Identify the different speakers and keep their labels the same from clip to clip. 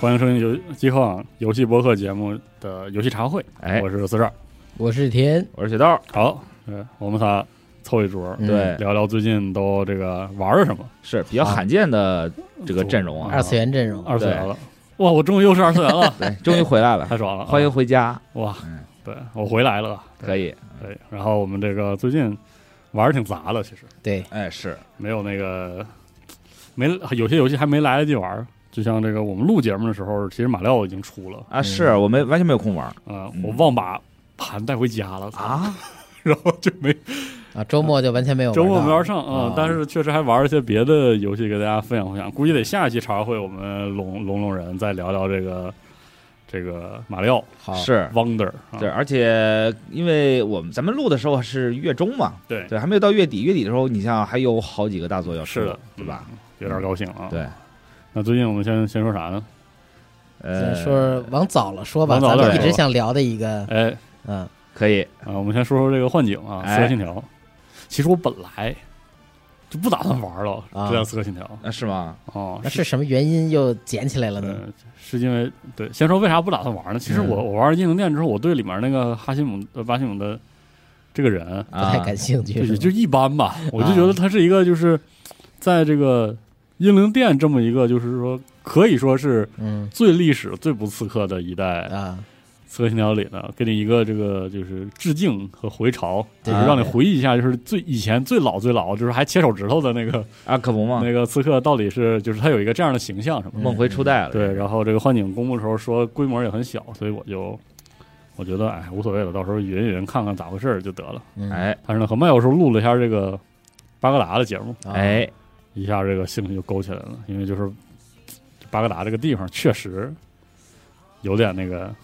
Speaker 1: 欢迎收听游机况游戏播客节目的游戏茶会，
Speaker 2: 哎
Speaker 1: 我是四十二。
Speaker 3: 我是田，
Speaker 2: 我是雪豆，
Speaker 1: 好，呃，我们仨凑一桌，
Speaker 3: 嗯
Speaker 2: 对，
Speaker 1: 聊聊最近都这个玩了什么，
Speaker 2: 是比较罕见的这个阵容啊，
Speaker 3: 二，次元阵容，
Speaker 1: 二次元了。哇，我终于又是二次元了
Speaker 2: 对，终于回来了，
Speaker 1: 太爽了！啊
Speaker 2: 欢迎回家，
Speaker 1: 哇
Speaker 2: 嗯，
Speaker 1: 对我回来了，
Speaker 2: 可以，
Speaker 1: 对。然后我们这个最近玩的挺杂的，其实
Speaker 3: 对，
Speaker 2: 哎，是
Speaker 1: 没有那个没有些游戏还没来得及玩。就像这个我们录节目的时候，其实马料已经出了，
Speaker 2: 啊，是我没完全没有空玩
Speaker 1: 啊，
Speaker 2: 嗯
Speaker 1: 我忘把盘带回家了，
Speaker 2: 啊，
Speaker 1: 然后就没
Speaker 3: 啊，周末就完全没有玩到，
Speaker 1: 周末没玩上啊、
Speaker 3: 啊
Speaker 1: 但是确实还玩了一些别的游戏给大家分享分享。估计得下一期茶话会我们龙龙龙人再聊聊这个这个马里奥
Speaker 3: 好，
Speaker 2: 是。
Speaker 1: Wonder 啊，
Speaker 2: 对，而且因为我们咱们录的时候是月中嘛，
Speaker 1: 对
Speaker 2: 对，还没有到月底，月底的时候，你像还有好几个大作要出
Speaker 1: 是的，
Speaker 2: 对吧？
Speaker 1: 嗯？有点高兴啊。
Speaker 2: 对，
Speaker 1: 那最近我们先先说啥呢？
Speaker 2: 呃
Speaker 3: 嗯咱，说往早了说吧，
Speaker 1: 往早
Speaker 3: 咱
Speaker 1: 了
Speaker 3: 们一
Speaker 2: 说
Speaker 3: 直想聊的一个，
Speaker 1: 哎
Speaker 3: 嗯，
Speaker 2: 可以，
Speaker 1: 啊，我们先说说这个幻景啊，
Speaker 2: 哎
Speaker 1: 刺客信条。其实我本来就不打算玩了，
Speaker 3: 啊
Speaker 1: 这辆刺客信条
Speaker 2: 啊，是吗？
Speaker 1: 哦
Speaker 3: 那，是什么原因又捡起来了呢？
Speaker 1: 嗯，是因为对，先说为啥不打算玩呢？其实我、我玩英灵殿之后，我对里面那个哈希姆呃巴希姆的这个人
Speaker 3: 不
Speaker 2: 啊
Speaker 3: 太，感兴
Speaker 1: 就
Speaker 3: 趣，
Speaker 1: 也
Speaker 3: 是
Speaker 1: 嗯就
Speaker 3: 吗
Speaker 1: 一般 吧，我就觉得他是一个就是在这个英灵殿这么一个就是说可以说是
Speaker 3: 嗯
Speaker 1: 最历史最不刺客的一代
Speaker 3: 啊，
Speaker 1: 刺客信条里呢，给你一个这个就是致敬和回潮，
Speaker 3: 对
Speaker 2: 啊
Speaker 1: 就是让你回忆一下，就是最以前最老最老就是还切手指头的那个
Speaker 2: 啊，可不嘛，
Speaker 1: 那个刺客到底是就是他有一个这样的形象什么的。
Speaker 2: 梦回初代了，
Speaker 1: 对，然后这个幻景公布的时候说规模也很小，所以我就我觉得哎无所谓了，到时候匀一匀看看咋回事儿就得了。
Speaker 3: 嗯，
Speaker 2: 哎
Speaker 1: 但是呢，和麦教授录了一下这个巴格达的节目，
Speaker 3: 啊，
Speaker 2: 哎，
Speaker 1: 一下这个兴趣就勾起来了，因为就是呃巴格达这个地方确实有点那个，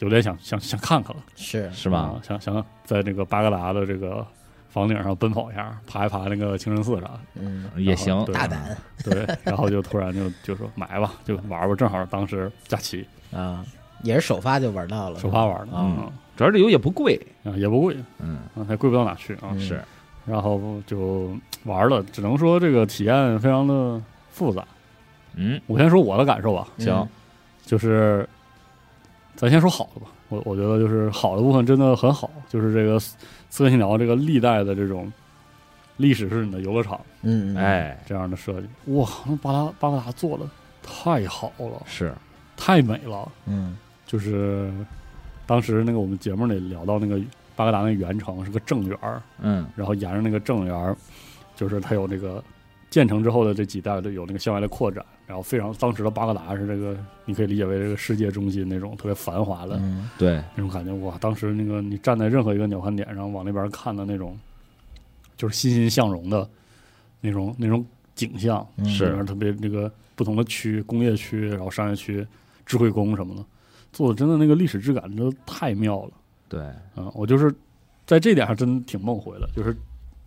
Speaker 1: 有点想想想看看了，
Speaker 3: 是
Speaker 2: 是吗
Speaker 1: 啊？想想在这个巴格达的这个房顶上奔跑一下，爬一爬那个清真寺啥的。
Speaker 3: 嗯，
Speaker 2: 也行，
Speaker 1: 对
Speaker 3: 大胆
Speaker 1: 对，然后就突然就就说买吧，就玩吧，正好当时假期
Speaker 3: 啊，也是首发就玩到了，
Speaker 1: 首发玩的，
Speaker 3: 嗯
Speaker 2: 主要这游也不贵，
Speaker 1: 嗯，啊也不贵，
Speaker 2: 嗯，
Speaker 1: 啊，还贵不到哪去啊。
Speaker 3: 嗯
Speaker 2: 是，
Speaker 1: 然后就玩了，只能说这个体验非常的复杂。
Speaker 2: 嗯，
Speaker 1: 我先说我的感受吧，
Speaker 3: 嗯
Speaker 2: 行，
Speaker 1: 就是咱先说好的吧。我我觉得就是好的部分真的很好，就是这个《刺客信条》这个历代的这种历史是你的游乐场
Speaker 3: 嗯，嗯，
Speaker 2: 哎，
Speaker 1: 这样的设计，哇，那巴拉巴格达做的太好了，
Speaker 2: 是，
Speaker 1: 太美了。
Speaker 3: 嗯
Speaker 1: 就是当时那个我们节目里聊到那个巴格达那个原城是个正园儿，
Speaker 2: 嗯，
Speaker 1: 然后沿着那个正园儿，就是它有那个建成之后的这几代的有那个向外的扩展，然后非常当时的巴格达是这个你可以理解为这个世界中心那种特别繁华的
Speaker 3: 嗯
Speaker 2: 对，
Speaker 1: 那种感觉。哇，当时那个你站在任何一个鸟瞰点上往那边看的那种，就是欣欣向荣的那种那种景象，
Speaker 3: 嗯
Speaker 2: 是
Speaker 1: 里面特别那个不同的区，工业区，然后商业区、智慧宫什么的，做的真的那个历史质感真的太妙了。
Speaker 2: 对，
Speaker 1: 嗯，我就是在这点上真挺梦回的，就是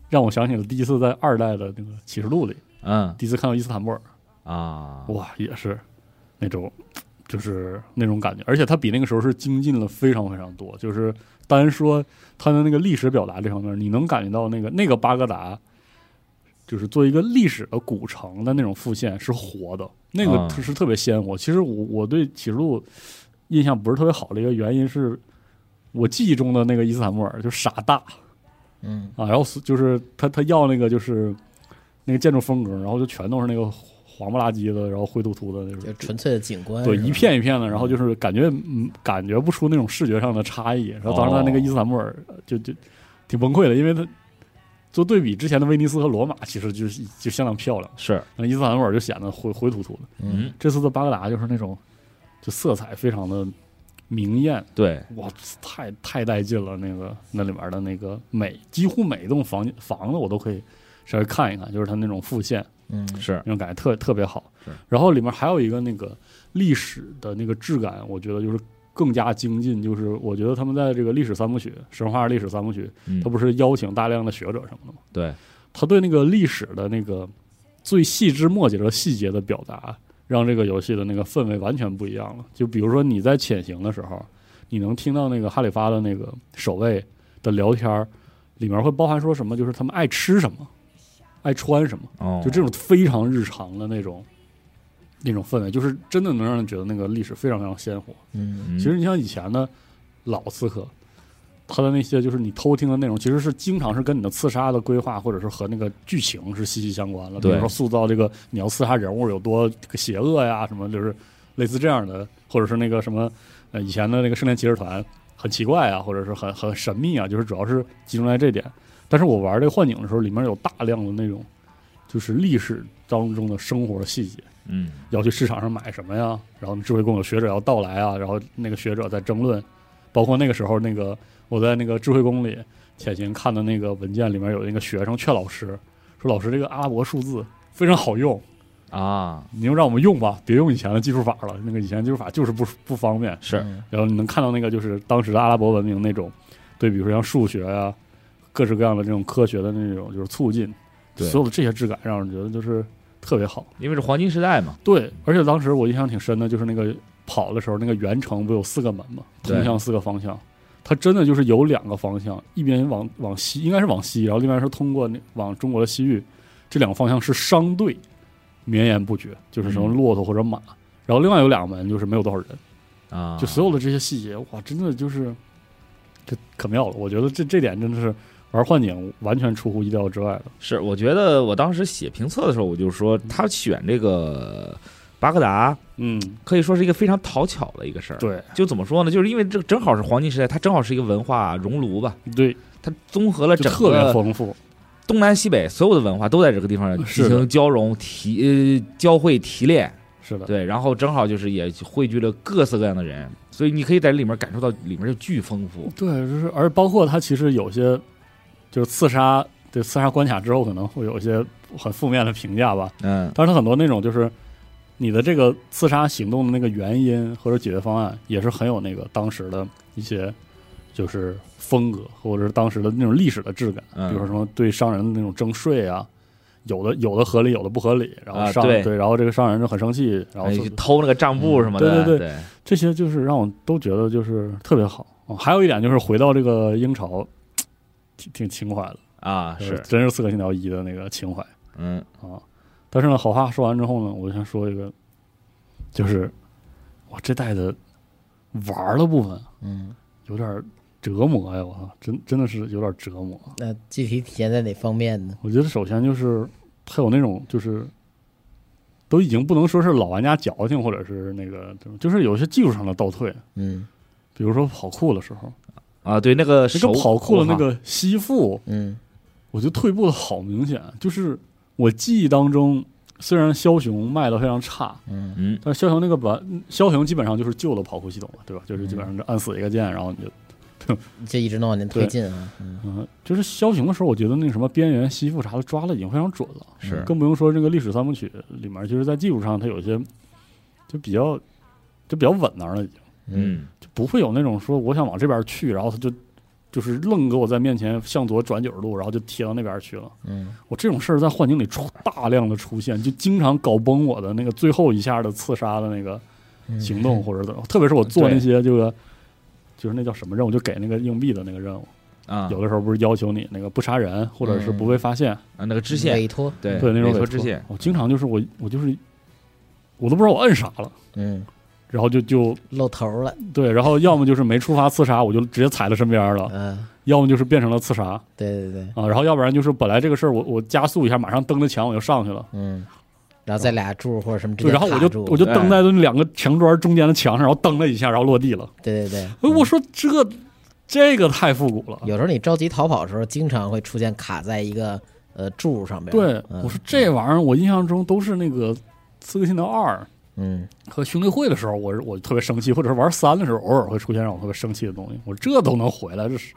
Speaker 1: 让我想起了第一次在二代的那个启示录里，
Speaker 2: 嗯
Speaker 1: 第一次看到伊斯坦布尔，
Speaker 2: 啊，
Speaker 1: 哇，也是那种就是那种感觉，而且它比那个时候是精进了非常非常多，就是单说它的那个历史表达这方面，你能感觉到那个那个巴格达。就是做一个历史的古城的那种复现是活的，那
Speaker 2: 啊
Speaker 1: 个是特别鲜活。其实我我对启示录印象不是特别好的一个原因是，我记忆中的那个伊斯坦布尔就傻大，
Speaker 3: 嗯
Speaker 1: 啊，然后是就是他他要那个就是那个建筑风格，然后就全都是那个黄不拉几的，然后灰秃秃的那
Speaker 3: 就
Speaker 1: 种，
Speaker 3: 纯粹的景观，
Speaker 1: 对，
Speaker 3: 是吧
Speaker 1: 一片一片的，然后就是感觉嗯感觉不出那种视觉上的差异。然后当时他那个伊斯坦布尔呃就就挺崩溃的，因为他做对比之前的威尼斯和罗马，其实就是就相当漂亮，
Speaker 2: 是，
Speaker 1: 那伊斯坦布尔就显得灰灰秃秃的。
Speaker 3: 嗯，
Speaker 1: 这次的巴格达就是那种就色彩非常的明艳，
Speaker 2: 对，
Speaker 1: 哇，太太带劲了！那个那里面的那个每几乎每一栋房间房子我都可以稍微看一看，就是它那种复现
Speaker 3: 嗯
Speaker 2: 是
Speaker 1: 那，种感觉特特别好
Speaker 2: 是。
Speaker 1: 然后里面还有一个那个历史的那个质感，我觉得就是更加精进。就是我觉得他们在这个历史三部曲、神话历史三部曲，
Speaker 2: 嗯
Speaker 1: 他，不是邀请大量的学者什么的吗？
Speaker 2: 对，
Speaker 1: 他对那个历史的那个最细枝末节的细节的表达，让这个游戏的那个氛围完全不一样了。就比如说你在潜行的时候，你能听到那个哈里发的那个守卫的聊天儿，里面会包含说什么，就是他们爱吃什么，爱穿什么，
Speaker 2: 哦，
Speaker 1: 就这种非常日常的那种那种氛围，就是真的能让人觉得那个历史非常非常鲜活。
Speaker 3: 嗯
Speaker 2: 嗯
Speaker 1: 其实你像以前的老刺客，他的那些就是你偷听的内容，其实是经常是跟你的刺杀的规划，或者是和那个剧情是息息相关的。比
Speaker 2: 对
Speaker 1: 如说塑造这个你要刺杀人物有多邪恶呀，什么就是类似这样的，或者是那个什么呃以前的那个圣殿骑士团很奇怪啊，或者是很很神秘啊，就是主要是集中在这点。但是我玩这个幻景的时候，里面有大量的那种就是历史当中的生活细节。
Speaker 2: 嗯
Speaker 1: 要去市场上买什么呀，然后智慧公有学者要到来啊，然后那个学者在争论，包括那个时候那个我在那个智慧宫里潜行看的那个文件里面有那个学生劝老师说：“老师，这个阿拉伯数字非常好用，
Speaker 2: 啊
Speaker 1: 你就让我们用吧，别用以前的技术法了，那个以前技术法就是不不方便。”
Speaker 2: 是
Speaker 3: 嗯
Speaker 1: 然后你能看到那个就是当时的阿拉伯文明那种对，比如说像数学呀、各式各样的这种科学的那种就是促进，
Speaker 2: 对
Speaker 1: 所有的这些质感让人觉得就是特别好。
Speaker 2: 因为是黄金时代嘛，
Speaker 1: 对，而且当时我印象挺深的，就是那个跑的时候，那个圆城不有四个门吗？
Speaker 2: 对
Speaker 1: 通向四个方向，它真的就是有两个方向，一边往往西，应该是往西，然后另外是通过那往中国的西域，这两个方向是商队，绵延不绝，就是什么
Speaker 2: 嗯
Speaker 1: 骆驼或者马。然后另外有两个门就是没有多少人，
Speaker 2: 啊，
Speaker 1: 就所有的这些细节，哇，真的就是这可妙了。我觉得这这点真的是玩幻景完全出乎意料之外的。
Speaker 2: 是，我觉得我当时写评测的时候，我就说他选这个巴格达，
Speaker 1: 嗯，
Speaker 2: 可以说是一个非常讨巧的一个事儿。，
Speaker 1: 对
Speaker 2: 就怎么说呢？就是因为这正好是黄金时代，它正好是一个文化熔炉吧，
Speaker 1: 对，
Speaker 2: 它综合了
Speaker 1: 就
Speaker 2: 整
Speaker 1: 特别
Speaker 2: 个
Speaker 1: 丰富。
Speaker 2: 东南西北所有的文化都在这个地方
Speaker 1: 是
Speaker 2: 进
Speaker 1: 的
Speaker 2: 行交融、提呃交汇、提炼。
Speaker 1: 是的，
Speaker 2: 对，然后正好就是也汇聚了各色各样的人，所以你可以在里面感受到里面就巨丰富。
Speaker 1: 对，就是而包括他其实有些就是刺杀，对刺杀关卡之后可能会有一些很负面的评价吧，
Speaker 2: 嗯，
Speaker 1: 但是他很多那种就是你的这个刺杀行动的那个原因或者解决方案，也是很有那个当时的一些就是风格，或者是当时的那种历史的质感，
Speaker 2: 嗯
Speaker 1: 比如说什么对商人的那种征税啊。有的有的合理，有的不合理，然后
Speaker 2: 啊
Speaker 1: 商、
Speaker 2: 对
Speaker 1: 然后这个商人就很生气，然后
Speaker 2: 哎
Speaker 1: 就
Speaker 2: 去偷那个账簿什么的，
Speaker 1: 嗯对对
Speaker 2: 对，
Speaker 1: 这些就是让我都觉得就是特别好。哦、还有一点就是回到这个英朝，挺挺情怀的，
Speaker 2: 啊，
Speaker 1: 就是
Speaker 2: 是，
Speaker 1: 真是《刺客信条一》的那个情怀
Speaker 2: 嗯
Speaker 1: 啊。但是呢，好话说完之后呢，我就想说一个，就是我这代的玩儿的部分
Speaker 3: 嗯，
Speaker 1: 有点儿折磨呀，我操，真真的是有点儿折磨。
Speaker 3: 那具体体现在哪方面呢？
Speaker 1: 我觉得首先就是他有那种就是。都已经不能说是老玩家矫情，或者是那个，就是有些技术上的倒退，
Speaker 3: 嗯
Speaker 1: 比如说跑酷的时候，
Speaker 2: 啊，对，那个
Speaker 1: 这个
Speaker 2: 手
Speaker 1: 跑酷的那
Speaker 2: 哈
Speaker 1: 个吸附，
Speaker 3: 嗯
Speaker 1: 我觉得退步的好明显。就是我记忆当中，虽然枭雄卖的非常差，
Speaker 3: 嗯
Speaker 2: 嗯
Speaker 1: 但是枭雄那个版，枭雄基本上就是旧的跑酷系统了，对吧？就是基本
Speaker 2: 嗯
Speaker 1: 上就按死一个键，然后你就，
Speaker 3: 就一直能往前推进啊。嗯
Speaker 1: 嗯，就是枭雄的时候，我觉得那个什么边缘吸附啥的抓的已经非常准了，
Speaker 2: 是
Speaker 1: 更不用说这个历史三部曲里面，其实在技术上它有一些就比较就比较稳当了，已经
Speaker 2: 嗯
Speaker 1: 就不会有那种说我想往这边去，然后他就就是愣给我在面前向左转九十度，然后就贴到那边去了。
Speaker 3: 嗯
Speaker 1: 我这种事儿在幻境里出大量的出现，就经常搞崩我的那个最后一下的刺杀的那个
Speaker 3: 嗯，
Speaker 1: 行动或者怎么，特别是我做那些这个就是那叫什么任务，就给那个硬币的那个任务，
Speaker 2: 啊，
Speaker 1: 有的时候不是要求你那个不杀人或者是不被发现，
Speaker 2: 啊那个支线，
Speaker 3: 委托，
Speaker 2: 对
Speaker 1: 对那种
Speaker 2: 委
Speaker 1: 委
Speaker 2: 托
Speaker 1: 托
Speaker 2: 支线，
Speaker 1: 我经常就是我我就是我都不知道我摁啥了，
Speaker 3: 嗯，
Speaker 1: 然后就就
Speaker 3: 露头了，
Speaker 1: 对，然后要么就是没触发刺杀，我就直接踩到身边了，
Speaker 3: 嗯，
Speaker 1: 要么就是变成了刺杀
Speaker 3: 对对对，
Speaker 1: 啊，然后要不然就是本来这个事儿我我加速一下，马上蹬着墙我就上去了。
Speaker 3: 嗯，然后在俩柱或者什么
Speaker 1: 啊
Speaker 3: 之
Speaker 1: 对，
Speaker 3: 间
Speaker 1: 然后我
Speaker 3: 卡
Speaker 1: 就
Speaker 3: 住，
Speaker 1: 我就
Speaker 2: 哎
Speaker 1: 蹬在那两个墙砖中间的墙上，然后蹬了一下，然后落地了。
Speaker 3: 对对对，
Speaker 1: 哎，我说这这个太复古了。
Speaker 3: 有时候你着急逃跑的时候，经常会出现卡在一个呃柱上面。
Speaker 1: 对，
Speaker 3: 嗯
Speaker 1: 我说这玩意儿，我印象中都是那个《刺客信条二》
Speaker 3: 嗯
Speaker 1: 和兄弟会的时候，我是我特别生气，或者是玩三的时候，偶尔会出现让我特别生气的东西。我这都能回来，这是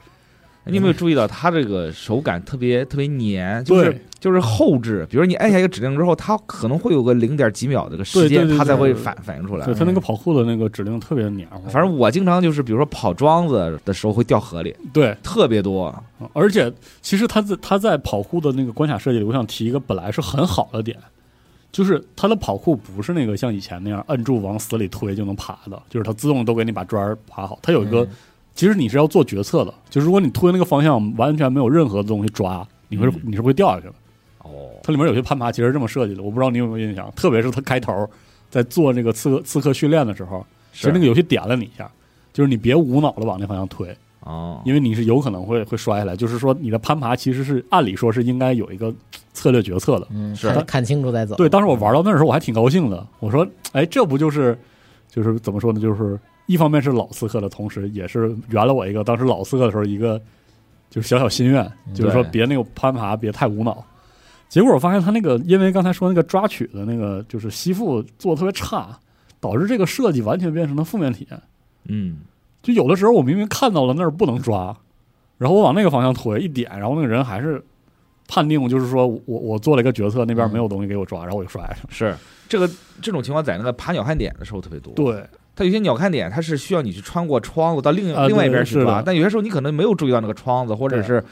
Speaker 2: 你有没有注意到它这个手感特别特别粘，就是
Speaker 1: 对
Speaker 2: 就是后置，比如你按下一个指令之后，它可能会有个零点几秒的个时
Speaker 1: 对对
Speaker 2: 间，
Speaker 1: 对
Speaker 2: 它才
Speaker 1: 对
Speaker 2: 会
Speaker 1: 对
Speaker 2: 反反应出来嗯
Speaker 1: 对。他那个跑酷的那个指令特别黏糊。
Speaker 2: 反正我经常就是，比如说跑桩子的时候会掉河里，
Speaker 1: 对，
Speaker 2: 特别多。
Speaker 1: 嗯而且其实他在他在跑酷的那个关卡设计里，我想提一个本来是很好的点，就是他的跑酷不是那个像以前那样摁住往死里推就能爬的，就是它自动都给你把砖儿爬好。它有一
Speaker 2: 嗯
Speaker 1: 个，其实你是要做决策的，就是如果你推那个方向完全没有任何东西抓，你会
Speaker 2: 嗯
Speaker 1: 你是会掉下去的。
Speaker 2: 哦，
Speaker 1: 它里面有些攀爬其实是这么设计的，我不知道你有没有印象，特别是它开头。在做这个刺客刺客训练的时候，其
Speaker 2: 是
Speaker 1: 实那个游戏点了你一下，就是你别无脑的往那方向推，
Speaker 2: 哦，
Speaker 1: 因为你是有可能会会摔下来。就是说，你的攀爬其实是按理说是应该有一个策略决策的。
Speaker 3: 嗯，
Speaker 2: 是
Speaker 3: 看看清楚再走。
Speaker 1: 对，当时我玩到那儿的时候，我还挺高兴的。我说，哎，这不就是，就是怎么说呢？就是一方面是老刺客的同时，也是圆了我一个当时老刺客的时候一个就是小小心愿，就是说
Speaker 2: 对
Speaker 1: 别那个攀爬，别太无脑。结果我发现他那个，因为刚才说那个抓取的那个，就是吸附做的特别差，导致这个设计完全变成了负面体验。
Speaker 2: 嗯，
Speaker 1: 就有的时候我明明看到了那儿不能抓，然后我往那个方向推一点，然后那个人还是判定就是说我我我做了一个决策，那边没有东西给我抓，然后我就摔了。
Speaker 2: 是这个这种情况在那个爬鸟瞰点的时候特别多。，
Speaker 1: 对，
Speaker 2: 它有些鸟瞰点它是需要你去穿过窗户到另、
Speaker 1: 啊
Speaker 2: 另外一边
Speaker 1: 对
Speaker 2: 去
Speaker 1: 是
Speaker 2: 抓，
Speaker 1: 的
Speaker 2: 但有些时候你可能没有注意到那个窗子，或者
Speaker 1: 对
Speaker 2: 是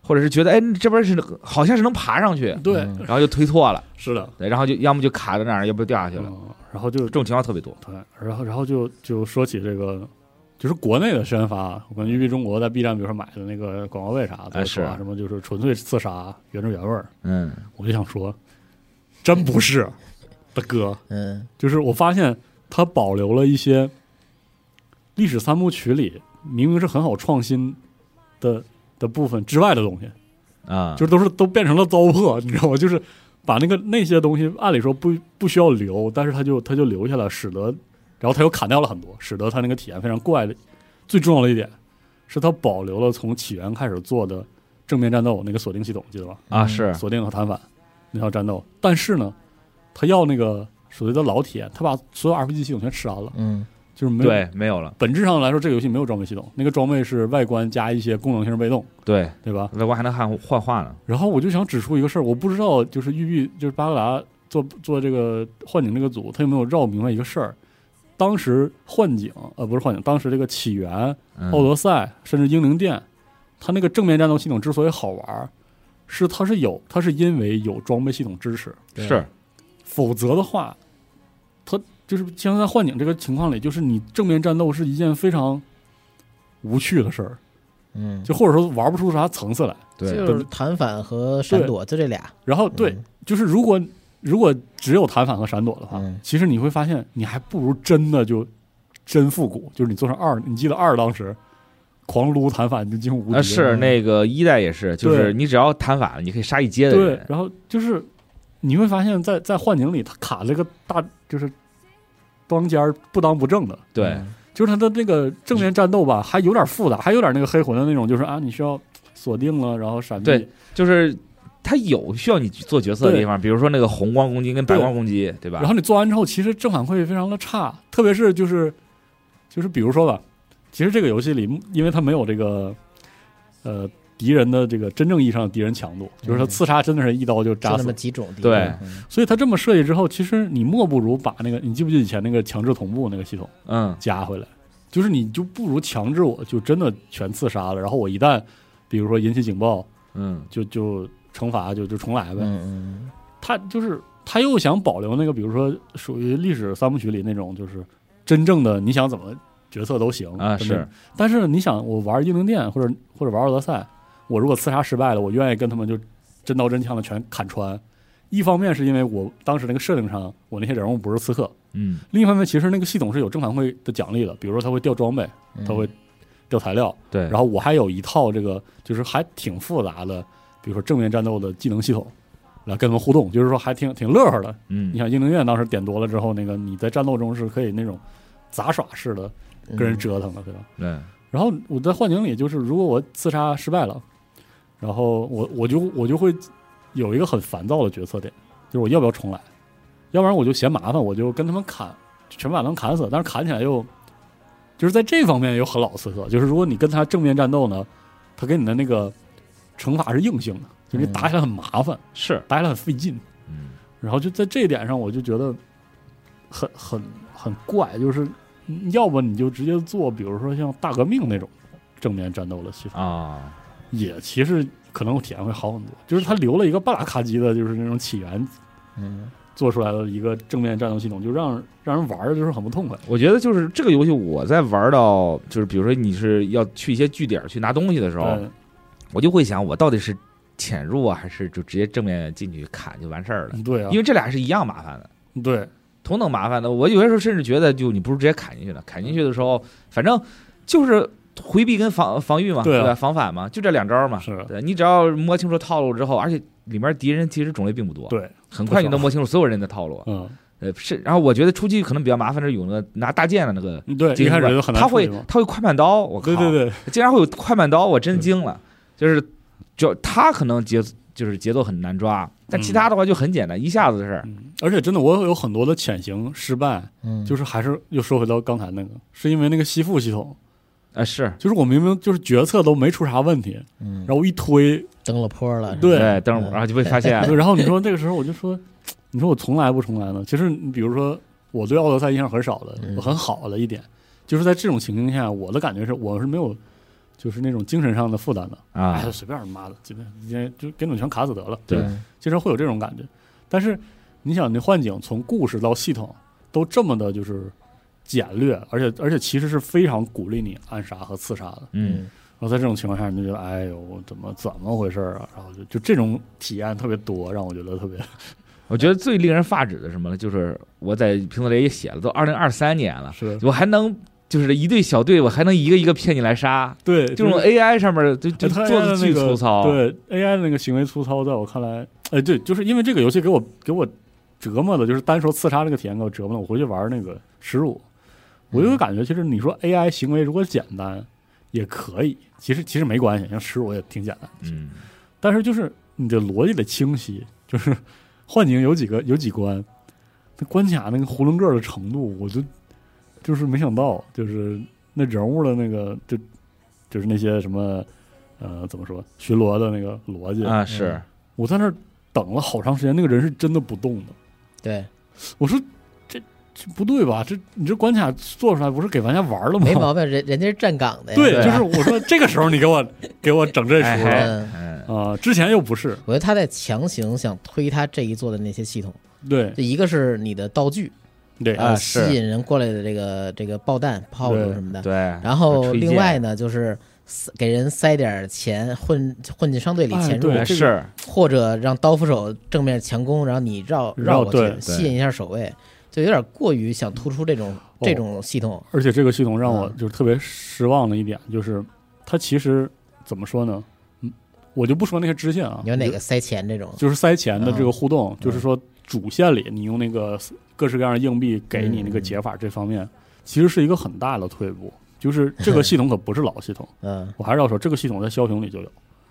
Speaker 2: 或者是觉得哎这边是好像是能爬上去，
Speaker 1: 对，
Speaker 3: 嗯
Speaker 2: 然后就推错了，
Speaker 1: 是的，
Speaker 2: 对然后就要么就卡在那儿，要不就掉下去了。
Speaker 1: 嗯，然后就
Speaker 2: 这种情况特别多。
Speaker 1: 对，然后然后就就说起这个，就是国内的宣发，我跟育碧中国在 B 站，比如说买的那个广告位啥的，
Speaker 2: 哎
Speaker 1: 说啊
Speaker 2: 是
Speaker 1: 什么就是纯粹刺杀，原汁原味儿，
Speaker 2: 嗯，
Speaker 1: 我就想说，真不是的哥，
Speaker 3: 嗯
Speaker 1: 就是我发现它保留了一些历史三部曲里明明是很好创新的的部分之外的东西，
Speaker 2: 啊，
Speaker 1: 就是都是都变成了糟粕，你知道吗？就是把那个那些东西，按理说不不需要留，但是他就他就留下了，使得然后他又砍掉了很多，使得他那个体验非常怪的。最重要的一点是，他保留了从起源开始做的正面战斗那个锁定系统，记得吧？
Speaker 2: 啊是
Speaker 1: 锁定和弹反那套战斗，但是呢，他要那个所谓的老体验，他把所有 RPG 系统全吃完了，
Speaker 3: 嗯
Speaker 1: 就是没有。
Speaker 2: 对没有了，
Speaker 1: 本质上来说，这个游戏没有装备系统，那个装备是外观加一些功能性被动，
Speaker 2: 对
Speaker 1: 对吧？
Speaker 2: 外观还能换换画呢。
Speaker 1: 然后我就想指出一个事儿，我不知道就是育碧就是巴格达做做这个幻景这个组，他有没有绕明白一个事儿？当时幻景呃不是幻景，当时这个起源、
Speaker 2: 嗯
Speaker 1: 奥德赛甚至英灵殿，它那个正面战斗系统之所以好玩儿，是它是有它是因为有装备系统支持，
Speaker 3: 对
Speaker 2: 是
Speaker 1: 否则的话，它就是像在幻景这个情况里，就是你正面战斗是一件非常无趣的事儿，
Speaker 3: 嗯，
Speaker 1: 就或者说玩不出啥层次来。
Speaker 2: 对
Speaker 3: 就是弹反和闪躲，就这俩。
Speaker 1: 然后对，
Speaker 3: 嗯
Speaker 1: 就是如果如果只有弹反和闪躲的话，
Speaker 3: 嗯
Speaker 1: 其实你会发现你还不如真的就真复古，就是你做成二，你记得二当时狂撸弹反你就几乎无敌、
Speaker 2: 啊是那个一代也是，就是你只要弹反了，你可以杀一街的
Speaker 1: 对
Speaker 2: 人，。
Speaker 1: 然后就是你会发现在在幻境里，它卡了个大就是当尖儿不当不正的，
Speaker 2: 对
Speaker 3: 嗯
Speaker 1: 就是它的那个正面战斗吧，还有点复杂，还有点那个黑魂的那种，就是啊你需要锁定了，然后闪避，
Speaker 2: 对就是它有需要你做决策的地方，比如说那个红光攻击跟白光攻击，对吧
Speaker 1: 然？后你做完之后，其实正反馈非常的差，特别是就是就是比如说吧，其实这个游戏里，因为它没有这个呃敌人的这个真正意义上的敌人强度，就是它
Speaker 3: 嗯
Speaker 1: 刺杀真的是一刀就
Speaker 3: 就
Speaker 1: 扎
Speaker 3: 那
Speaker 1: 死
Speaker 3: 么，几种地方。
Speaker 2: 对
Speaker 3: 嗯
Speaker 1: 所以它这么设计之后，其实你莫不如把那个你记不记得以前那个强制同步那个系统
Speaker 2: 嗯，
Speaker 1: 加回来，就是你就不如强制我就真的全刺杀了，然后我一旦比如说引起警报，
Speaker 2: 嗯，
Speaker 1: 就就惩罚就就重来呗，
Speaker 3: 嗯
Speaker 1: 他就是他又想保留那个，比如说属于历史三部曲里那种，就是真正的你想怎么决策都行
Speaker 2: 啊
Speaker 1: 真的
Speaker 2: 是
Speaker 1: 但是你想，我玩英灵殿或者或者玩奥德赛，我如果刺杀失败了，我愿意跟他们就真刀真枪的全砍穿。一方面是因为我当时那个设定上，我那些人物不是刺客；
Speaker 2: 嗯，
Speaker 1: 另一方面，其实那个系统是有正反馈的奖励的，比如说他会掉装备，
Speaker 3: 嗯，
Speaker 1: 他会掉材料，
Speaker 2: 对，
Speaker 1: 然后我还有一套这个就是还挺复杂的，比如说正面战斗的技能系统，来跟他们互动，就是说还挺挺乐呵的。
Speaker 2: 嗯
Speaker 1: 你，想英灵院当时点多了之后，那个你在战斗中是可以那种杂耍式的
Speaker 3: 嗯
Speaker 1: 跟人折腾的，对吧？
Speaker 2: 对，
Speaker 1: 然后我在幻境里就是，如果我刺杀失败了，然后我我就我就会有一个很烦躁的决策点，就是我要不要重来？要不然我就嫌麻烦，我就跟他们砍，全把他们砍死。但是砍起来又，就是在这方面有很老刺客，就是如果你跟他正面战斗呢，他给你的那个惩罚是硬性的，就是你打起来很麻烦，
Speaker 2: 是，
Speaker 1: 打起来很费劲。
Speaker 2: 嗯，
Speaker 1: 然后就在这一点上，我就觉得很很很怪，就是要不你就直接做，比如说像大革命那种正面战斗的系统，
Speaker 2: 啊，
Speaker 1: 也其实可能体验会好很多。就是他留了一个半拉卡机的，就是那种起源
Speaker 3: 嗯
Speaker 1: 做出来的一个正面战斗系统，就让让人玩的就是很不痛快。
Speaker 2: 我觉得就是这个游戏，我在玩到就是比如说你是要去一些据点去拿东西的时候，
Speaker 1: 对
Speaker 2: 我就会想，我到底是潜入啊，还是就直接正面进去砍就完事儿了？
Speaker 1: 对啊
Speaker 2: 因，为这俩是一样麻烦的。
Speaker 1: 对，
Speaker 2: 同等麻烦的。我有些时候甚至觉得，就你不如直接砍进去了。砍进去的时候，反正就是回避跟防防御嘛，
Speaker 1: 对啊
Speaker 2: 对吧？防反嘛，就这两招嘛。
Speaker 1: 是
Speaker 2: 对你只要摸清楚套路之后，而且里面敌人其实种类并不多，
Speaker 1: 对，
Speaker 2: 很快你能摸清楚所有人的套路。
Speaker 1: 嗯，
Speaker 2: 呃，是，然后我觉得出击可能比较麻烦的是有那个拿大剑的那个
Speaker 1: 对，
Speaker 2: 精
Speaker 1: 一
Speaker 2: 英吧。
Speaker 1: 开始就很难
Speaker 2: 他
Speaker 1: 处理
Speaker 2: 会
Speaker 1: 嘛
Speaker 2: 他会快慢刀，我靠，
Speaker 1: 对对嗯对，
Speaker 2: 竟然会有快慢刀，我真惊了。就是就他可能节就是节奏很难抓，但其他的话就很简单，一下子的事儿。
Speaker 1: 嗯而且真的我有很多的潜行失败，
Speaker 3: 嗯，
Speaker 1: 就是还是又说回到刚才那个，是因为那个吸附系统，
Speaker 2: 啊，是
Speaker 1: 就是我明明就是决策都没出啥问题，
Speaker 3: 嗯
Speaker 1: 然，后我一推，
Speaker 3: 登了坡了，
Speaker 1: 对
Speaker 2: 对，哎等会儿然后就被发现了。
Speaker 1: 对然后你说这个时候我就说，你说我从来不重来呢？其实你比如说我对奥德赛印象很少的，
Speaker 3: 嗯
Speaker 1: 我很好的一点，就是在这种情境下，我的感觉是我是没有。就是那种精神上的负担的，哎，
Speaker 2: 啊
Speaker 1: 就，随便儿妈的，今天今天就给你们全卡死得了。
Speaker 2: 对
Speaker 3: 嗯
Speaker 1: 经常会有这种感觉。但是你想，那幻景从故事到系统都这么的，就是简略，而且而且其实是非常鼓励你暗杀和刺杀的。
Speaker 2: 嗯，
Speaker 1: 然后在这种情况下，你就觉得哎呦，我怎么怎么回事儿啊？然后就就这种体验特别多，让我觉得特别
Speaker 2: 我觉得最令人发指的是什么呢？就是我在评论里也写了，都二零二三年了，
Speaker 1: 是
Speaker 2: 我还能就是一队小队，我还能一个一个骗你来杀，
Speaker 1: 对
Speaker 2: 这种
Speaker 1: 就是
Speaker 2: AI 上面就就
Speaker 1: 哎它
Speaker 2: 做的
Speaker 1: AI 那
Speaker 2: 巨
Speaker 1: 个
Speaker 2: 粗糙。啊
Speaker 1: 对 AI 的那个行为粗糙，在我看来，哎，对，就是因为这个游戏给我给我折磨的，就是单说刺杀这个体验给我折磨的，我回去玩那个耻辱，我
Speaker 2: 嗯
Speaker 1: 就感觉其实你说 AI 行为如果简单也可以，其实其实没关系，像耻辱也挺简单，
Speaker 2: 嗯，
Speaker 1: 但是就是你的逻辑得清晰，就是幻境有几个有几关，那关卡那个囫囵个儿的程度，我就就是没想到，就是那人物的那个就就是那些什么呃怎么说巡逻的那个逻辑，
Speaker 2: 啊是
Speaker 3: 嗯，
Speaker 1: 我在那儿等了好长时间，那个人是真的不动的。
Speaker 3: 对，
Speaker 1: 我说这这不对吧？这你这关卡做出来不是给玩家玩了吗？
Speaker 3: 没毛病，人人家是站岗的呀。
Speaker 1: 对，
Speaker 2: 对
Speaker 1: 就是我说这个时候你给我给我整这出
Speaker 2: 哎
Speaker 1: 来
Speaker 2: 哎
Speaker 3: 嗯
Speaker 2: 嗯
Speaker 1: 啊、之前又不是
Speaker 3: 我觉得他在强行想推他这一做的那些系统，
Speaker 1: 对
Speaker 3: 就一个是你的道具
Speaker 1: 对
Speaker 2: 啊
Speaker 3: 啊，吸
Speaker 2: 是
Speaker 3: 引人过来的这个这个爆弹、炮
Speaker 1: 对
Speaker 3: 竹什么的。
Speaker 2: 对，
Speaker 3: 然后另外呢，就是塞给人塞点钱混混进商队里
Speaker 1: 哎
Speaker 3: 潜入
Speaker 1: 对，
Speaker 2: 哎
Speaker 1: 这个
Speaker 2: 是
Speaker 3: 或者让刀斧手正面强攻，然后你绕绕过
Speaker 1: 对
Speaker 3: 去，
Speaker 1: 对
Speaker 3: 吸引一下守卫，就有点过于想突出这种
Speaker 1: 哦
Speaker 3: 这种系统。
Speaker 1: 而且这个系统让我
Speaker 3: 嗯
Speaker 1: 就是特别失望的一点，就是它其实怎么说呢？嗯，我就不说那个支线啊，
Speaker 3: 你有哪个塞钱这种？
Speaker 1: 就是塞钱的这个互动，
Speaker 3: 嗯
Speaker 1: 就是说主线里你用那个各式各样的硬币给你那
Speaker 3: 嗯
Speaker 1: 个解法这方面，其实是一个很大的退步。就是这个系统可不是老系统，
Speaker 3: 嗯，
Speaker 1: 我还是要说，这个系统在枭雄里就有。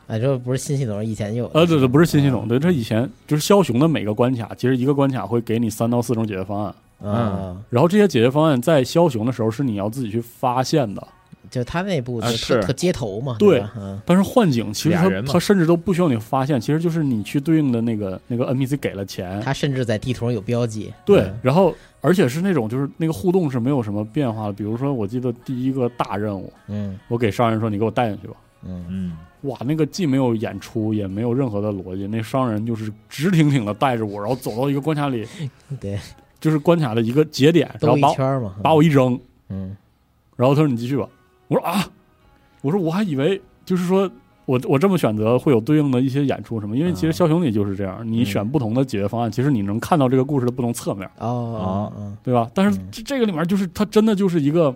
Speaker 3: 啊，这不是新系统，以前就有的。
Speaker 1: 呃，对对，不是新系统，对，
Speaker 3: 嗯
Speaker 1: 这以前就是枭雄的每个关卡，其实一个关卡会给你三到四种解决方案，
Speaker 3: 啊，
Speaker 1: 然后这些解决方案在枭雄的时候是你要自己去发现的。
Speaker 3: 就他那部
Speaker 2: 啊
Speaker 3: 就是特特街头嘛，
Speaker 1: 对
Speaker 3: 吧？嗯，
Speaker 1: 但是幻景其实
Speaker 2: 俩
Speaker 1: 它
Speaker 2: 人嘛
Speaker 1: 它甚至都不需要你发现，其实就是你去对应的那个那个 NPC 给了钱，
Speaker 3: 他甚至在地图上有标记。
Speaker 1: 对
Speaker 3: 嗯，
Speaker 1: 然后而且是那种就是那个互动是没有什么变化的。比如说，我记得第一个大任务，
Speaker 3: 嗯
Speaker 1: 我给商人说你给我带进去吧，
Speaker 3: 嗯，
Speaker 2: 嗯
Speaker 1: 哇，那个既没有演出，也没有任何的逻辑，那商人就是直挺挺的带着我，然后走到一个关卡里，
Speaker 3: 嗯对，
Speaker 1: 就是关卡的一个节点，然
Speaker 3: 兜
Speaker 1: 后
Speaker 3: 一
Speaker 1: 把我
Speaker 3: 圈儿嘛，
Speaker 1: 把我一扔，
Speaker 3: 嗯
Speaker 1: 然后他说你继续吧，我说啊，我说我还以为就是说我我这么选择会有对应的一些演出什么，因为其实
Speaker 3: 啊
Speaker 1: 枭雄里就是这样，你
Speaker 3: 嗯
Speaker 1: 选不同的解决方案，其实你能看到这个故事的不同侧面，
Speaker 3: 哦哦哦，
Speaker 1: 对吧？但是
Speaker 3: 嗯
Speaker 1: 这这个里面就是它真的就是一个，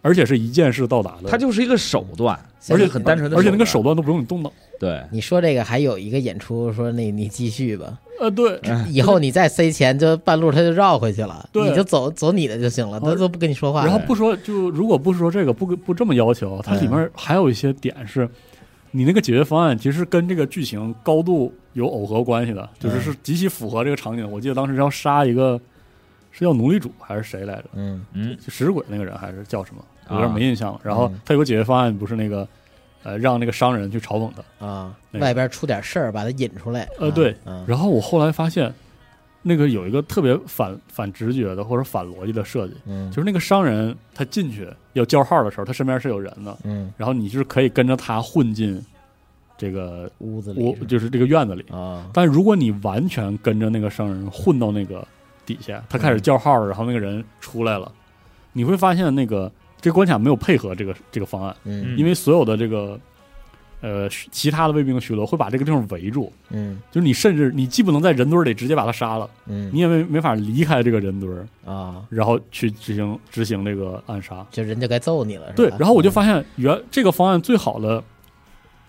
Speaker 1: 而且是一件事到达的，
Speaker 2: 它就是一个手段，
Speaker 3: 而且
Speaker 2: 很单纯的，
Speaker 1: 而且那个手段都不用你动脑，
Speaker 2: 对
Speaker 3: 你说这个还有一个演出，说那你继续吧，
Speaker 1: 呃，对，
Speaker 3: 以后你再塞钱，就半路他就绕回去了，
Speaker 1: 对哦
Speaker 3: 你就走走你的就行了，他都不跟你说话
Speaker 1: 然后
Speaker 3: 了。
Speaker 1: 不说就如果不说这个不不这么要求，它里面还有一些点是。你那个解决方案其实跟这个剧情高度有耦合关系的，就是
Speaker 3: 嗯
Speaker 1: 是极其符合这个场景的。我记得当时要杀一个，是叫奴隶主还是谁来着？
Speaker 3: 嗯
Speaker 2: 嗯
Speaker 1: 就食尸鬼那个人还是叫什么？有点
Speaker 2: 啊
Speaker 1: 没印象了。然后
Speaker 3: 嗯
Speaker 1: 他有个解决方案，不是那个，呃，让那个商人去嘲讽他。
Speaker 3: 啊，
Speaker 1: 那个
Speaker 3: 外边出点事儿，把他引出来。
Speaker 1: 呃
Speaker 3: 啊
Speaker 1: 对，
Speaker 3: 嗯
Speaker 1: 然后我后来发现，那个有一个特别反反直觉的或者反逻辑的设计，
Speaker 3: 嗯
Speaker 1: 就是那个商人他进去要叫号的时候，他身边是有人的，
Speaker 3: 嗯，
Speaker 1: 然后你就是可以跟着他混进这个
Speaker 3: 屋子
Speaker 1: 屋
Speaker 3: 里，
Speaker 1: 就是这个院子里。
Speaker 3: 啊，
Speaker 1: 但如果你完全跟着那个商人混到那个底下，他开始叫号了，然后那个人出来了，你会发现那个这关卡没有配合这个这个方案，
Speaker 3: 嗯
Speaker 1: 因为所有的这个呃，其他的卫兵的巡逻会把这个地方围住，
Speaker 3: 嗯
Speaker 1: 就是你甚至你既不能在人堆儿里直接把他杀了，
Speaker 3: 嗯
Speaker 1: 你也没没法离开这个人堆儿，
Speaker 3: 啊，
Speaker 1: 然后去执行执行这个暗杀。
Speaker 3: 就人就该揍你了，是
Speaker 1: 对
Speaker 3: 吧，
Speaker 1: 然后我就发现原这个方案最好的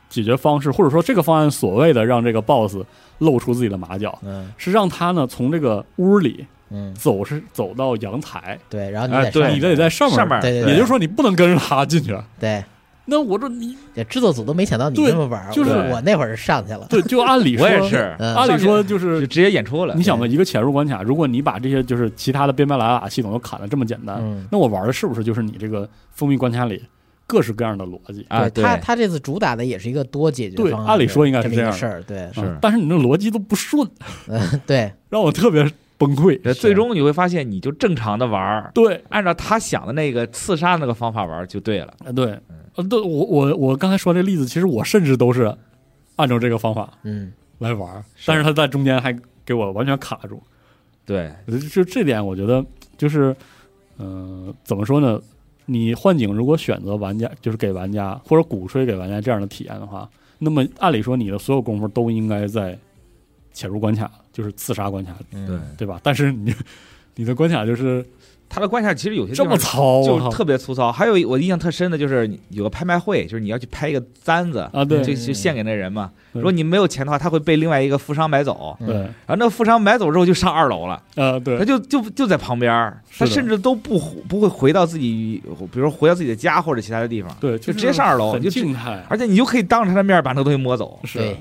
Speaker 1: 解决方式，或者说这个方案所谓的让这个 BOSS 露出自己的马脚，
Speaker 3: 嗯
Speaker 1: 是让他呢从这个屋里
Speaker 3: 嗯
Speaker 1: 走是走到阳台，
Speaker 3: 对，然后你
Speaker 2: 哎
Speaker 3: 在
Speaker 2: 对
Speaker 3: 上
Speaker 1: 你得在上面，
Speaker 2: 上面，
Speaker 3: 对对对
Speaker 1: 也就是说你不能跟着他进 去。啊
Speaker 3: 对，
Speaker 1: 那我说你
Speaker 3: 这制作组都没想到你
Speaker 1: 对
Speaker 3: 这么玩儿，
Speaker 1: 就是
Speaker 3: 我我那会儿是上去了，
Speaker 1: 对，就按理说，
Speaker 2: 我也是，
Speaker 3: 嗯
Speaker 1: 按理说就。
Speaker 2: 就是直接演出了
Speaker 1: 你。想吧，一个潜入关卡，如果你把这些就是其他的边边拉瓦系统都砍的这么简单，
Speaker 3: 嗯，
Speaker 1: 那我玩的是不是就是你这个封闭关卡里各式各样的逻辑？
Speaker 2: 啊，
Speaker 3: 对他他这次主打的也是一个多解决
Speaker 1: 对
Speaker 3: 方案，
Speaker 1: 按理说应该是
Speaker 3: 这么
Speaker 1: 这
Speaker 3: 一个
Speaker 1: 样的
Speaker 3: 事儿，对，
Speaker 2: 是
Speaker 1: 啊但是你的逻辑都不顺，
Speaker 3: 嗯对，
Speaker 1: 让我特别崩溃。
Speaker 2: 这最终你会发现，你就正常的玩儿，
Speaker 1: 对，
Speaker 2: 按照他想的那个刺杀那个方法玩儿就对了。
Speaker 1: 啊对，呃，对我我我刚才说这例子，其实我甚至都是按照这个方法
Speaker 3: 嗯
Speaker 1: 来玩儿，
Speaker 2: 是
Speaker 1: 但是他在中间还给我完全卡住，
Speaker 2: 对，
Speaker 1: 就就这点我觉得就是，呃，怎么说呢？你幻景如果选择玩家，就是给玩家或者鼓吹给玩家这样的体验的话，那么按理说你的所有功夫都应该在潜入关卡，就是刺杀关卡，
Speaker 3: 嗯
Speaker 2: 对，
Speaker 1: 对吧？但是你你的关卡就是
Speaker 2: 他的关卡其实有些地
Speaker 1: 这
Speaker 2: 方
Speaker 1: 么糙，啊
Speaker 2: 就
Speaker 1: 我
Speaker 2: 是
Speaker 1: 靠
Speaker 2: 特别粗糙。还有一我印象特深的就是你有个拍卖会，就是你要去拍一个簪子，
Speaker 1: 啊！对
Speaker 2: 就
Speaker 3: 这
Speaker 2: 就献给那人嘛。
Speaker 1: 嗯
Speaker 2: 如果你没有钱的话，他会被另外一个富商买走，
Speaker 3: 嗯
Speaker 1: 对，
Speaker 2: 然后那富商买走之后就上二楼了，
Speaker 1: 啊对
Speaker 2: 他就就就在旁边儿，
Speaker 1: 是
Speaker 2: 他
Speaker 1: 的
Speaker 2: 甚至都不回不会回到自己，比如说回到自己的家或者其他的地方，
Speaker 1: 对，
Speaker 2: 就是直接上二楼
Speaker 1: 很
Speaker 2: 就直
Speaker 1: 静态，
Speaker 2: 而且你就可以当着他的面儿把那个东西摸走，
Speaker 1: 是
Speaker 3: 对，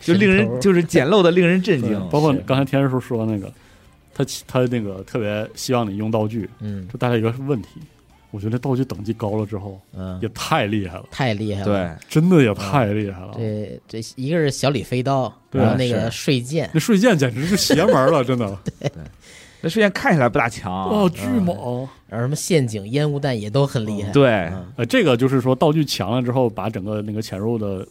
Speaker 2: 就 令人就是简陋的令人震
Speaker 1: 对
Speaker 2: 惊。
Speaker 1: 包括
Speaker 3: 是
Speaker 1: 刚才天师说那个，他其他那个特别希望你用道具，
Speaker 3: 嗯
Speaker 1: 这带来一个问题，我觉得道具等级高了之后
Speaker 3: 嗯
Speaker 1: 也，太厉害了，
Speaker 3: 太厉害了，
Speaker 2: 对，
Speaker 1: 真的也太厉害了。
Speaker 3: 这这一个是小李飞刀，
Speaker 1: 对
Speaker 3: 然后那个
Speaker 2: 是
Speaker 3: 睡剑，
Speaker 1: 那睡剑简直是邪门了， 真的，
Speaker 2: 那瞬间看起来不大强，啊
Speaker 1: 哇，巨猛！
Speaker 3: 然后什么陷阱、烟雾弹也都很厉害。
Speaker 2: 对，
Speaker 3: 嗯，
Speaker 1: 呃，这个就是说道具强了之后，把整个那个潜入的，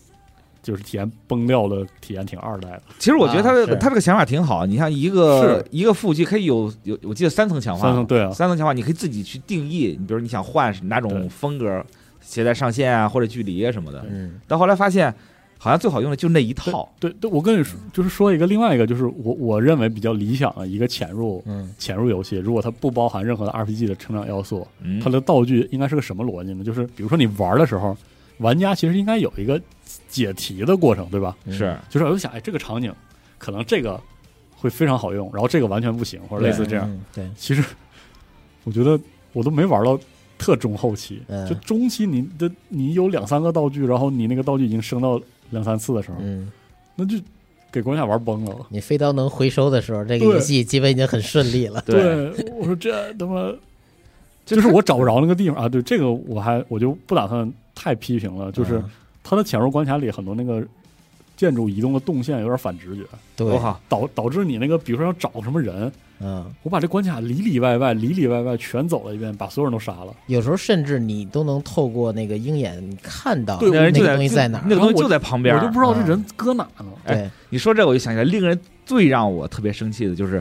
Speaker 1: 就是体验崩掉的体验挺二代的，
Speaker 2: 其实我觉得他
Speaker 3: 啊
Speaker 2: 的
Speaker 3: 是
Speaker 2: 他这个想法挺好。你像一个一个副武器可以有有，我记得三层强化，
Speaker 1: 三层对啊
Speaker 2: 三层强化你可以自己去定义，你比如你想换哪
Speaker 1: 对
Speaker 2: 种风格，携带上限啊或者距离啊什么的。
Speaker 3: 嗯
Speaker 2: 但后来发现，好像最好用的就那一套。
Speaker 1: 对对，我跟你说，就是说一个另外一个，就是我我认为比较理想的一个潜入
Speaker 3: 嗯
Speaker 1: 潜入游戏，如果它不包含任何的 RPG 的成长要素，
Speaker 2: 嗯
Speaker 1: 它，的道具应该是个什么逻辑呢？就是比如说你玩的时候，玩家其实应该有一个解题的过程，对吧？
Speaker 3: 嗯
Speaker 2: 是
Speaker 1: 就是我就想，哎，这个场景可能这个会非常好用，然后这个完全不行，或者类似这样。
Speaker 3: 嗯对，
Speaker 1: 其实我觉得我都没玩到特中后期，
Speaker 3: 嗯
Speaker 1: 就中期你的你有两三个道具，然后你那个道具已经升到两三次的时候，
Speaker 3: 嗯，
Speaker 1: 那就给关卡玩崩了。
Speaker 3: 你飞刀能回收的时候，这个
Speaker 1: 对
Speaker 3: 游戏基本已经很顺利了。
Speaker 2: 对，
Speaker 1: 我说这他 妈就是我找不着那个地方啊！对，这个我还我就不打算太批评了， 就是
Speaker 3: 嗯
Speaker 1: 它的潜入关卡里很多那个建筑移动的动线有点反直觉，
Speaker 2: 多
Speaker 3: 对，
Speaker 2: 好，
Speaker 1: 导导致你那个比如说要找什么人，
Speaker 3: 嗯，
Speaker 1: 我把这关卡里里外外里里外外全走了一遍，把所有人都杀了。
Speaker 3: 有时候甚至你都能透过那个鹰眼你看到
Speaker 1: 对
Speaker 2: 那个人
Speaker 3: 那
Speaker 2: 就
Speaker 3: 个
Speaker 2: 在
Speaker 3: 东西在哪
Speaker 2: 那
Speaker 3: 儿。
Speaker 2: 个东西就在旁边
Speaker 1: 我就
Speaker 2: 儿
Speaker 1: 不。知道这
Speaker 3: 嗯
Speaker 1: 人搁哪呢。
Speaker 3: 对，
Speaker 2: 你说这我就想起来，令人最让我特别生气的就是，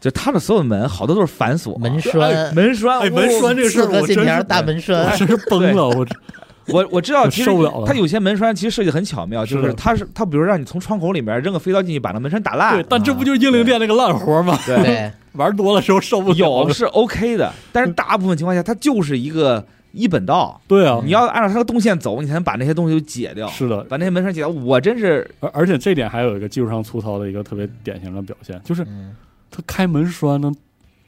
Speaker 2: 就他的所有门好多都是反锁，
Speaker 3: 门
Speaker 1: 哎
Speaker 3: 栓，
Speaker 2: 门栓，
Speaker 1: 哎，
Speaker 2: 我
Speaker 1: 门栓这个事
Speaker 3: 四
Speaker 1: 儿，
Speaker 3: 个
Speaker 1: 我
Speaker 3: 金
Speaker 1: 真
Speaker 3: 条
Speaker 1: 是
Speaker 3: 大门栓
Speaker 1: 我，真是崩了，我
Speaker 2: 我我知道，
Speaker 1: 我
Speaker 2: 其实
Speaker 1: 受不了了
Speaker 2: 它有些门栓其实设计很巧妙，就是
Speaker 1: 的
Speaker 2: 是它是它，比如让你从窗口里面扔个飞刀进去，把那门栓打
Speaker 1: 对
Speaker 2: 烂。，
Speaker 1: 但这不就是英灵殿那个烂活吗？
Speaker 2: 对，
Speaker 3: 对，
Speaker 1: 玩多了时候受不了
Speaker 2: 有
Speaker 1: 了。
Speaker 2: 是 OK 的，但是大部分情况下，它就是一个一本道，
Speaker 1: 对啊，
Speaker 2: 你要按照它的动线走，你才能把那些东西都解掉，
Speaker 1: 是的，
Speaker 2: 把那些门栓解掉。我真是
Speaker 1: 而而且这点还有一个技术上粗糙的一个特别典型的表现，就是
Speaker 3: 嗯
Speaker 1: 它开门栓呢，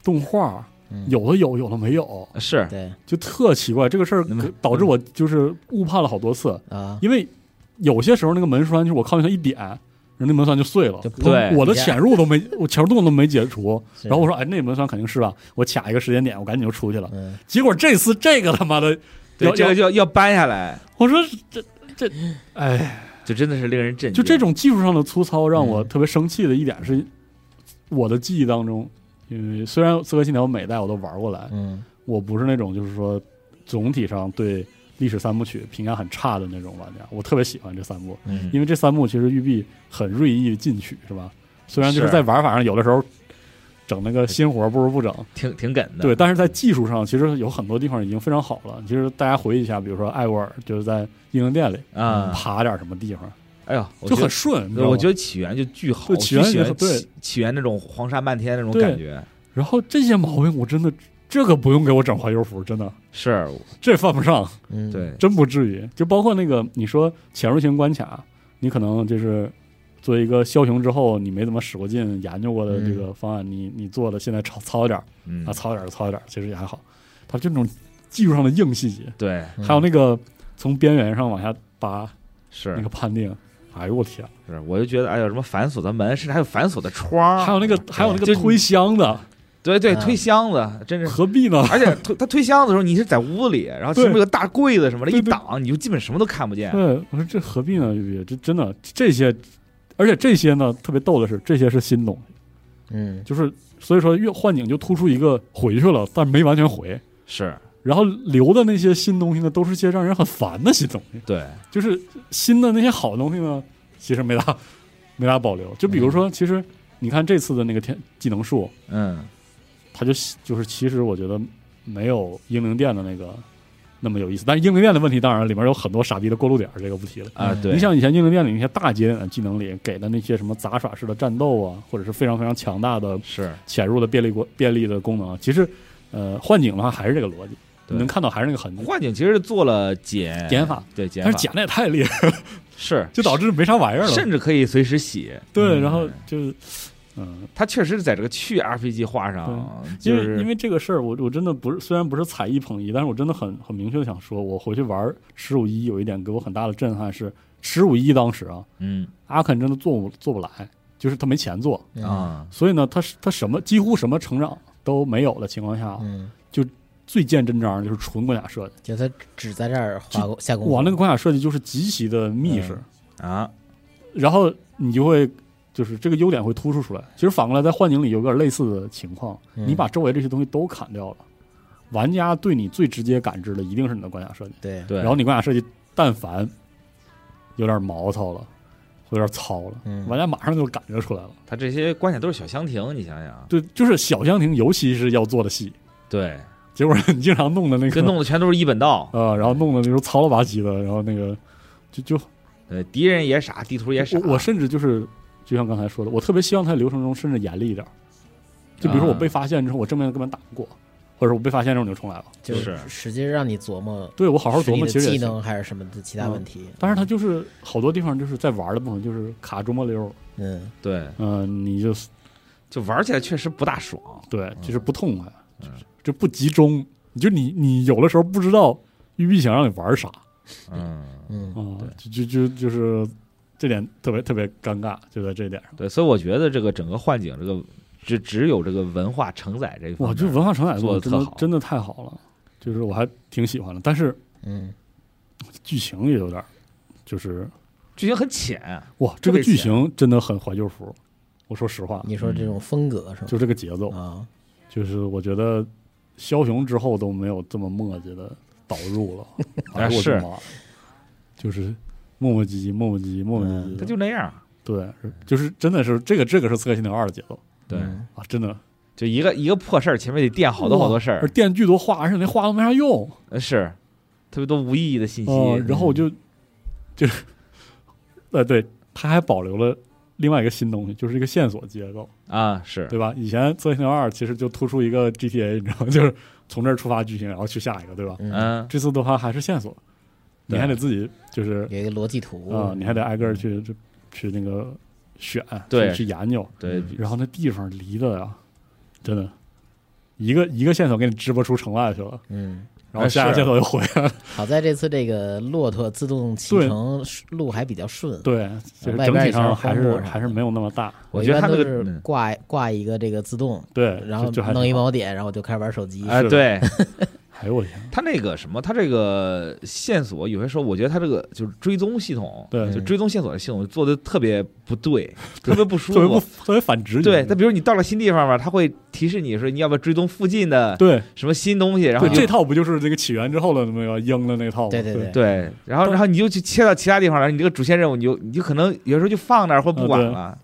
Speaker 1: 动画
Speaker 3: 嗯，
Speaker 1: 有的有，有的没有，
Speaker 2: 是
Speaker 3: 对
Speaker 1: 就特奇怪。这个事儿
Speaker 2: 那么
Speaker 1: 可导致我就是误判了好多次，
Speaker 3: 啊，
Speaker 1: 因为有些时候那个门栓就是我靠近它一点，人那门栓就碎了
Speaker 3: 就。砰
Speaker 2: 对
Speaker 1: 我的
Speaker 3: 一下
Speaker 1: 潜入都没，我潜入动作都没解除，
Speaker 3: 是
Speaker 1: 然后我说，哎，那门栓肯定是吧，我卡一个时间点，我赶紧就出去了。
Speaker 3: 嗯，
Speaker 1: 结果这次这个他妈的，
Speaker 2: 对
Speaker 1: 要
Speaker 2: 这个就要要搬下来，
Speaker 1: 我说这这，哎，
Speaker 2: 就真的是令人震
Speaker 1: 就
Speaker 2: 惊。
Speaker 1: 这种技术上的粗糙，让我
Speaker 3: 嗯
Speaker 1: 特别生气的一点是，我的记忆当中，因为虽然《刺客信条》每代我都玩过来，
Speaker 3: 嗯
Speaker 1: 我不是那种就是说总体上对历史三部曲评价很差的那种玩家，我特别喜欢这三部，
Speaker 3: 嗯
Speaker 1: 因为这三部其实育碧很锐意进取，是吧？虽然就是
Speaker 2: 是
Speaker 1: 在玩法上有的时候。整那个新活儿不如不整。
Speaker 2: 挺挺梗的。
Speaker 1: 对，，但是在技术上，其实有很多地方已经非常好了。其实大家回忆一下，比如说艾沃尔就是在应用店里嗯
Speaker 2: 啊
Speaker 1: 爬点什么地方
Speaker 2: 哎呦，我
Speaker 1: 就
Speaker 2: 觉得
Speaker 1: 很顺，你知道吗
Speaker 2: 我觉得起源就巨好，
Speaker 1: 对
Speaker 2: 我
Speaker 1: 起源
Speaker 2: 巨喜
Speaker 1: 也
Speaker 2: 欢
Speaker 1: 很对
Speaker 2: 起起源那种黄沙漫天那种
Speaker 1: 对
Speaker 2: 感觉，
Speaker 1: 然后这些毛病我真的这个不用给我整环游服，真的
Speaker 2: 是
Speaker 1: 这犯不上，
Speaker 3: 嗯，
Speaker 2: 对，
Speaker 1: 真不至于。就包括那个你说潜入型关卡，你可能就是做一个枭雄之后，你没怎么使过劲研究过的这个方案，你你做的现在糙糙一点儿
Speaker 2: 嗯
Speaker 1: 啊，，糙一点儿就糙一点儿，其实也还好。它这种技术上的硬细节，
Speaker 2: 对，
Speaker 3: 嗯
Speaker 1: 还有那个从边缘上往下扒
Speaker 2: 是
Speaker 1: 那个判定，哎呦我天！
Speaker 2: 是，我就觉得哎呦，什么反锁的门，甚至还有反锁的窗儿，
Speaker 1: 还有那个还有那
Speaker 2: 啊就
Speaker 1: 个
Speaker 2: 是
Speaker 1: 推箱的，
Speaker 2: 对对，
Speaker 3: 嗯
Speaker 2: 推箱子，真是。
Speaker 1: 何必呢？
Speaker 2: 而且推他推箱子的时候，你是在屋里，然后前面
Speaker 1: 对
Speaker 2: 有个大柜子什么的，
Speaker 1: 对
Speaker 2: 一
Speaker 1: 对
Speaker 2: 挡你就基本什么都看不见。
Speaker 1: 对，我说这何必呢？这这真的这些，而且这些呢，特别逗的是，这些是新东西，
Speaker 3: 嗯
Speaker 1: 就是所以说越幻景就突出一个回去了，但没完全回。
Speaker 2: 是，
Speaker 1: 然后留的那些新东西呢，都是些让人很烦的新东西，
Speaker 2: 对，
Speaker 1: 就是新的那些好东西呢，其实没大 没大保留。就比如说，其实你看这次的那个天技能树，
Speaker 2: 嗯，
Speaker 1: 它就就是其实我觉得没有英灵殿的那个那么有意思，但是英灵殿的问题当然里面有很多傻逼的过路点儿，这个不提了。
Speaker 2: 啊，
Speaker 3: 嗯
Speaker 2: 对，
Speaker 1: 哎你像以前英灵殿里那些大节点的技能里给的那些什么杂耍式的战斗啊，或者是非常非常强大的
Speaker 2: 是，
Speaker 1: 潜入的便利国便利的功能啊，其实呃幻景的话还是这个逻辑，
Speaker 2: 对
Speaker 1: 你能看到还是那个痕迹。
Speaker 2: 幻景其实做了减
Speaker 1: 减法，
Speaker 2: 对减
Speaker 1: 但
Speaker 2: 法
Speaker 1: 是减的也太厉害，
Speaker 2: 是
Speaker 1: 就导致没啥玩意儿了。
Speaker 2: 甚至可以随时洗。
Speaker 1: 对，
Speaker 2: 嗯
Speaker 1: 然后就是嗯，
Speaker 2: 他确实是在这个去 RPG 化上，
Speaker 1: 因
Speaker 2: 就
Speaker 1: 为
Speaker 2: 是
Speaker 1: 因为这个事儿，我我真的不是虽然不是踩一捧一，但是我真的很很明确的想说，我回去玩十五一有一点给我很大的震撼是十五一当时啊，
Speaker 2: 嗯
Speaker 1: 阿肯真的做不做不来，就是他没钱做。
Speaker 3: 嗯
Speaker 2: 啊
Speaker 1: 所以呢，他是他什么几乎什么成长都没有的情况下，
Speaker 3: 嗯，
Speaker 1: 最见真章的就是纯关卡设计。
Speaker 3: 就他只在这儿花过下功
Speaker 2: 嗯
Speaker 3: 夫，
Speaker 1: 哇，那个关卡设计就是极其的密实，
Speaker 2: 啊
Speaker 1: 然后你就会就是这个优点会突出出来。其实反过来，在幻境里有点类似的情况，
Speaker 3: 嗯
Speaker 1: 你把周围这些东西都砍掉了，玩家对你最直接感知的一定是你的关卡设计。
Speaker 3: 对，
Speaker 2: 对，
Speaker 1: 然后你关卡设计但凡有点毛糙了，有点糙了，
Speaker 3: 嗯
Speaker 1: 玩家马上就感觉出来了。
Speaker 2: 他这些关卡都是小香亭，你想想，
Speaker 1: 对，就是小香亭，尤其是要做的戏，
Speaker 2: 对，
Speaker 1: 结果你经常弄的那个
Speaker 2: 这弄的全都是一本道，
Speaker 1: 啊，然后弄的那时候糙了吧唧的，然后那个就就
Speaker 2: 对，敌人也傻，地图也傻，
Speaker 1: 我我甚至就是就像刚才说的，我特别希望它流程中甚至严厉一点儿，就比如说
Speaker 2: 啊
Speaker 1: 我被发现之后，我正面根本打不过，或者是我被发现之后你就重来了，
Speaker 3: 就是使劲让你琢磨，
Speaker 1: 对我好好
Speaker 3: 是
Speaker 1: 琢
Speaker 3: 你
Speaker 1: 磨
Speaker 3: 的
Speaker 1: 其实
Speaker 3: 技
Speaker 1: 也行。
Speaker 3: 能还是什么的其他问题，
Speaker 1: 但是它就是好多地方就是在玩的部分就是卡中末溜儿，
Speaker 3: 嗯
Speaker 2: 对，
Speaker 1: 嗯、你就
Speaker 2: 就玩起来确实不大爽，
Speaker 1: 对就是不痛快，
Speaker 2: 嗯
Speaker 1: 就不集中，你就你你有的时候不知道育碧想让你玩啥
Speaker 2: 嗯，
Speaker 1: 啊、
Speaker 3: 嗯
Speaker 2: 对
Speaker 1: 就就就就是这点特别特别尴尬，就在这点上。
Speaker 2: 对，所以我觉得这个整个幻景这个只只有这个文化承载这一方
Speaker 1: 哇，
Speaker 2: 面，
Speaker 1: 就文化承载
Speaker 2: 做得
Speaker 1: 真
Speaker 2: 特
Speaker 1: 的
Speaker 2: 好
Speaker 1: 真的太好了，就是我还挺喜欢的，但是
Speaker 3: 嗯
Speaker 1: 剧情也有点儿，就是
Speaker 2: 剧情很浅，
Speaker 1: 哇，
Speaker 2: 特
Speaker 1: 这
Speaker 2: 别
Speaker 1: 个剧
Speaker 2: 浅
Speaker 1: 情真的很怀旧服。我说实话，
Speaker 3: 你说这种风格是吗？
Speaker 1: 啊嗯就这个节
Speaker 2: 嗯
Speaker 1: 奏，
Speaker 3: 啊，
Speaker 1: 就是我觉得枭雄之后都没有这么墨迹的导入了，哎
Speaker 2: 啊
Speaker 1: 我的
Speaker 2: 是
Speaker 1: 妈就是磨磨唧唧，磨磨唧唧，磨磨唧唧
Speaker 3: 嗯
Speaker 2: 它
Speaker 1: 的，
Speaker 2: 就那样，
Speaker 1: 对，是就是真的是这个这个是《刺客信条二》的节奏
Speaker 2: 对，
Speaker 3: 嗯
Speaker 1: 啊，真的
Speaker 2: 就一个一个破事儿，前面得垫好多好多事
Speaker 1: 而
Speaker 2: 儿，
Speaker 1: 电巨多话，而且那话都没啥用，
Speaker 2: 呃是，特别多无意义的信息，
Speaker 1: 哦，然后我
Speaker 2: 嗯
Speaker 1: 就就是， 呃，对，他还保留了另外一个新东西，就是一个线索结构，
Speaker 2: 啊是，
Speaker 1: 对吧？以前《刺客信条二》其实就突出一个 GTA，你知道吗？ 就是从这儿出发剧情，然后去下一个，对吧？
Speaker 3: 嗯，
Speaker 2: 嗯，
Speaker 1: 这次的话还是线索，你
Speaker 2: 对
Speaker 1: 还得自己就是
Speaker 3: 有一个逻辑图
Speaker 1: 啊、你还得挨个儿去去去那个选，
Speaker 2: 对
Speaker 1: 去去研究，嗯
Speaker 2: 对，
Speaker 1: 然后那地方离的呀，真的。一个一个线索给你直播出城外去了，
Speaker 3: 嗯。
Speaker 1: 然后下一个
Speaker 2: 是
Speaker 1: 线索又回来了。
Speaker 3: 好在这次这个骆驼自动骑乘路还比较顺，
Speaker 1: 对，就是
Speaker 3: 外
Speaker 1: 整
Speaker 3: 边
Speaker 1: 体
Speaker 3: 也是
Speaker 1: 上还
Speaker 3: 荒
Speaker 1: 是
Speaker 3: 漠啥
Speaker 1: 还是
Speaker 3: 的
Speaker 1: 没有那么大。
Speaker 2: 我
Speaker 3: 一
Speaker 2: 觉得
Speaker 3: 般
Speaker 2: 他
Speaker 3: 都
Speaker 2: 那个
Speaker 3: 是
Speaker 2: 嗯
Speaker 3: 挂挂一个这个自动，
Speaker 1: 对，
Speaker 3: 然
Speaker 1: 哎
Speaker 3: 后
Speaker 1: 就就还
Speaker 3: 弄一
Speaker 1: 挺好。
Speaker 3: 锚点，然后我就开始玩手机。
Speaker 2: 哎
Speaker 1: 是的
Speaker 2: 对，
Speaker 1: 哎呦我天，
Speaker 2: 他那个什么，他这个线索有些时候，我觉得他这个就是追踪系统，
Speaker 1: 对
Speaker 2: 就追踪线索的系统做的特别不 对，特别不舒
Speaker 1: 特别不
Speaker 2: 服。
Speaker 1: 特别反直觉。
Speaker 2: 对，他比如你到了新地方吧，他会提示你说你要不要追踪附近的
Speaker 1: 对
Speaker 2: 什么新东西，然后
Speaker 1: 对，
Speaker 2: 你就
Speaker 1: 这套不就是这个起源之后的那个鹰的那套吗？
Speaker 3: 对对对
Speaker 2: 对，
Speaker 1: 啊
Speaker 2: 然后然后你就去切到其他地方了，你这个主线任务你就你就可能有时候就放那儿或不管了，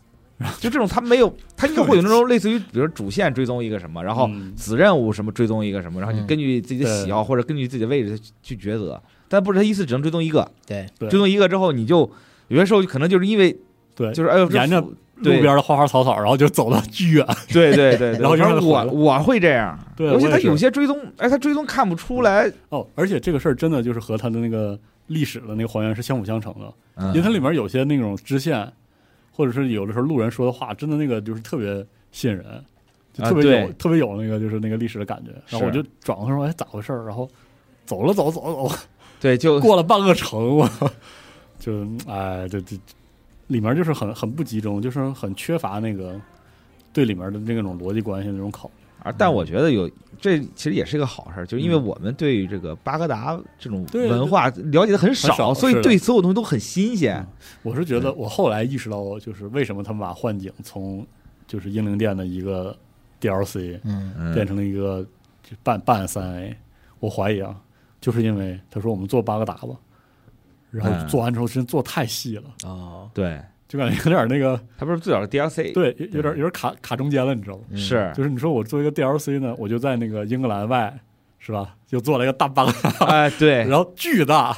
Speaker 2: 就这种他没有，他应该会有那种类似于，比如主线追踪一个什么，然后
Speaker 1: 嗯
Speaker 2: 子任务什么追踪一个什么，然后你
Speaker 3: 嗯
Speaker 2: 根据自己的喜好或者根据自己的位置去抉择。但不是他一次只能追踪一个，
Speaker 3: 对，
Speaker 1: 对
Speaker 2: 追踪一个之后你就有些时候可能就是因为
Speaker 1: 对，
Speaker 2: 就是哎呦这
Speaker 1: 呃沿着
Speaker 2: 复
Speaker 1: 路
Speaker 2: 对
Speaker 1: 边的花花草草，然后就走了巨 远，
Speaker 2: 对对对，
Speaker 1: 然后就
Speaker 2: 反
Speaker 1: 让
Speaker 2: 正
Speaker 1: 他
Speaker 2: 我
Speaker 1: 回来
Speaker 2: 我会这样，
Speaker 1: 对
Speaker 2: 尤其
Speaker 1: 我也
Speaker 2: 他
Speaker 1: 是
Speaker 2: 有些追踪，哎，他追踪看不出来，
Speaker 1: 哦，而且这个事儿真的就是和它的那个历史的那个还原是相辅相成的，
Speaker 2: 嗯
Speaker 1: 因为它里面有些那种支线，或者是有的时候路人说的话，真的那个就是特别吸引人，就
Speaker 2: 啊
Speaker 1: 特别有、
Speaker 2: 对
Speaker 1: 特别有那个就是那个历史的感觉。然后我就转过头说：“哎，咋回事儿？”然后走了走走了走，
Speaker 2: 对 就
Speaker 1: 过了半个城，我就哎，这这里面就是很很不集中，就是很缺乏那个对里面的那种逻辑关系的那种考虑。
Speaker 2: 啊，但我觉得有这其实也是一个好事儿，就是因为
Speaker 1: 嗯
Speaker 2: 我们对于这个巴格达这种
Speaker 1: 对
Speaker 2: 文化了解的很
Speaker 1: 很少
Speaker 2: 所以
Speaker 1: 是的
Speaker 2: 对所有东西都很新鲜
Speaker 1: 嗯。我是觉得，我后来意识到，就是为什么他们把幻景从就是英灵殿的一个 DLC
Speaker 3: 嗯
Speaker 1: 变
Speaker 2: 嗯，
Speaker 1: 成了一个就半半三 A，我怀疑啊，就是因为他说我们做八个达吧，然后
Speaker 2: 嗯
Speaker 1: 做完之后真做太细了，
Speaker 3: 哦，
Speaker 2: 对，
Speaker 1: 就感觉有点那个，
Speaker 2: 它不是最早是 DLC，
Speaker 1: 对，有有点有点卡卡中间了，你知道吗？
Speaker 3: 嗯
Speaker 2: 是
Speaker 1: 就是你说我做一个 DLC 呢，我就在那个英格兰外，是吧？又做了一个大八个达，
Speaker 2: 哎，对
Speaker 1: 然后巨大，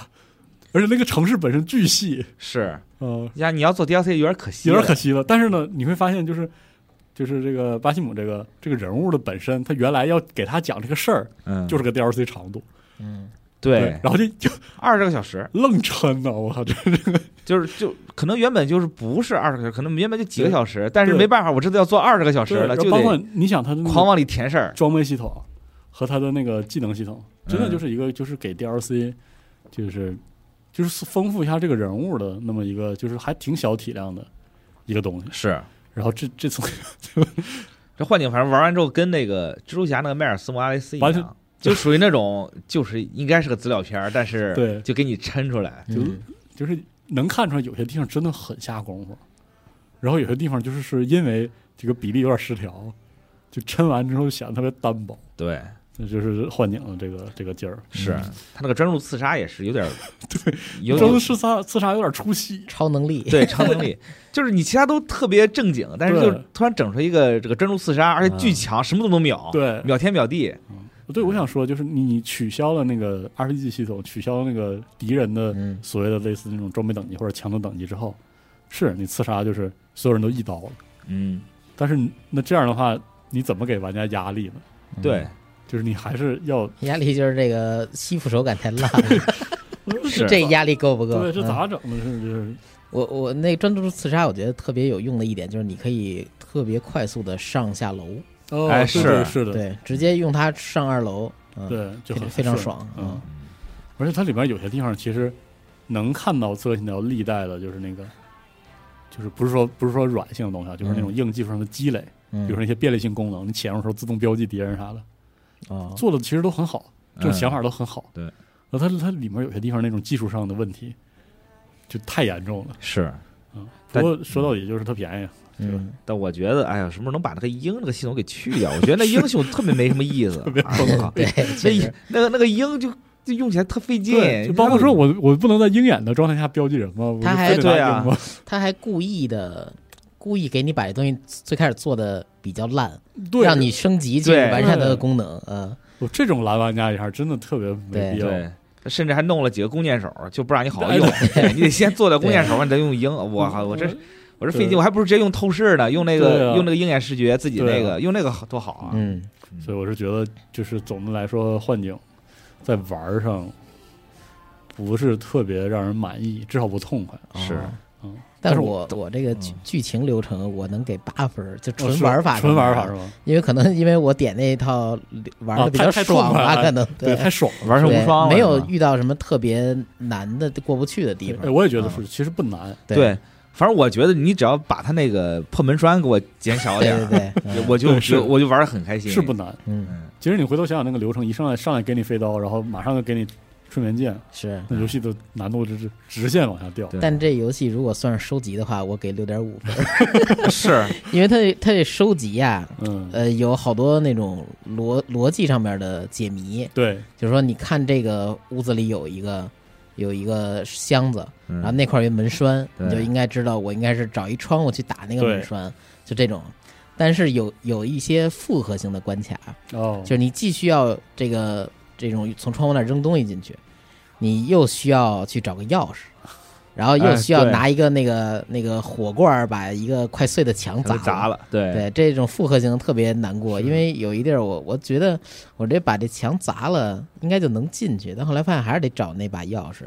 Speaker 1: 而且那个城市本身巨细，
Speaker 2: 是
Speaker 1: 嗯、
Speaker 2: 呀，你要做 DLC 有点可惜
Speaker 1: 有
Speaker 2: 了，
Speaker 1: 点可惜了。但是呢，你会发现就是就是这个巴西姆这个这个人物的本身，他原来要给他讲这个事儿，
Speaker 2: 嗯，
Speaker 1: 就是个 DLC 长度，
Speaker 3: 嗯
Speaker 2: 对
Speaker 1: 然后就就
Speaker 2: 二十个小时，
Speaker 1: 愣抻呢，我靠，这
Speaker 2: 就是就可能原本就是不是二十个小时，可能原本就几个小时，但是
Speaker 1: 对
Speaker 2: 没办法，我真的要做二十个小时
Speaker 1: 对
Speaker 2: 了，
Speaker 1: 然
Speaker 2: 就
Speaker 1: 后包括
Speaker 2: 得
Speaker 1: 你想他的那个
Speaker 2: 狂往里填事儿。
Speaker 1: 装备系统和他的那个技能系统，真的
Speaker 2: 嗯
Speaker 1: 就是一个就是给 DLC 就是就是丰富一下这个人物的那么一个就是还挺小体量的一个东西。
Speaker 2: 是，
Speaker 1: 然后这这从
Speaker 2: 这幻境反正玩完之后跟那个蜘蛛侠那个迈尔斯莫拉雷斯一
Speaker 1: 完全
Speaker 2: 样，就属于那种就是应该是个资料片儿，但是
Speaker 1: 对
Speaker 2: 就给你抻出来。
Speaker 1: 就
Speaker 3: 嗯
Speaker 1: 就是能看出来有些地方真的很下功夫，然后有些地方就是是因为这个比例有点失调，就抻完之后显得特别单薄，
Speaker 2: 对，
Speaker 1: 那就是幻景的这个这个劲儿。
Speaker 2: 是嗯他那个专注刺杀也是 有点儿，有
Speaker 1: 周
Speaker 2: 点
Speaker 1: 刺杀刺杀有点出戏，
Speaker 3: 超能力，
Speaker 2: 对超能力，就是你其他都特别正经，但是
Speaker 1: 对嗯
Speaker 2: 就是突然整出一个这个专注刺杀，而且巨强，什么都能秒，
Speaker 1: 对
Speaker 2: 秒天秒地。
Speaker 1: 对，我想说就是你你取消了那个 RPG 系统，取消了那个敌人的
Speaker 3: 嗯
Speaker 1: 所谓的类似那种装备等级或者强度等级之后，是你刺杀就是所有人都一刀了，
Speaker 2: 嗯，
Speaker 1: 但是你那这样的话，你怎么给玩家压力呢？
Speaker 2: 对，
Speaker 1: 就是你还是要
Speaker 3: 嗯 压力就是这个吸附手感太烂，
Speaker 2: 是
Speaker 3: 这压力够不够？
Speaker 1: 对这
Speaker 3: 嗯
Speaker 1: 咋整呢？是就是
Speaker 3: 我我那专注刺杀，我觉得特别有用的一点就是你可以特别快速的上下楼，
Speaker 1: 哦
Speaker 2: 哎
Speaker 1: 对
Speaker 2: 是
Speaker 1: 对是的，
Speaker 3: 啊对，直接用它上二楼，嗯，
Speaker 1: 对，就
Speaker 3: 非
Speaker 1: 很
Speaker 3: 常非常
Speaker 1: 顺
Speaker 3: 爽，
Speaker 1: 嗯，而且它里面有些地方其实能看到侧信条历代的，就是那个，就是不是说不是说软性的东西啊，就是那种硬技术上的积累，
Speaker 3: 嗯，
Speaker 1: 比如说那些便利性功能，你潜入时候自动标记敌人啥的，
Speaker 3: 哦，
Speaker 1: 做的其实都很好，这种
Speaker 2: 嗯
Speaker 1: 想法都很好。
Speaker 2: 对，
Speaker 1: 那它它里面有些地方那种技术上的问题就太严重了。
Speaker 2: 是。
Speaker 1: 嗯，不
Speaker 2: 但
Speaker 1: 过说到底就是它便宜，
Speaker 3: 嗯，
Speaker 2: 但我觉得，哎呀，什么时候能把那个鹰那个系统给去掉？我觉得那英雄特别没什么意 思，啊特
Speaker 1: 别崩溃
Speaker 3: 对，确实
Speaker 2: 那 那个那个鹰就就用起来特费劲，
Speaker 1: 就包括说我我不能在鹰眼的状态下标记人吗？我就
Speaker 3: 它还
Speaker 1: 非得拿
Speaker 2: 对啊
Speaker 1: 鹰吗
Speaker 3: 他还故意的。故意给你把这东西最开始做的比较烂，
Speaker 1: 对，
Speaker 3: 让你升级去
Speaker 2: 对
Speaker 3: 完善它的功能，嗯，
Speaker 1: 我这种蓝玩家一下真的特别没
Speaker 3: 对
Speaker 1: 必要。
Speaker 2: 对，甚至还弄了几个弓箭手，就不让你好好用，你得先 做掉弓箭手，你再用鹰。我靠，我这
Speaker 1: 嗯
Speaker 2: 我这费劲，
Speaker 1: 对
Speaker 2: 我还不如直接用透视呢，用那
Speaker 1: 对
Speaker 2: 个
Speaker 1: 啊
Speaker 2: 用那个鹰眼视觉自己那
Speaker 1: 对
Speaker 2: 个，用那个好多好啊！
Speaker 3: 嗯，
Speaker 1: 所以我是觉得，就是总的来说，幻境在玩儿上不是特别让人满意，至少不痛快。
Speaker 2: 是
Speaker 3: 哦
Speaker 1: 嗯但
Speaker 3: 但
Speaker 1: 是嗯
Speaker 3: 我我这个剧剧情流程我能给八分儿，就
Speaker 1: 哦
Speaker 3: 纯
Speaker 1: 是
Speaker 3: 玩法上
Speaker 1: 纯
Speaker 3: 面
Speaker 1: 玩
Speaker 3: 儿
Speaker 1: 法是吗？
Speaker 3: 因为可能因为我点那一套玩
Speaker 1: 啊
Speaker 3: 的比
Speaker 1: 太
Speaker 3: 较
Speaker 1: 太痛
Speaker 3: 爽
Speaker 1: 快
Speaker 3: 吧，
Speaker 1: 了
Speaker 3: 可能对
Speaker 1: 太爽了。
Speaker 2: 玩上无双了
Speaker 3: 没有
Speaker 2: 是吧
Speaker 3: 遇到什么特别难的过不去的地
Speaker 1: 哎，
Speaker 3: 方。
Speaker 1: 我也觉得
Speaker 3: 嗯
Speaker 1: 是，其实不难。
Speaker 3: 对
Speaker 2: 对，反正我觉得你只要把他那个破门栓给我减少点儿，
Speaker 3: 对对对， 嗯
Speaker 2: 我就
Speaker 1: 对是
Speaker 2: 我就玩的很开心。
Speaker 1: 是不难。
Speaker 3: 嗯
Speaker 2: 嗯，
Speaker 1: 其实你回头想想那个流程，一上来上来给你飞刀，然后马上就给你瞬间剑，
Speaker 3: 是。
Speaker 1: 那游戏的难度就是直线往下掉。
Speaker 2: 对
Speaker 3: 但这游戏如果算是收集的话，我给六点五分，
Speaker 2: 是
Speaker 3: 因为它得它这收集呀、
Speaker 1: 嗯，
Speaker 3: 呃，有好多那种逻逻辑上面的解谜，
Speaker 1: 对，
Speaker 3: 就是说你看这个屋子里有一个有一个箱子，然后
Speaker 2: 嗯，
Speaker 3: 那块儿有门栓，
Speaker 2: 对
Speaker 3: 你就应该知道我应该是找一窗户去打那个
Speaker 1: 对
Speaker 3: 门栓，就这种。但是有有一些复合型的关卡，
Speaker 1: 哦
Speaker 3: 就，是你既需要这个这种从窗户那儿扔东西进去，你又需要去找个钥匙，然后又
Speaker 1: 哎
Speaker 3: 需要
Speaker 1: 对
Speaker 3: 拿一个那个、那个火罐儿把一个快碎的墙砸
Speaker 2: 砸砸
Speaker 3: 了。
Speaker 2: 了，对
Speaker 3: 对，这种复合型特别难过，
Speaker 1: 是
Speaker 3: 因为有一地儿我我觉得我这把这墙砸了，应该就能进去，但后来发现还是得找那把钥匙，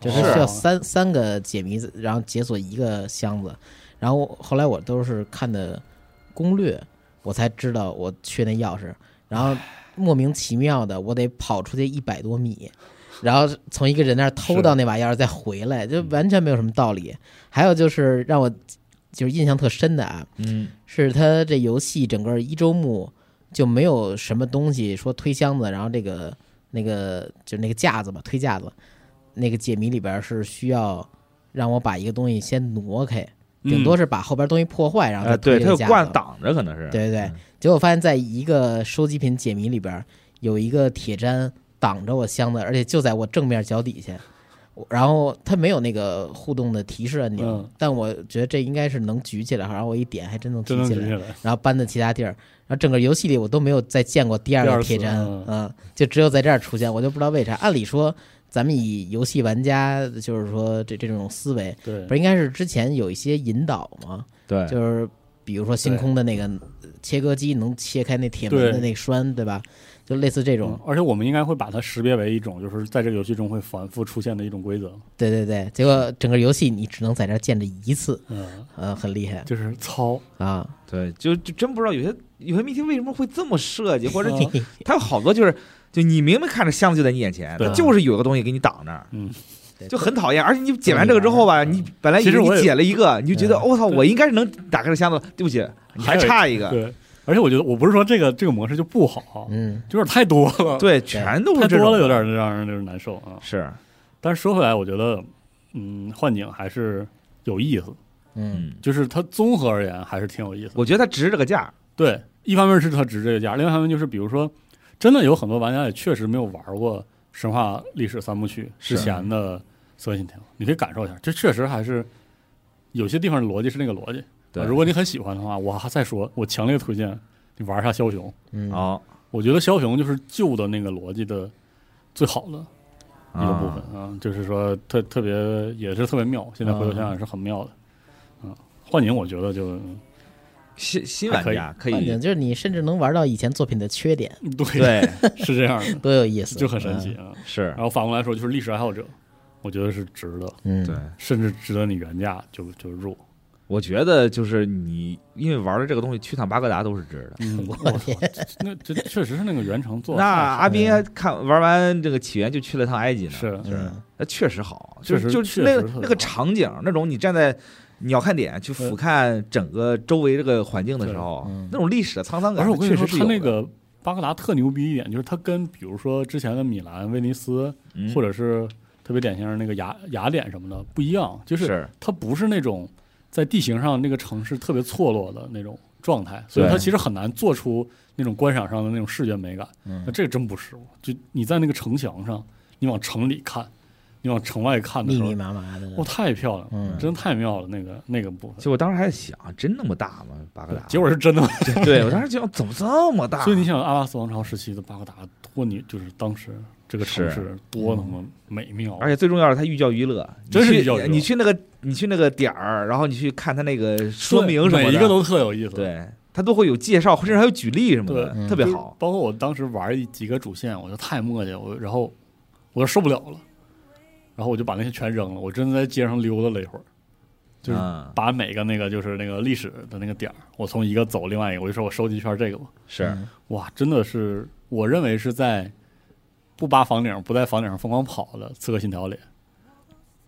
Speaker 3: 就是
Speaker 1: 是
Speaker 3: 需要三三个解谜，然后解锁一个箱子，然后后来我都是看的攻略，我才知道我缺那钥匙，然后莫名其妙的我得跑出去一百多米。然后从一个人那儿偷
Speaker 1: 是
Speaker 3: 到那把钥匙再回来，就完全没有什么道理。还有就是让我就是印象特深的啊，
Speaker 2: 嗯，
Speaker 3: 是它这游戏整个一周目就没有什么东西说推箱子，然后这个那个就那个架子吧，推架子，那个解谜里边是需要让我把一个东西先挪开，顶多
Speaker 1: 是
Speaker 3: 是把后边东西破坏，然后再
Speaker 2: 呃，对，
Speaker 3: 推这
Speaker 2: 它
Speaker 3: 个
Speaker 2: 有
Speaker 3: 架子。
Speaker 2: 罐挡着，可能是，
Speaker 3: 对对对
Speaker 2: 嗯，
Speaker 3: 结果发现在一个收集品解谜里边有一个铁砧挡着我箱子，而且就在我正面脚底下。我然后它没有那个互动的提示按钮，
Speaker 1: 嗯
Speaker 3: 但我觉得这应该是能举起来，然后我一点还真能举
Speaker 1: 真能
Speaker 3: 起
Speaker 1: 举
Speaker 3: 来
Speaker 1: 起。来，
Speaker 3: 然后搬到其他地儿，然后整个游戏里我都没有再见过第二
Speaker 1: 第
Speaker 3: 个
Speaker 1: 二
Speaker 3: 铁
Speaker 1: 次
Speaker 3: 砧，
Speaker 1: 嗯
Speaker 3: 嗯，就只有在这儿出现，我就不知道为啥。按理说，咱们以游戏玩家就是说这这种思维，
Speaker 1: 对
Speaker 3: 不，是应该是之前有一些引导吗？
Speaker 2: 对，
Speaker 3: 就是比如说星空的那个呃切割机能切开那铁门的
Speaker 1: 对
Speaker 3: 那栓，对吧？就类似这种
Speaker 1: 嗯，而且我们应该会把它识别为一种，就是在这个游戏中会反复出现的一种规则。
Speaker 3: 对对对。结果整个游戏你只能在这儿见着一次，
Speaker 1: 嗯，
Speaker 3: 呃，很厉害
Speaker 1: 就是操，
Speaker 3: 啊。
Speaker 2: 对，就就真不知道有些有些谜题为什么会这么设计，或者
Speaker 1: 嗯
Speaker 2: 你它有好多就是，就你明明看着箱子就在你眼前，
Speaker 1: 对
Speaker 2: 它就是有个东西给你挡那儿，
Speaker 1: 嗯，
Speaker 2: 就很讨厌。而且你解完这个之后吧，
Speaker 1: 嗯
Speaker 2: 你本来以
Speaker 1: 其实
Speaker 2: 为
Speaker 1: 我
Speaker 2: 你
Speaker 1: 也
Speaker 2: 解了一个，你就觉得
Speaker 3: 嗯
Speaker 2: 我操，
Speaker 1: 对
Speaker 2: 我应该是能打开这箱子了，对不起，你
Speaker 1: 还有
Speaker 2: 差一个，
Speaker 1: 对。而且我觉得，我不是说这个这个模式就不好，
Speaker 3: 嗯，
Speaker 1: 就是太多了，
Speaker 2: 对，全都
Speaker 1: 太
Speaker 2: 是这
Speaker 1: 多了，有
Speaker 2: 种，
Speaker 1: 点让人就是难受啊。
Speaker 2: 是，
Speaker 1: 但是说回来，我觉得，嗯，幻境还是有意思，
Speaker 3: 嗯，
Speaker 2: 嗯，
Speaker 1: 就是它综合而言还是挺有意思的。
Speaker 2: 我觉得它值这个价，
Speaker 1: 对，一方面是它值这个价，另外一方面就是，比如说，真的有很多玩家也确实没有玩过《神话历史三部曲》之
Speaker 2: 是
Speaker 1: 前的《色信条》，你可以感受一下，这确实还是有些地方的逻辑是那个逻辑。
Speaker 2: 对，
Speaker 1: 啊如果你很喜欢的话，我还再说，我强烈推荐你玩一下枭雄。
Speaker 3: 嗯，
Speaker 2: 哦，
Speaker 1: 我觉得枭雄就是旧的那个逻辑的最好的一个
Speaker 2: 啊
Speaker 1: 部分啊，就是说特特别也是特别妙，现在回头想想是很妙的。嗯，幻影我觉得就
Speaker 2: 新新
Speaker 1: 还
Speaker 2: 玩
Speaker 1: 可以
Speaker 2: 家可
Speaker 3: 幻
Speaker 2: 以
Speaker 3: 境，就是你甚至能玩到以前作品的缺点，
Speaker 1: 对
Speaker 2: 对， 嗯
Speaker 1: 是这样 的，
Speaker 3: 多有意思，
Speaker 1: 就很神奇啊。
Speaker 2: 是
Speaker 1: 然，后反过来说，就是历史爱好者，我觉得是值得，
Speaker 3: 嗯。嗯，
Speaker 2: 对。
Speaker 1: 甚至值得你原价就就入。
Speaker 2: 我觉得就是你，因为玩了这个东西，去趟巴格达都是值的。
Speaker 1: 嗯，
Speaker 3: 我
Speaker 1: 我操，那这确实是那个原城做的
Speaker 2: 那啊
Speaker 1: 太好嗯
Speaker 2: 阿斌还看玩完这个起源就去了趟埃及呢，
Speaker 1: 是
Speaker 3: 嗯，
Speaker 2: 那确实好，
Speaker 1: 确
Speaker 2: 就
Speaker 1: 实
Speaker 2: 就
Speaker 1: 确
Speaker 2: 是
Speaker 1: 实
Speaker 2: 那个
Speaker 1: 特别
Speaker 2: 那个
Speaker 1: 好
Speaker 2: 场景，那种你站在鸟瞰点去俯瞰整个周围这个环境的时候
Speaker 3: 对嗯，
Speaker 2: 那种历史的沧桑
Speaker 1: 而
Speaker 2: 感
Speaker 1: 且我，跟
Speaker 2: 确
Speaker 1: 你说，
Speaker 2: 实是
Speaker 1: 他
Speaker 2: 有
Speaker 1: 那
Speaker 2: 的
Speaker 1: 个巴格达特牛逼一点，就是他跟比如说之前的米兰、威尼斯，
Speaker 2: 嗯
Speaker 1: 或者是特别典型的那个雅雅典什么的不一样，就是呃
Speaker 2: 是
Speaker 1: 它不是那种在地形上那个城市特别错落的那种状态，所以它
Speaker 2: 对
Speaker 1: 其实很难做出那种观赏上的那种视觉美感。
Speaker 3: 嗯
Speaker 1: 那这个真不是，就你在那个城墙上，你往城里看，你往城外看的
Speaker 3: 密
Speaker 1: 时
Speaker 3: 密
Speaker 1: 候，
Speaker 3: 麻麻的，
Speaker 1: 哇，太漂亮了，
Speaker 3: 嗯
Speaker 1: 真太妙了，那个那个部分。
Speaker 2: 就我当时还在想，啊真那么大吗？巴格达？
Speaker 1: 结果是真的，
Speaker 2: 对我当时就想，怎么这么大？
Speaker 1: 所以你想，阿拉斯王朝时期的巴格达，托你就是当时这个城市多他妈美妙，
Speaker 2: 嗯而且最重要的，它寓教于乐，你
Speaker 1: 真是
Speaker 2: 去
Speaker 1: 寓教于乐
Speaker 2: 你去那个你去那个点儿，然后你去看它那个说明什么的，
Speaker 1: 每一个都特有意思。
Speaker 2: 对，它都会有介绍，甚至还有举例什么
Speaker 1: 对
Speaker 2: 的，
Speaker 3: 嗯
Speaker 2: 特别
Speaker 1: 就是
Speaker 2: 好。
Speaker 1: 包括我当时玩一几个主线，我就太磨叽，我然后我就受不了了，然后我就把那些全扔了，我真的在街上溜达了一会儿，就是
Speaker 2: 嗯
Speaker 1: 把每个那个就是那个历史的那个点儿，我从一个走另外一个，我就说我收集一圈这个吧。
Speaker 2: 是
Speaker 3: 嗯
Speaker 1: 哇，真的是我认为是在不扒房顶、不在房顶上疯狂跑的《刺客信条》里，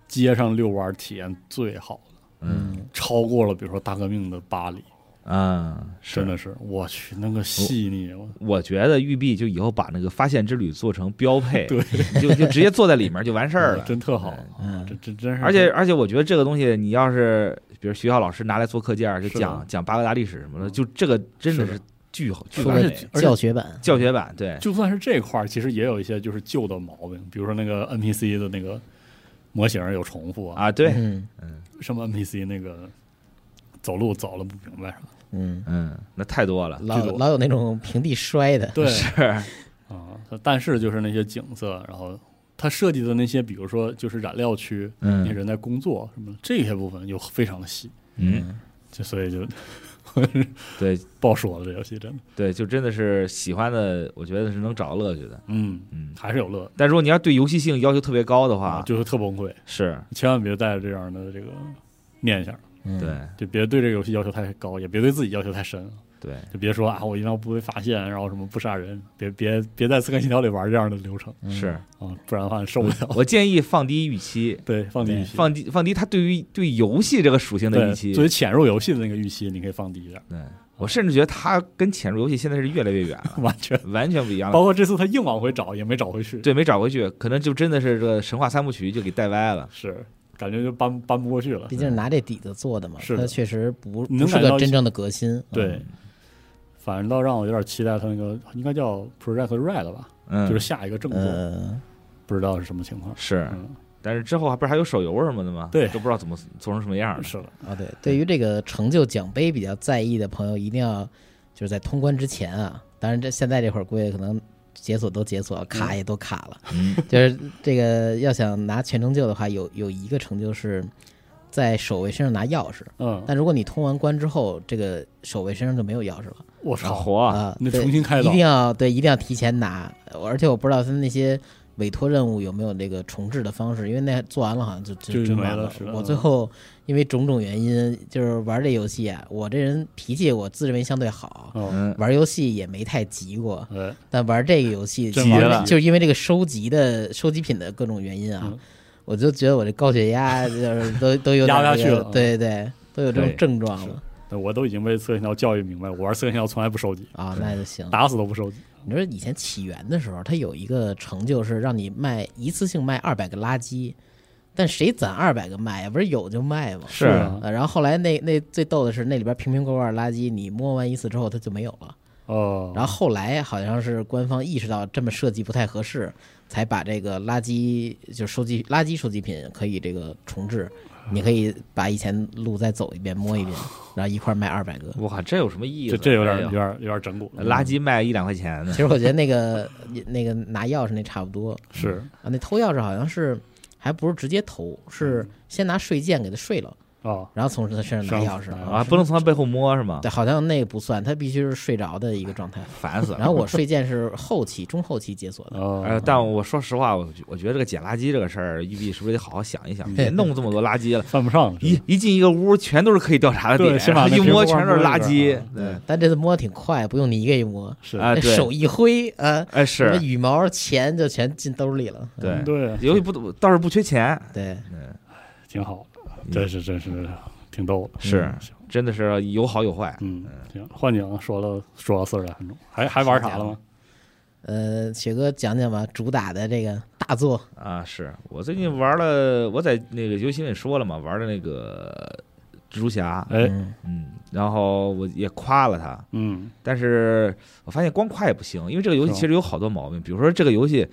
Speaker 1: 街上遛弯儿体验最好了，
Speaker 2: 嗯
Speaker 1: 超过了比如说大革命的巴黎，
Speaker 2: 啊，是
Speaker 1: 真的是我去那个细腻，我
Speaker 2: 我觉得玉碧就以后把那个发现之旅做成标配，
Speaker 1: 对
Speaker 2: 你就就直接坐在里面就完事儿了。
Speaker 1: 真特好，
Speaker 3: 嗯
Speaker 1: 这这真是，
Speaker 2: 而且而且，我觉得这个东西，你要是比如学校老师拿来做课件儿，就是
Speaker 1: 的
Speaker 2: 讲讲巴格达历史什么的，就这个真的
Speaker 1: 是的
Speaker 2: 是巨好巨
Speaker 1: 而
Speaker 2: 完
Speaker 1: 且
Speaker 2: 美
Speaker 1: 而且
Speaker 3: 教学版，
Speaker 2: 教学
Speaker 1: 嗯
Speaker 2: 版。对，
Speaker 1: 就算是这块儿，其比如说其实也有一些就是旧的毛病，比如说那个 NPC 的那个模型有重复啊，
Speaker 2: 啊，对，
Speaker 3: 嗯
Speaker 1: 什么 NPC 那个走路走了不明白啥，
Speaker 3: 嗯，
Speaker 2: 嗯，那太多了，
Speaker 3: 老
Speaker 1: 这种
Speaker 3: 老有那种平地摔的，
Speaker 1: 对
Speaker 2: 是，
Speaker 1: 啊，它但是就是那些景色，然后它设计的那些，比如说就是染料区，那些
Speaker 2: 嗯
Speaker 1: 人在工作什么的这些部分又非常的细，
Speaker 2: 嗯，
Speaker 1: 就所以就
Speaker 2: 对
Speaker 1: 不好说了，这游戏真的，
Speaker 2: 对，就真的是喜欢的，我觉得是能找到乐趣的，
Speaker 1: 嗯，
Speaker 2: 嗯。
Speaker 1: 还是有乐啊
Speaker 2: 但如果你要对游戏性要求特别高的话，
Speaker 1: 就是特崩溃，
Speaker 2: 是
Speaker 1: 千万别带着这样的这个念想，
Speaker 3: 嗯，
Speaker 2: 对
Speaker 1: 就别对这个游戏要求太高，也别对自己要求太深，
Speaker 2: 对，
Speaker 1: 就别说啊，我一定要不被发现，然后什么不杀人，别别别在《刺客信条》里玩这样的流程
Speaker 3: 嗯
Speaker 2: 是
Speaker 1: 啊，不然的话受不了。
Speaker 2: 我建议放低预期，
Speaker 1: 对，放低预期，
Speaker 2: 放低放低他对于对游戏这个属性的
Speaker 1: 对
Speaker 2: 预期
Speaker 1: 作。为潜入游戏的那个预期，你可以放低一点，
Speaker 2: 对，我甚至觉得他跟潜入游戏现在是越来越远了，
Speaker 1: 完全。
Speaker 2: 完全不一样了。
Speaker 1: 包括这次他硬往回找也没找回去，
Speaker 2: 啊对，没找回去，可能就真的是这个神话三部曲就给带歪了。
Speaker 1: 是感觉就搬搬不过去了
Speaker 3: 毕。竟是拿这底子做的嘛，
Speaker 1: 是的
Speaker 3: 它确实不
Speaker 1: 你
Speaker 3: 不
Speaker 1: 能
Speaker 3: 是
Speaker 1: 感到
Speaker 3: 个
Speaker 1: 一
Speaker 3: 真正的革新。嗯，
Speaker 1: 对，反倒让我有点期待他那个应该叫 Project Red 吧，
Speaker 2: 嗯，
Speaker 1: 就是下一个正作，
Speaker 3: 呃，
Speaker 1: 不知道是什么情况。
Speaker 2: 是，
Speaker 1: 嗯，
Speaker 2: 但是之后还不是还有手游什么的吗？
Speaker 1: 对
Speaker 2: 都不知道怎么做成什么样了。
Speaker 1: 是的，
Speaker 3: 啊，对，对于这个成就奖杯比较在意的朋友，一定要就是在通关之前啊，当然这现在这会儿估计可能解锁都解锁了，卡也都卡了，
Speaker 2: 嗯
Speaker 3: 就是这个要想拿全成就的话，有有一个成就是在守卫身上拿钥匙，
Speaker 1: 嗯，
Speaker 3: 但如果你通完关之后，这个守卫身上就没有钥匙了
Speaker 1: 我
Speaker 2: 好
Speaker 1: 操，
Speaker 2: 活啊，
Speaker 3: 啊，
Speaker 1: 你
Speaker 3: 对
Speaker 1: 重新开
Speaker 3: 一
Speaker 1: 导
Speaker 3: 定，要对，一定要提前拿。呃而且我不知道他那些委托任务有没有这个重置的方式，因为那做完了好像就
Speaker 1: 就
Speaker 3: 就真
Speaker 1: 没
Speaker 3: 完
Speaker 1: 了是嗯吧
Speaker 3: 我最后因为种种原因，就是玩这游戏啊，我这人脾气我自认为相对好，
Speaker 1: 嗯，
Speaker 2: 嗯，
Speaker 3: 玩游戏也没太急过。
Speaker 1: 哎，
Speaker 3: 但玩这个游戏，
Speaker 1: 真
Speaker 3: 就是
Speaker 2: 急
Speaker 3: 因为
Speaker 1: 了
Speaker 3: 就是因为这个收集的收集品的各种原因啊，
Speaker 1: 嗯
Speaker 3: 我就觉得我这高血压就是都 都有点
Speaker 1: 压不下
Speaker 3: 这
Speaker 1: 去
Speaker 3: 个
Speaker 1: 了啊
Speaker 3: 对对，都有这种
Speaker 2: 对
Speaker 3: 症状
Speaker 1: 是
Speaker 3: 了
Speaker 1: 那我都已经被刺客信条教育明白，我玩刺客信条从来不收集，
Speaker 3: 啊，那就行。
Speaker 1: 打死都不收集。
Speaker 3: 你说以前起源的时候，它有一个成就是让你卖一次性卖二百个垃圾，但谁攒二百个卖呀？不是有就卖吗？
Speaker 2: 是
Speaker 1: 啊，
Speaker 3: 呃，然后后来那那最逗的是，那里边瓶瓶罐罐垃圾，你摸完一次之后它就没有了。
Speaker 1: 哦，
Speaker 3: 然后后来好像是官方意识到这么设计不太合适，才把这个垃圾就收集垃圾收集品可以这个重置，你可以把以前路再走一遍 摸一遍，然后一块儿卖二百个。
Speaker 2: 哇，这有什么意思？
Speaker 1: 这这有点
Speaker 2: 哎呦
Speaker 1: 有点有点整蛊了，嗯
Speaker 2: 垃圾卖一两块钱呢
Speaker 3: 其。实我觉得那个那个拿钥匙那差不多，
Speaker 1: 是
Speaker 3: 啊，那偷钥匙好像是还不是直接偷，是
Speaker 2: 嗯
Speaker 3: 先拿税剑给他税了，
Speaker 1: 啊，
Speaker 3: 然后从他身上拿钥匙
Speaker 1: 上
Speaker 2: 啊，不能从他背后摸是吗？
Speaker 3: 对，好像那个不算，他必须是睡着的一个状态。
Speaker 2: 烦死了。
Speaker 3: 然后我税剑是后期中后期解锁的，
Speaker 1: 哦
Speaker 2: 呃，，但我说实话，我我觉得这个捡垃圾这个事儿，玉碧是不是得好好想一想，
Speaker 1: 嗯
Speaker 2: 别弄这么多垃圾了。
Speaker 1: 犯不上，
Speaker 2: 一一进一个屋，全都是可以调查的点
Speaker 1: 对，先把
Speaker 2: 然后
Speaker 1: 那
Speaker 2: 一摸
Speaker 1: 皮肤
Speaker 2: 全都是
Speaker 1: 刮
Speaker 2: 垃
Speaker 1: 出来
Speaker 2: 圾
Speaker 1: 啊。
Speaker 2: 对，
Speaker 3: 但这次摸的挺快，不用你一个一摸，
Speaker 1: 是
Speaker 2: 啊，
Speaker 3: 那
Speaker 2: 对，
Speaker 3: 手一挥，啊，
Speaker 2: 哎
Speaker 3: 什么
Speaker 2: 是，
Speaker 3: 羽毛、钱就全进兜里了。
Speaker 2: 对，
Speaker 3: 嗯
Speaker 1: 对，
Speaker 2: 游戏不倒是不缺钱，
Speaker 3: 对，
Speaker 2: 嗯，
Speaker 1: 挺好，真是真是挺逗的，
Speaker 2: 是
Speaker 1: 嗯行
Speaker 2: 真的是有好有坏。
Speaker 1: 嗯，行，幻景说了说了四十来分钟，还还玩啥了吗？
Speaker 3: 呃，雪哥讲讲吧，主打的这个大作，
Speaker 2: 啊，是我最近玩了，我在那个游戏里说了嘛，玩的那个蜘蛛侠，
Speaker 1: 哎，
Speaker 3: 嗯
Speaker 2: 嗯，然后我也夸了他，
Speaker 1: 嗯，
Speaker 2: 但是我发现光夸也不行，因为这个游戏
Speaker 1: 是吗
Speaker 2: 其实有好多毛病，比如说这个游戏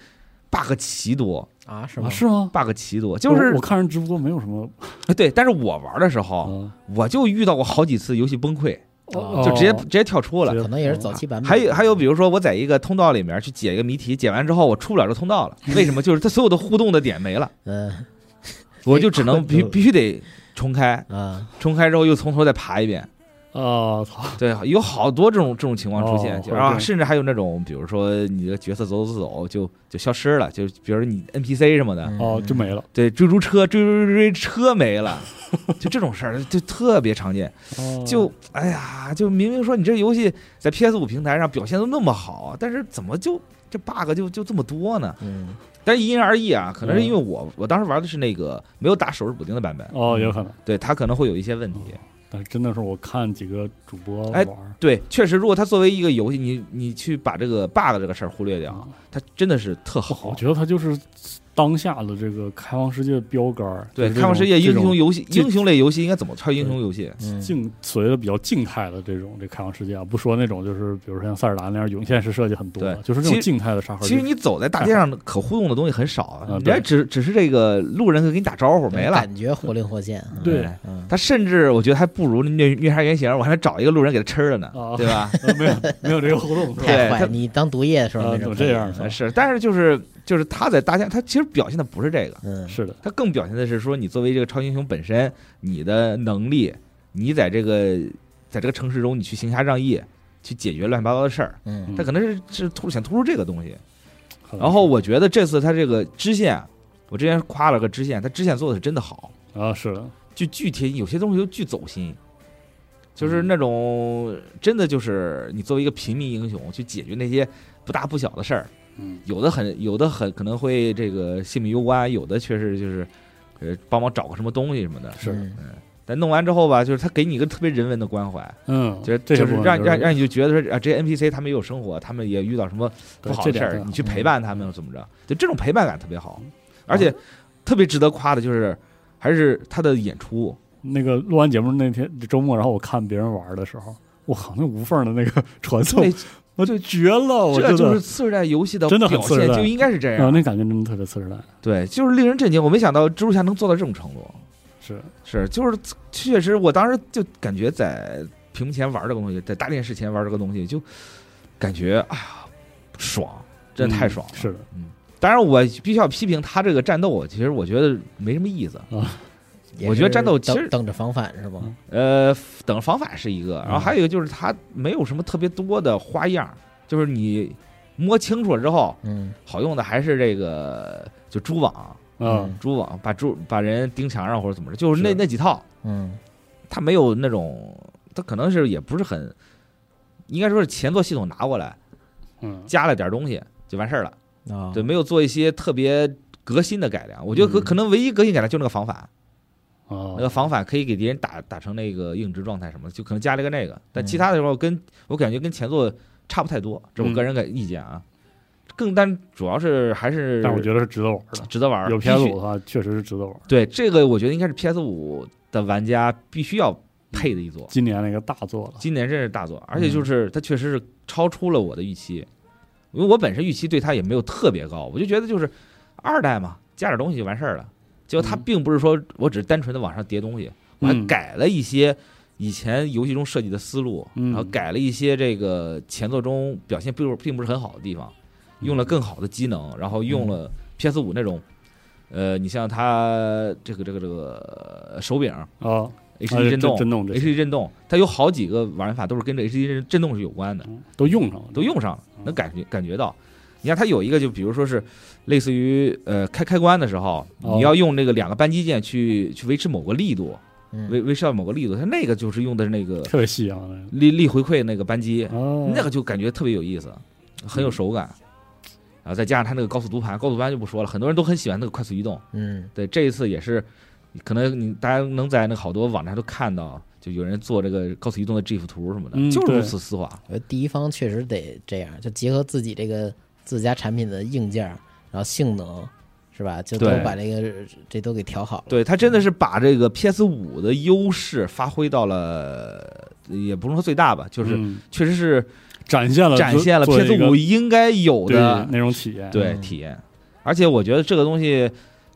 Speaker 2: bug 奇多
Speaker 3: 啊，是
Speaker 1: 啊
Speaker 3: 吗？
Speaker 1: 是吗？
Speaker 2: ，bug 奇多，就是
Speaker 1: 我我看人直播没有什么，
Speaker 2: 对，但是我玩的时候，
Speaker 1: 啊
Speaker 2: 我就遇到过好几次游戏崩溃，
Speaker 1: 哦
Speaker 2: 就直接直接跳出了
Speaker 1: 直。接
Speaker 3: 可能也是早期版本。
Speaker 2: 还有还有，比如说我在一个通道里面去解一个谜题，解完之后我出不了这通道了，为什么？就是它所有的互动的点没了，
Speaker 3: 嗯
Speaker 2: 我就只能必
Speaker 3: 被困住
Speaker 2: 必须得重开，
Speaker 3: 啊，
Speaker 2: 重开之后又从头再爬一遍。
Speaker 1: 啊操，
Speaker 2: 对，有好多这种这种情况出现
Speaker 1: 哦，
Speaker 2: 就然后
Speaker 1: 对
Speaker 2: 甚至还有那种，比如说你的角色走走走就就消失了，就比如说你 NPC 什么的，
Speaker 3: 嗯
Speaker 1: 哦就没了，
Speaker 2: 对，追逐车追追追追车没了， 就这种事儿就特别常见。
Speaker 1: 哦
Speaker 2: 就哎呀，就明明说你这游戏在 PS 五平台上表现都那么好，但是怎么就这 bug 就就这么多呢？
Speaker 3: 嗯
Speaker 2: 但是因人而异啊，可能是
Speaker 1: 嗯
Speaker 2: 因为我我当时玩的是那个没有打手指补丁的版本，
Speaker 1: 哦有可能，
Speaker 2: 对它可能会有一些问题。
Speaker 1: 但是真的是我看几个主播
Speaker 2: 哎
Speaker 1: 玩，
Speaker 2: 对，确实，如果它作为一个游戏，
Speaker 1: 啊嗯
Speaker 2: 你你去把这个 bug 这个事儿忽略掉，它真的是特
Speaker 1: 我
Speaker 2: 好。
Speaker 1: 觉得他就是当下的这个开放世界标杆儿。
Speaker 2: 对，
Speaker 1: 就是这
Speaker 2: 开放世
Speaker 1: 种
Speaker 2: 界英
Speaker 1: 这
Speaker 2: 雄
Speaker 1: 种
Speaker 2: 游戏、
Speaker 1: 这
Speaker 2: 英雄类游戏应该怎么叫英雄游戏？
Speaker 3: 嗯
Speaker 1: 静所谓的比较静态的这种这开放世界啊，不说那种就是比如说像塞尔达那样涌现式设计很多
Speaker 2: 对，
Speaker 1: 就是那
Speaker 2: 其
Speaker 1: 种
Speaker 2: 实
Speaker 1: 静态的沙盒。
Speaker 2: 其实你走在大街上，可互动的东西很少啊，人
Speaker 1: 嗯对
Speaker 2: 家只只是这个路人会给你打招呼，没了。
Speaker 3: 嗯感觉活灵活现啊。
Speaker 1: 对
Speaker 2: 哎
Speaker 3: 嗯，
Speaker 2: 他甚至我觉得还不如虐虐杀原型，我还能找一个路人给他吃了呢，
Speaker 1: 啊
Speaker 2: 对吧？
Speaker 1: 呃没有没有这个活动是吧？
Speaker 3: 太坏
Speaker 2: 他
Speaker 3: 了！你当毒液的时候
Speaker 1: 啊
Speaker 3: 那种
Speaker 1: 怎么这样
Speaker 3: 感觉
Speaker 1: 啊
Speaker 2: 是，但是就是就是他在大家，他其实表现的不是这个，
Speaker 3: 嗯，
Speaker 1: 是的，
Speaker 2: 他更表现的是说你作为这个超级英雄本身，你的能力，你在这个在这个城市中你去行侠仗义，去解决乱七八糟的事儿，
Speaker 3: 嗯
Speaker 2: 他可能是是突想突出这个东西。
Speaker 1: 看来
Speaker 2: 然后我觉得这次他这个支线，我之前夸了个支线，他支线做的是真的好，
Speaker 1: 啊是的，
Speaker 2: 就具体有些东西就巨走心，
Speaker 1: 嗯
Speaker 2: 就是那种真的就是你作为一个平民英雄去解决那些不大不小的事儿，
Speaker 1: 嗯
Speaker 2: 有的很有的很可能会这个性命攸关，有的确实就是呃帮忙找个什么东西什么的。
Speaker 1: 是的，
Speaker 3: 嗯
Speaker 2: 但弄完之后吧，就是他给你一个特别人文的关怀，
Speaker 1: 嗯，
Speaker 2: 就是
Speaker 1: 这
Speaker 2: 就
Speaker 1: 个
Speaker 2: 是
Speaker 1: 部分
Speaker 2: 让
Speaker 1: 就
Speaker 2: 让让你就觉得说啊，这些 NPC 他们也有生活，他们也遇到什么
Speaker 1: 对
Speaker 2: 不好
Speaker 1: 这
Speaker 2: 的
Speaker 1: 点
Speaker 2: 事儿
Speaker 1: 对，啊嗯
Speaker 2: 你去
Speaker 3: 嗯
Speaker 2: 陪伴他们怎么着？就这种陪伴感特别好，而
Speaker 1: 啊
Speaker 2: 且特别值得夸的就是还是他的演出，
Speaker 1: 那个录完节目那天周末，然后我看别人玩的时候，我靠，那无缝的那个传送
Speaker 2: 对，，
Speaker 1: 我哦就绝了，我
Speaker 2: 这
Speaker 1: 真
Speaker 2: 就是
Speaker 1: 的
Speaker 2: 次世代游戏的
Speaker 1: 真的很
Speaker 2: 表
Speaker 1: 次
Speaker 2: 现
Speaker 1: 世，代
Speaker 2: 就应该是这
Speaker 1: 啊，
Speaker 2: 样。
Speaker 1: 那感觉真的特别次时代，
Speaker 2: 对，就是令人震惊，我没想到蜘蛛侠能做到这种程度。
Speaker 1: 是
Speaker 2: 是，就是确实，我当时就感觉在屏幕前玩这个东西，在大电视前玩这个东西，就感觉哎呀，爽，真的太
Speaker 1: 嗯
Speaker 2: 爽了。
Speaker 1: 是的，
Speaker 2: 当然，我必须要批评他这个战斗，其实我觉得没什么意思。
Speaker 3: 也
Speaker 2: 我觉得
Speaker 3: 是
Speaker 2: 战斗其
Speaker 3: 等
Speaker 2: 实
Speaker 3: 等着防反是吧？
Speaker 2: 呃，等防反是一个，然后
Speaker 1: 嗯
Speaker 2: 还有一个就是他没有什么特别多的花样，就是你摸清楚了之后，
Speaker 3: 嗯
Speaker 2: 好用的还是这个就蛛网，
Speaker 1: 啊，
Speaker 2: 蛛网把蛛把人钉墙上或者怎么着，就是那
Speaker 1: 是
Speaker 2: 那几套，
Speaker 3: 嗯
Speaker 2: 他没有那种，他可能是也不是很，应该说是前作系统拿过来
Speaker 1: 嗯，
Speaker 2: 加了点东西就完事儿了，
Speaker 3: 啊，
Speaker 2: 对，没有做一些特别革新的改良。我觉得可
Speaker 1: 嗯
Speaker 2: 可能唯一革新改良就是那个防反，
Speaker 1: 啊
Speaker 2: 那，个防反可以给敌人打打成那个硬直状态什么的，就可能加了一个那个，但
Speaker 1: 嗯
Speaker 2: 其他的时候跟我感觉跟前作差不太多，这是我个人的意见啊。更但主要是还是
Speaker 1: 但我觉得是值得玩的，
Speaker 2: 值得玩儿，
Speaker 1: 有
Speaker 2: 必须
Speaker 1: PS 五的话确实是值得玩。
Speaker 2: 对这个我觉得应该是 PS 五的玩家必须要配的一座。
Speaker 1: 今年那个大作了，
Speaker 2: 今年真是大作，而且
Speaker 1: 嗯
Speaker 2: 就是它确实是超出了我的预期，因为我本身预期对它也没有特别高，我就觉得就是二代嘛，加点东西就完事儿了。结果它
Speaker 1: 嗯
Speaker 2: 并不是说我只是单纯的往上叠东西，我还
Speaker 1: 嗯
Speaker 2: 改了一些以前游戏中设计的思路，
Speaker 1: 嗯
Speaker 2: 然后改了一些这个前作中表现并不并不是很好的地方，用
Speaker 1: 嗯
Speaker 2: 了更好的机能，然后用了 PS 五那种，呃，你像它这个这个这个呃手柄
Speaker 1: 啊，
Speaker 2: HD 震动，
Speaker 1: 震动这些
Speaker 2: HD 震动，它有好几个玩法都是跟这 HD 震动是有关的，
Speaker 1: 嗯都用上了，
Speaker 2: 都用上了，
Speaker 1: 嗯
Speaker 2: 能感觉感觉到。你看它有一个，就比如说是类似于呃开开关的时候，
Speaker 1: 哦
Speaker 2: 你要用那个两个扳机键去去维持某个力度，
Speaker 3: 嗯
Speaker 2: 维维持到某个力度，它那个就是用的是那个
Speaker 1: 特别细啊，那个
Speaker 2: 力力回馈那个扳机，
Speaker 1: 哦，嗯
Speaker 2: 那个就感觉特别有意思，很有手感。然后再加上它那个高速读盘，高速读盘就不说了，很多人都很喜欢那个快速移动。
Speaker 3: 嗯
Speaker 2: 对，这一次也是，可能你大家能在那好多网站都看到，就有人做这个高速移动的 GIF 图什么的，
Speaker 1: 嗯
Speaker 2: 就是如
Speaker 1: 对
Speaker 2: 此丝滑。
Speaker 3: 我觉得第一方确实得这样，就结合自己这个自家产品的硬件儿，然后性能，是吧？就都
Speaker 2: 对
Speaker 3: 把这个这都给调好了。
Speaker 2: 对，它真的是把这个 PS 五的优势发挥到了，也不是说最大吧，就是
Speaker 1: 嗯
Speaker 2: 确实是
Speaker 1: 展现了
Speaker 2: 展
Speaker 1: 做
Speaker 2: 现了
Speaker 1: 做
Speaker 2: PS
Speaker 1: 一个
Speaker 2: 五应该有
Speaker 1: 对
Speaker 2: 的
Speaker 1: 那种体验，
Speaker 2: 对
Speaker 3: 嗯
Speaker 2: 体验。而且我觉得这个东西，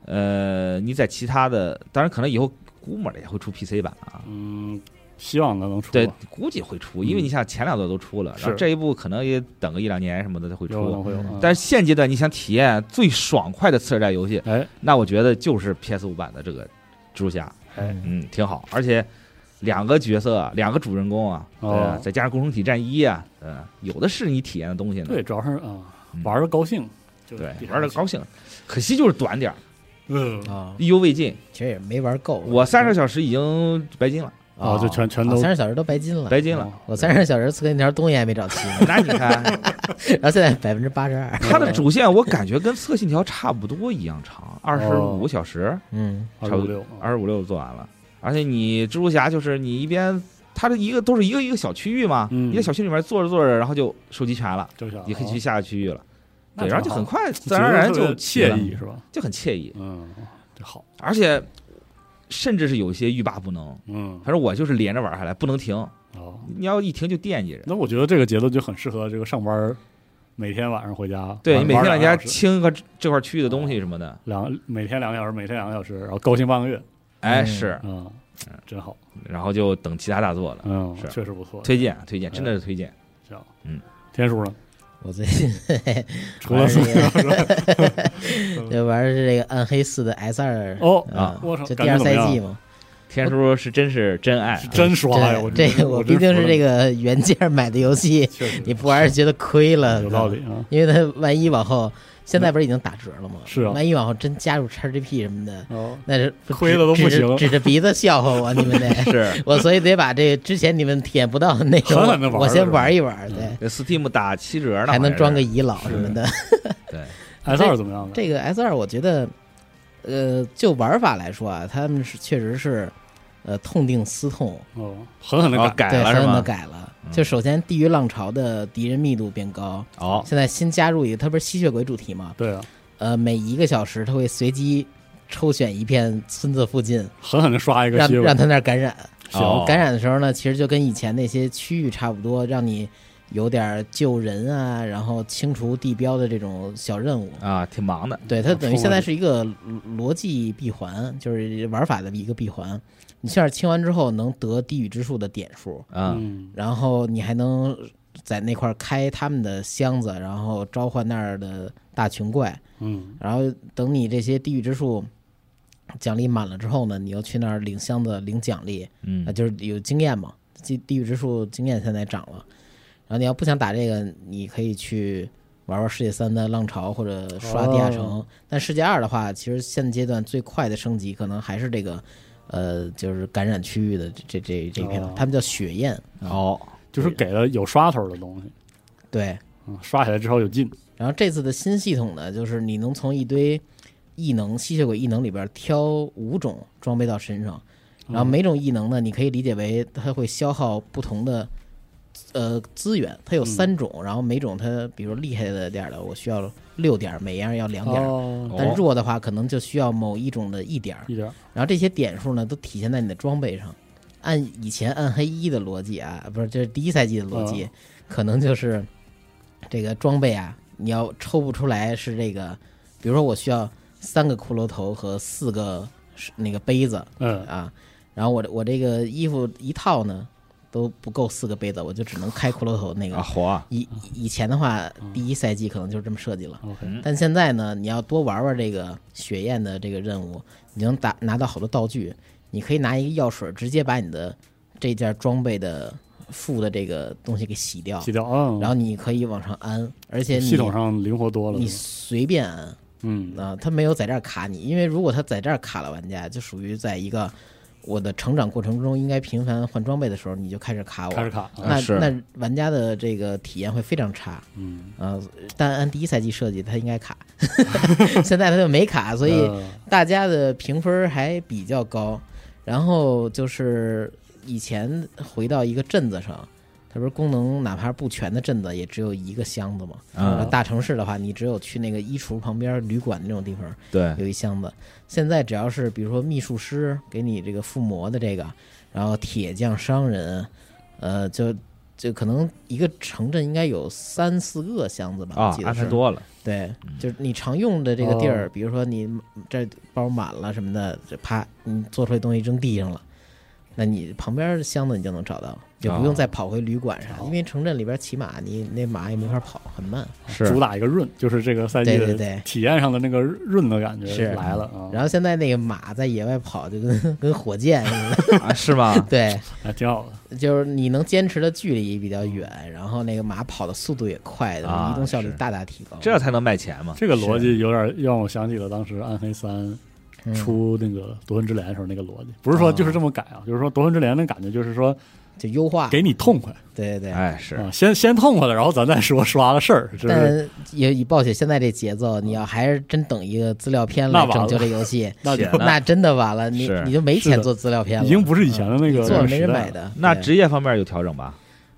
Speaker 2: 呃，你在其他的，当然可能以后估摸着也会出 PC 版啊，
Speaker 1: 嗯，希望它能出吧，啊
Speaker 2: 对，估计会出，因为
Speaker 1: 嗯
Speaker 2: 你像前两座都出了，然后
Speaker 1: 是
Speaker 2: 这一部可能也等个一两年什么的才会
Speaker 1: 有可能
Speaker 2: 出。
Speaker 1: 会有，
Speaker 3: 嗯
Speaker 1: 嗯
Speaker 2: 但是现阶段你想体验最爽快的次世代游戏，
Speaker 1: 哎
Speaker 2: 那我觉得就是 PS 五版的这个蜘蛛侠，
Speaker 1: 哎，
Speaker 3: 嗯
Speaker 2: 嗯，挺好，而且。两个角色啊，两个主人公啊，
Speaker 1: 哦
Speaker 2: 对啊再加上《共生体战一》啊，嗯，有的是你体验的东西呢。
Speaker 1: 对，主要是啊
Speaker 2: 嗯，
Speaker 1: 玩的高兴，就
Speaker 2: 对
Speaker 1: 比，较
Speaker 2: 玩的高兴，可惜就是短点儿，
Speaker 1: 嗯，
Speaker 3: 啊，
Speaker 2: 意犹未尽。
Speaker 3: 其实也没玩够。啊
Speaker 2: 我三十个小时已经白金了，
Speaker 1: 啊，就全全都
Speaker 3: 三十小时都白金了。
Speaker 2: 白金了。
Speaker 1: 啊
Speaker 3: 我三十小时刺客信条东西还没找齐呢，
Speaker 2: 那你看，
Speaker 3: 然后现在百分之八十二。
Speaker 2: 它的主线我感觉跟《刺客信条》差不多一样长，二十
Speaker 1: 哦
Speaker 2: 五小时，
Speaker 3: 嗯
Speaker 1: 二十
Speaker 2: 差不
Speaker 1: 五
Speaker 2: 多
Speaker 1: 六，啊
Speaker 2: 二十五六做完了。而且你蜘蛛侠就是你一边，它的一个都是一个一个小区域嘛，
Speaker 1: 嗯
Speaker 2: 你在小区里面坐着坐着，然后就收集全了，
Speaker 1: 就想啊
Speaker 2: 你可以去下个区域了。
Speaker 1: 哦那
Speaker 2: 对，然后
Speaker 1: 挺
Speaker 2: 就
Speaker 1: 好
Speaker 2: 很快，自然而然就齐
Speaker 1: 惬
Speaker 2: 了
Speaker 1: 意，是吧？
Speaker 2: 就很惬意，
Speaker 1: 嗯，这好，
Speaker 2: 而且甚至是有些欲罢不能。
Speaker 1: 嗯，
Speaker 2: 反正我就是连着玩下来，不能停。
Speaker 1: 哦，
Speaker 2: 你要一停就惦记着。
Speaker 1: 那我觉得这个节奏就很适合这个上班儿，每天晚上回家，
Speaker 2: 对你
Speaker 1: 玩
Speaker 2: 每天
Speaker 1: 玩两
Speaker 2: 往家
Speaker 1: 个小时哦
Speaker 2: 清个这块区域的东西什么的，
Speaker 1: 两每天两个小时，每天两个小时，然后高兴半个月，
Speaker 2: 哎
Speaker 3: 嗯
Speaker 2: 是，
Speaker 1: 嗯，真好，
Speaker 2: 然后就等其他大作了。
Speaker 1: 嗯，
Speaker 2: 是
Speaker 1: 确实不错。
Speaker 2: 推荐啊推荐，真的是推荐。
Speaker 1: 嗯
Speaker 3: 嗯
Speaker 1: 天叔呢？
Speaker 3: 我最近
Speaker 1: 除了
Speaker 3: 玩
Speaker 1: 四
Speaker 3: 儿这
Speaker 1: 个，
Speaker 3: 就玩的是这个《暗黑四》的 S 二
Speaker 1: 哦
Speaker 2: 啊
Speaker 1: 我操
Speaker 3: 这
Speaker 1: 感
Speaker 3: 第
Speaker 1: 觉
Speaker 3: 二
Speaker 1: 怎么
Speaker 3: 赛
Speaker 1: 样
Speaker 3: 季嘛，
Speaker 2: 天叔是真是真爱啊，
Speaker 1: 真刷呀！
Speaker 3: 这
Speaker 1: 我
Speaker 3: 这
Speaker 1: 真
Speaker 3: 个
Speaker 1: 我
Speaker 3: 毕竟是这
Speaker 1: 个，
Speaker 3: 个 原价买的游 戏，
Speaker 1: 确实
Speaker 3: 你不玩是觉得亏了，
Speaker 1: 有道理啊。
Speaker 3: 因为它万一往后，现在不是已经打折了吗？
Speaker 1: 是啊
Speaker 3: 万一往后真加入 XGP 什么的，
Speaker 1: 哦，
Speaker 3: 那是
Speaker 1: 亏了都不
Speaker 3: 指
Speaker 1: 行
Speaker 3: 指指着鼻子笑话我，你们得
Speaker 2: 是。
Speaker 3: 我，所以得把这之前你们体验不到的内容，
Speaker 1: 狠狠地玩
Speaker 3: 我
Speaker 1: 了
Speaker 3: 先
Speaker 1: 是吧嗯
Speaker 3: 玩一玩，对，
Speaker 2: 那 Steam 打七折呢，
Speaker 3: 还能装个
Speaker 2: 好
Speaker 3: 遗老什么的。
Speaker 2: 像是对
Speaker 1: S 二怎么样呢？
Speaker 3: 这个 S 二，我觉得，呃，就玩法来说啊，他们是确实是，呃，痛定思痛，
Speaker 1: 哦，狠狠的
Speaker 2: 然后
Speaker 1: 改，
Speaker 2: 改
Speaker 3: 对，
Speaker 2: 了
Speaker 3: 狠
Speaker 2: 是
Speaker 3: 狠的
Speaker 2: 吗？
Speaker 3: 改了。
Speaker 2: 嗯
Speaker 3: 就首先，地狱浪潮的敌人密度变高，
Speaker 2: 哦，
Speaker 3: 现在新加入一个，它不是吸血鬼主题嘛？
Speaker 1: 对啊，
Speaker 3: 呃，每一个小时它会随机抽选一片村子附近，
Speaker 1: 狠狠的刷一个
Speaker 3: 让
Speaker 1: 新
Speaker 3: 让
Speaker 1: 闻，
Speaker 3: 它那儿感染。
Speaker 1: 行
Speaker 2: 哦
Speaker 3: 感染的时候呢，其实就跟以前那些区域差不多，让你有点救人啊，然后清除地标的这种小任务。
Speaker 2: 啊，挺忙的，
Speaker 3: 对，它等于
Speaker 1: 出
Speaker 3: 现
Speaker 1: 了
Speaker 3: 在
Speaker 1: 这
Speaker 3: 是一个逻逻辑闭环，就是玩法的一个闭环。你像是清完之后能得地狱之树的点数，
Speaker 2: 啊，
Speaker 1: 嗯，
Speaker 3: 然后你还能在那块儿开他们的箱子，然后召唤那儿的大群怪，
Speaker 1: 嗯，
Speaker 3: 然后等你这些地狱之树奖励满了之后呢，你又去那儿领箱子领奖励，
Speaker 2: 嗯
Speaker 3: 啊，，就是有经验嘛，地地狱之树经验现在涨了。然后你要不想打这个，你可以去玩玩世界三的浪潮或者刷地下城。
Speaker 1: 哦
Speaker 3: 但世界二的话，其实现阶段最快的升级可能还是这个，呃，就是感染区域的这这这这一片，
Speaker 1: 哦
Speaker 3: 他们叫雪燕。
Speaker 2: 哦，
Speaker 1: 就是给了有刷头的东西，
Speaker 3: 对，
Speaker 1: 嗯，刷起来之后有劲，
Speaker 3: 然后这次的新系统呢，就是你能从一堆异能吸血鬼异能里边挑五种装备到身上，然后每种异能呢，你可以理解为它会消耗不同的呃资源，它有三种，然后每种它比如说厉害的点儿的，我需要六点儿，每样要两点儿。
Speaker 1: 哦，
Speaker 3: 但弱的话，可能就需要某一种的一点儿，
Speaker 1: 一点儿，
Speaker 3: 然后这些点数呢，都体现在你的装备上。按以前暗黑一的逻辑啊，不是，这是第一赛季的逻辑，
Speaker 1: 嗯
Speaker 3: 可能就是这个装备啊，你要抽不出来是这个，比如说我需要三个骷髅头和四个是那个杯子
Speaker 1: 嗯，
Speaker 3: 啊，然后我我这个衣服一套呢都不够四个杯子，我就只能开骷髅头那个。
Speaker 2: 啊，火啊，
Speaker 3: 以以前的话，第一赛季可能就是这么设计了。
Speaker 1: OK
Speaker 2: 嗯
Speaker 3: 但现在呢，你要多玩玩这个雪燕的这个任务，你能打拿到好多道具。你可以拿一个药水，直接把你的这件装备的附的这个东西给洗掉，
Speaker 1: 洗掉，嗯，
Speaker 3: 然后你可以往上安，而且你
Speaker 1: 系统上灵活多了
Speaker 3: 你，随便安啊、
Speaker 1: 嗯，
Speaker 3: 它没有在这儿卡你，因为如果它在这儿卡了玩家，就属于在一个我的成长过程中应该频繁换装备的时候，你就开始卡我，啊
Speaker 1: 开始卡，
Speaker 3: 那
Speaker 2: 啊是
Speaker 3: 那玩家的这个体验会非常差，
Speaker 1: 嗯，
Speaker 3: 呃，但按第一赛季设计，它应该卡， 现在它就没卡，所
Speaker 2: 嗯
Speaker 3: 以
Speaker 1: 呃
Speaker 3: 大家的评分还比较高。然后就是以前回到一个镇子上，它不是功能哪怕不全的镇子也只有一个箱子嘛。然后
Speaker 2: 嗯，
Speaker 3: 大城市的话，你只有去那个衣橱旁边旅馆那种地方
Speaker 2: 对，
Speaker 3: 有一箱子。现在只要是比如说秘术师给你这个附魔的这个，然后铁匠、商人，呃，就就可能一个城镇应该有三四个箱子吧，
Speaker 2: 啊
Speaker 3: 我记，得
Speaker 2: 安
Speaker 3: 是哦
Speaker 2: 排。多嗯哦了，
Speaker 3: 对，就是你常用的这个地儿，比如说你这包满了什么的，这啪，你做出来东西扔地上了。那你旁边的箱子你就能找到，就
Speaker 2: 哦
Speaker 3: 不用再跑回旅馆啥，
Speaker 1: 哦
Speaker 3: 因为城镇里边骑马，你那马也没法跑，很慢。
Speaker 2: 是
Speaker 1: 主打一个润，就是这个赛季
Speaker 3: 对对
Speaker 1: 的
Speaker 3: 对，
Speaker 1: 体验上的那个润的感
Speaker 3: 是
Speaker 1: 觉来了啊，
Speaker 3: 然后现在那个马在野外跑，就跟 跟火箭似的。
Speaker 2: 啊，是吗？
Speaker 3: 对，
Speaker 1: 还哎挺好的，
Speaker 3: 就是你能坚持的距离也比较远，然后那个马跑的速度也快，然后
Speaker 2: 啊
Speaker 3: 移动效率
Speaker 2: 是
Speaker 3: 大大提高。
Speaker 2: 这才能卖钱嘛。
Speaker 1: 这个逻辑有点让我想起了当时《暗黑三
Speaker 3: 嗯》哦
Speaker 1: 出那个《夺魂之镰》的时候那个逻辑，不是说就是这么改啊，就是说《夺魂之镰》那感觉就是说
Speaker 3: 就优化，
Speaker 1: 给你痛快
Speaker 3: 对对对。
Speaker 2: 哎，是
Speaker 1: 啊，先先痛快了，然后咱再说刷的事儿，这是
Speaker 3: 但也以暴雪现在这节奏，你要还是真等一个资料片来
Speaker 1: 那完
Speaker 3: 拯
Speaker 1: 了
Speaker 3: 救这游戏，
Speaker 1: 那就
Speaker 2: 钱
Speaker 3: 那
Speaker 2: 呢？
Speaker 3: 真的完了，你
Speaker 2: 是
Speaker 3: 你就没
Speaker 1: 是
Speaker 3: 钱
Speaker 1: 的
Speaker 3: 做资料片了，
Speaker 1: 已经不是以前的那
Speaker 3: 嗯你
Speaker 1: 个
Speaker 3: 做了没
Speaker 1: 时
Speaker 3: 人
Speaker 1: 代
Speaker 3: 买的。
Speaker 2: 那
Speaker 3: 对
Speaker 2: 职业方面有调整吧？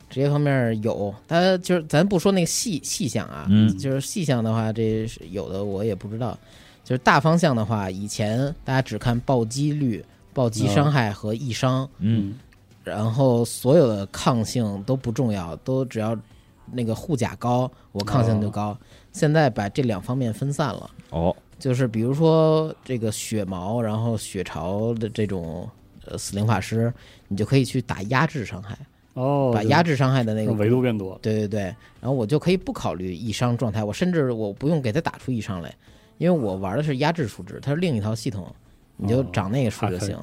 Speaker 3: 职业方面有，它就是咱不说那个细细项啊，
Speaker 2: 嗯
Speaker 3: 就是细项的话，这是有的我也不知道。就是大方向的话，以前大家只看暴击率、暴
Speaker 1: 嗯
Speaker 3: 击伤害和易伤，
Speaker 2: 嗯
Speaker 3: 然后所有的抗性都不重要，都只要那个护甲高，我抗
Speaker 1: 哦
Speaker 3: 性就高。现在把这两方面分散了，
Speaker 2: 哦
Speaker 3: 就是比如说这个血矛，然后血潮的这种呃死灵法师，你就可以去打压制伤害，
Speaker 1: 哦，
Speaker 3: 把压制伤害的那
Speaker 1: 就
Speaker 3: 个
Speaker 1: 是维度变多了，
Speaker 3: 对对对，然后我就可以不考虑易伤状态，我甚至我不用给他打出易伤来，因为我玩的是压制数值，它是另一套系统，你就
Speaker 1: 哦
Speaker 3: 长那个数
Speaker 1: 还
Speaker 3: 就
Speaker 1: 可以
Speaker 3: 行。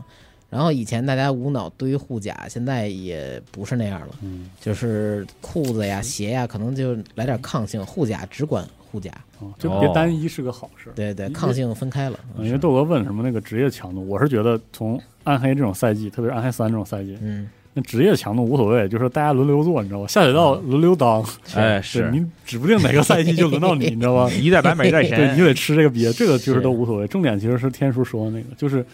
Speaker 3: 然后以前大家无脑堆护甲，现在也不是那样了，
Speaker 1: 嗯，
Speaker 3: 就是裤子呀、鞋呀，可能就来点抗性，护甲只管护甲，
Speaker 1: 哦就
Speaker 2: 哦
Speaker 1: 别单一是个好事。
Speaker 3: 对对，
Speaker 1: 因为
Speaker 3: 抗性分开了。
Speaker 1: 嗯因为豆哥问什么那个职业强度，我是觉得从暗黑这种赛季，特别是暗黑三这种赛季，
Speaker 3: 嗯，
Speaker 1: 那职业强度无所谓，就是大家轮流做，你知道吧？下水道
Speaker 3: 嗯
Speaker 1: 轮流当，
Speaker 2: 哎
Speaker 1: 对
Speaker 2: 是，
Speaker 1: 你指不定哪个赛季就轮到你，你知道 吧？
Speaker 2: 一代版本一代
Speaker 1: 对，你
Speaker 2: 神
Speaker 1: 就，得吃这个鳖，这个其实
Speaker 3: 是
Speaker 1: 都无所谓。重点其实是天叔说的那个，就是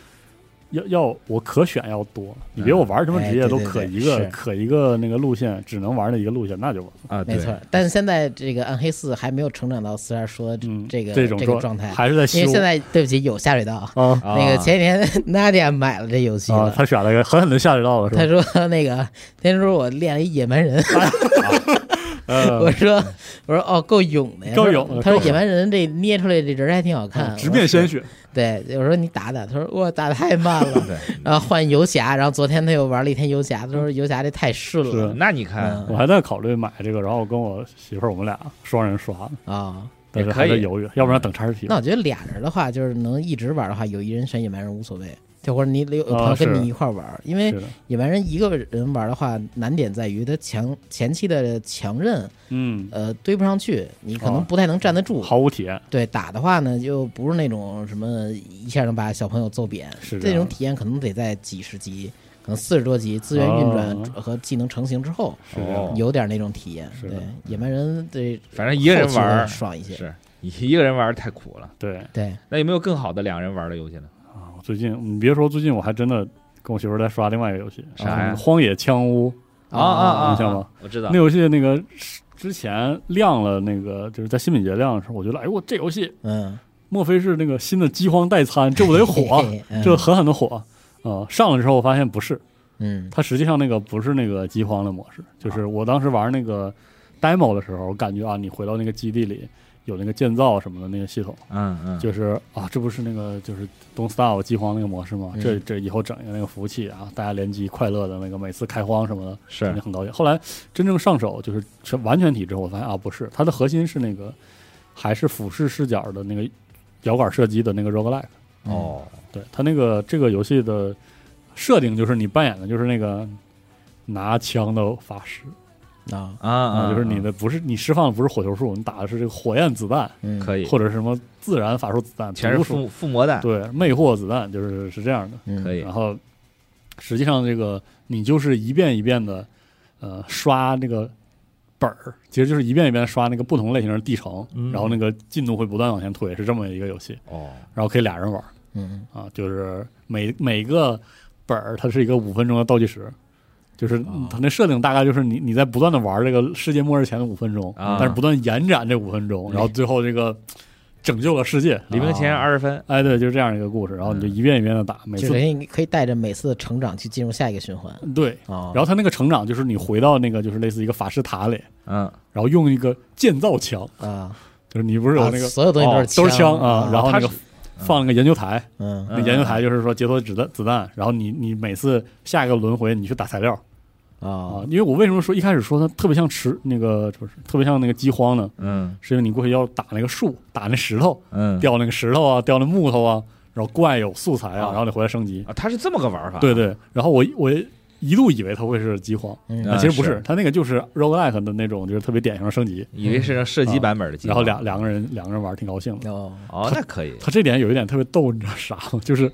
Speaker 1: 要要我可选要多，你别我玩什么职业
Speaker 3: 哎对
Speaker 1: 都
Speaker 3: 对
Speaker 1: 可
Speaker 3: 对
Speaker 1: 一个
Speaker 3: 是
Speaker 1: 可一个那个路线，只能玩那一个路线，那就玩。
Speaker 2: 啊，
Speaker 3: 没
Speaker 2: 对，
Speaker 3: 错。但是现在这个暗黑四还没有成长到四二说的
Speaker 1: 嗯，
Speaker 3: 这个、
Speaker 1: 种
Speaker 3: 这个状态，
Speaker 1: 还是在修
Speaker 3: 因为现在对不起有下水道。
Speaker 1: 啊
Speaker 2: 啊
Speaker 3: 那个前几天 Nadia 买了这游戏
Speaker 1: 啊
Speaker 3: 了，，
Speaker 1: 他选了一个狠狠的下水道了，是
Speaker 3: 他
Speaker 1: 吧？
Speaker 3: 说那个天叔，我练了一野蛮人，我
Speaker 1: 呃，
Speaker 3: 说我说哦，够勇的呀，
Speaker 1: 够勇
Speaker 3: 他说他说
Speaker 1: 够勇啊
Speaker 3: 野蛮人这捏出来这人还挺好
Speaker 2: 嗯
Speaker 3: 看，
Speaker 1: 嗯直面鲜
Speaker 3: 血。
Speaker 1: 血，
Speaker 3: 对，我说你打打，他说我打得太慢了。
Speaker 2: 对，
Speaker 3: 然后换游侠，然后昨天他又玩了一天游侠，他说游侠这太顺了
Speaker 1: 是
Speaker 2: 那你看
Speaker 3: 嗯
Speaker 1: 我还在考虑买这个，然后我跟我媳妇儿我们俩双人刷，
Speaker 3: 啊。
Speaker 1: 但
Speaker 2: 也
Speaker 1: 是
Speaker 2: 可
Speaker 1: 还在
Speaker 2: 以
Speaker 1: 犹豫，要不然等叉 P
Speaker 3: 那。我觉得俩人的话，就是能一直玩的话，有一人选野蛮人无所谓，就或者你有有朋友
Speaker 1: 啊
Speaker 3: 跟
Speaker 1: 是
Speaker 3: 你一块玩，因为
Speaker 1: 是的，
Speaker 3: 野蛮人一个人玩的话，难点在于他强前期的强韧
Speaker 1: 嗯，
Speaker 3: 呃堆不上去，你可能
Speaker 1: 哦
Speaker 3: 不太能站得住。
Speaker 1: 毫无体验，
Speaker 3: 对打的话呢，就不是那种什么一下能把小朋友揍扁，
Speaker 1: 是
Speaker 3: 这
Speaker 1: 样
Speaker 3: 种体验可能得在几十级，可能四十多级资源运转
Speaker 1: 哦
Speaker 3: 和技能成型之后，
Speaker 1: 是这样
Speaker 2: 哦
Speaker 3: 有点那种体验。
Speaker 1: 是的
Speaker 3: 对，野蛮人对，
Speaker 2: 反正一个人玩儿
Speaker 3: 爽一些。
Speaker 2: 是一个人玩儿太苦了。
Speaker 1: 对
Speaker 3: 对，
Speaker 2: 那有没有更好的两人玩儿的游戏呢？
Speaker 1: 啊，我最近你别说，最近我还真的跟我媳妇儿在刷另外一个游戏，
Speaker 2: 啥呀
Speaker 1: 嗯荒野枪屋》
Speaker 2: 啊啊啊！
Speaker 1: 印象吗
Speaker 2: 啊我知道
Speaker 1: 那，游戏，那个之前亮了，那个就是在新品节亮的时候，我觉得，哎呦，我这游戏
Speaker 3: 嗯，
Speaker 1: 莫非是那个新的饥荒代餐？这不得 火
Speaker 3: 嘿嘿嗯，
Speaker 1: 这狠狠的火啊、上了之后，我发现不是，
Speaker 3: 嗯
Speaker 1: 它实际上那个不是那个饥荒的模式，就是我当时玩那个 demo 的时候，我感觉啊，你回到那个基地里有那个建造什么的那个系统。
Speaker 2: 嗯嗯，
Speaker 1: 就是啊，这不是那个就是 Don't Starve 饥荒那个模式吗？
Speaker 3: 嗯
Speaker 1: 这这以后整一个那个服务器啊，大家联机快乐的那个，每次开荒什么的，
Speaker 2: 是
Speaker 1: 肯定很高兴。后来真正上手就是全完全体之后，我发现啊，不是它的核心是那个还是俯视视角的那个摇杆射击的那个 roguelike。
Speaker 2: 哦，
Speaker 1: 对它那个这个游戏的设定就是你扮演的就是那个拿枪的法师
Speaker 3: 啊，
Speaker 2: 啊啊，
Speaker 1: 就是你的不是你释放的不是火球术，你打的是这个火焰子弹
Speaker 3: 嗯，
Speaker 2: 可以，
Speaker 1: 或者是什么自然法术子弹，
Speaker 2: 全是
Speaker 1: 毒术
Speaker 2: 附附魔弹，
Speaker 1: 对，魅惑子弹就是是这样的。
Speaker 3: 嗯
Speaker 2: 可以
Speaker 1: 然后实际上这个你就是一遍一遍的呃刷那个本儿，其实就是一遍一遍刷那个不同类型的地城，
Speaker 2: 嗯
Speaker 1: 然后那个进度会不断往前推，是这么一个游戏。
Speaker 2: 哦，
Speaker 1: 然后可以俩人玩儿
Speaker 3: 嗯
Speaker 1: 啊，就是每每个本儿它是一个五分钟的倒计时。就是
Speaker 2: 啊
Speaker 1: 它那设定大概就是你你在不断的玩这个世界末日前的五分钟，
Speaker 2: 啊
Speaker 1: 但是不断延展这五分钟，
Speaker 3: 哎
Speaker 1: 然后最后这个拯救了世界，
Speaker 2: 李冰前
Speaker 1: 啊
Speaker 2: 二十分，
Speaker 1: 哎，对，就是这样一个故事，然后你就一遍一遍的打，每
Speaker 3: 嗯就哎
Speaker 1: 次
Speaker 3: 等于你可以带着每次的成长去进入下一个循环
Speaker 1: 对，
Speaker 3: 啊。
Speaker 1: 然后他那个成长就是你回到那个就是类似一个法师塔里，
Speaker 2: 嗯，
Speaker 1: 然后用一个建造枪，
Speaker 3: 后啊，
Speaker 1: 就是你不是有那个
Speaker 3: 啊所有东西
Speaker 2: 哦
Speaker 3: 都
Speaker 1: 都是
Speaker 3: 是
Speaker 1: 枪啊，然后
Speaker 2: 它
Speaker 1: 那个
Speaker 2: 是
Speaker 1: 放了个研究台，
Speaker 3: 嗯
Speaker 1: 那研究台就是说解锁子弹子弹，然后你你每次下一个轮回你去打材料
Speaker 3: 啊
Speaker 1: 啊，
Speaker 2: 哦
Speaker 1: 因为我为什么说一开始说它特别像吃那个不是特别像那个饥荒呢？
Speaker 2: 嗯
Speaker 1: 是因为你过去要打那个树，打那石头，
Speaker 2: 嗯，
Speaker 1: 掉那个石头啊，掉那木头啊，然后怪有素材啊，
Speaker 2: 啊
Speaker 1: 然后你回来升级。
Speaker 2: 啊，它是这么个玩法，
Speaker 1: 对，对，然后我我一度以为它会是饥荒，
Speaker 3: 嗯
Speaker 1: 但
Speaker 2: 啊
Speaker 1: 其实不
Speaker 2: 是
Speaker 1: 是，它那个就是 roguelike 的那种，就是特别典型的升级，
Speaker 2: 以为是射击版本的，
Speaker 1: 嗯然后两，两个人两个人玩儿挺高兴的。
Speaker 3: 哦
Speaker 2: 哦，那可以，
Speaker 1: 它这点有一点特别逗，你知道啥吗？就是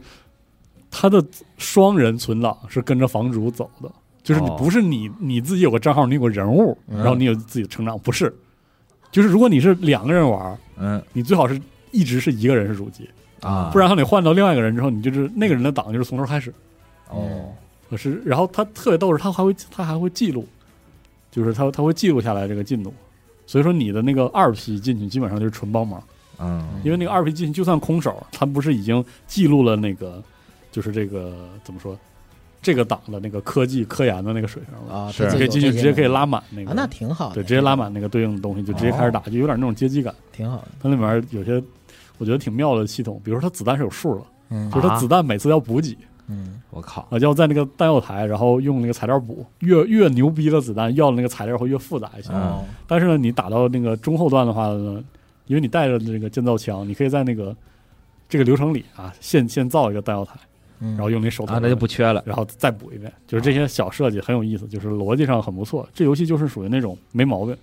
Speaker 1: 它的双人存档是跟着房主走的，就是你
Speaker 2: 哦
Speaker 1: 不是你你自己有个账号，你有个人物，
Speaker 3: 嗯
Speaker 1: 然后你有自己的成长，不是，就是如果你是两个人玩儿，
Speaker 2: 嗯
Speaker 1: 你最好是。一直是一个人是主机，
Speaker 2: 啊，
Speaker 1: 嗯不然的话你换到另外一个人之后，你就是那个人的档就是从头开始。
Speaker 2: 哦，
Speaker 1: 是，然后他特别逗是，他还会他还会记录，就是它它会记录下来这个进度。所以说你的那个二 P 进去基本上就是纯帮忙，
Speaker 2: 嗯
Speaker 1: 因为那个二 P 进去就算空手，它不是已经记录了那个就是这个怎么说这个档的那个科技科研的那个水平了，
Speaker 3: 啊，
Speaker 2: 是
Speaker 1: 你可以进去直接可以拉满那
Speaker 3: 啊
Speaker 1: 个，，
Speaker 3: 那挺好的，哦
Speaker 1: 对，直接拉满那个对应的东西就直接开始打，就有点那种街机感。
Speaker 3: 挺好的，
Speaker 1: 它里面有些我觉得挺妙的系统，比如说它子弹是有数的，
Speaker 3: 嗯
Speaker 1: 就是它
Speaker 2: 啊
Speaker 1: 子弹每次要补给，
Speaker 3: 嗯
Speaker 2: 我靠，
Speaker 1: 啊，要在那个弹药台，然后用那个材料补，越越牛逼的子弹要的那个材料会越复杂一些。
Speaker 2: 嗯
Speaker 3: 哦
Speaker 1: 但是呢，你打到那个中后段的话呢，因为你带着这个建造枪，你可以在那个这个流程里啊，现现造一个弹药台，
Speaker 3: 嗯，
Speaker 1: 然后用那手头、
Speaker 2: 啊，那就不，缺了，
Speaker 1: 然后再补一遍，就是这些小设计很有意思，就是逻辑上很不错。这游戏就是属于那种没毛病，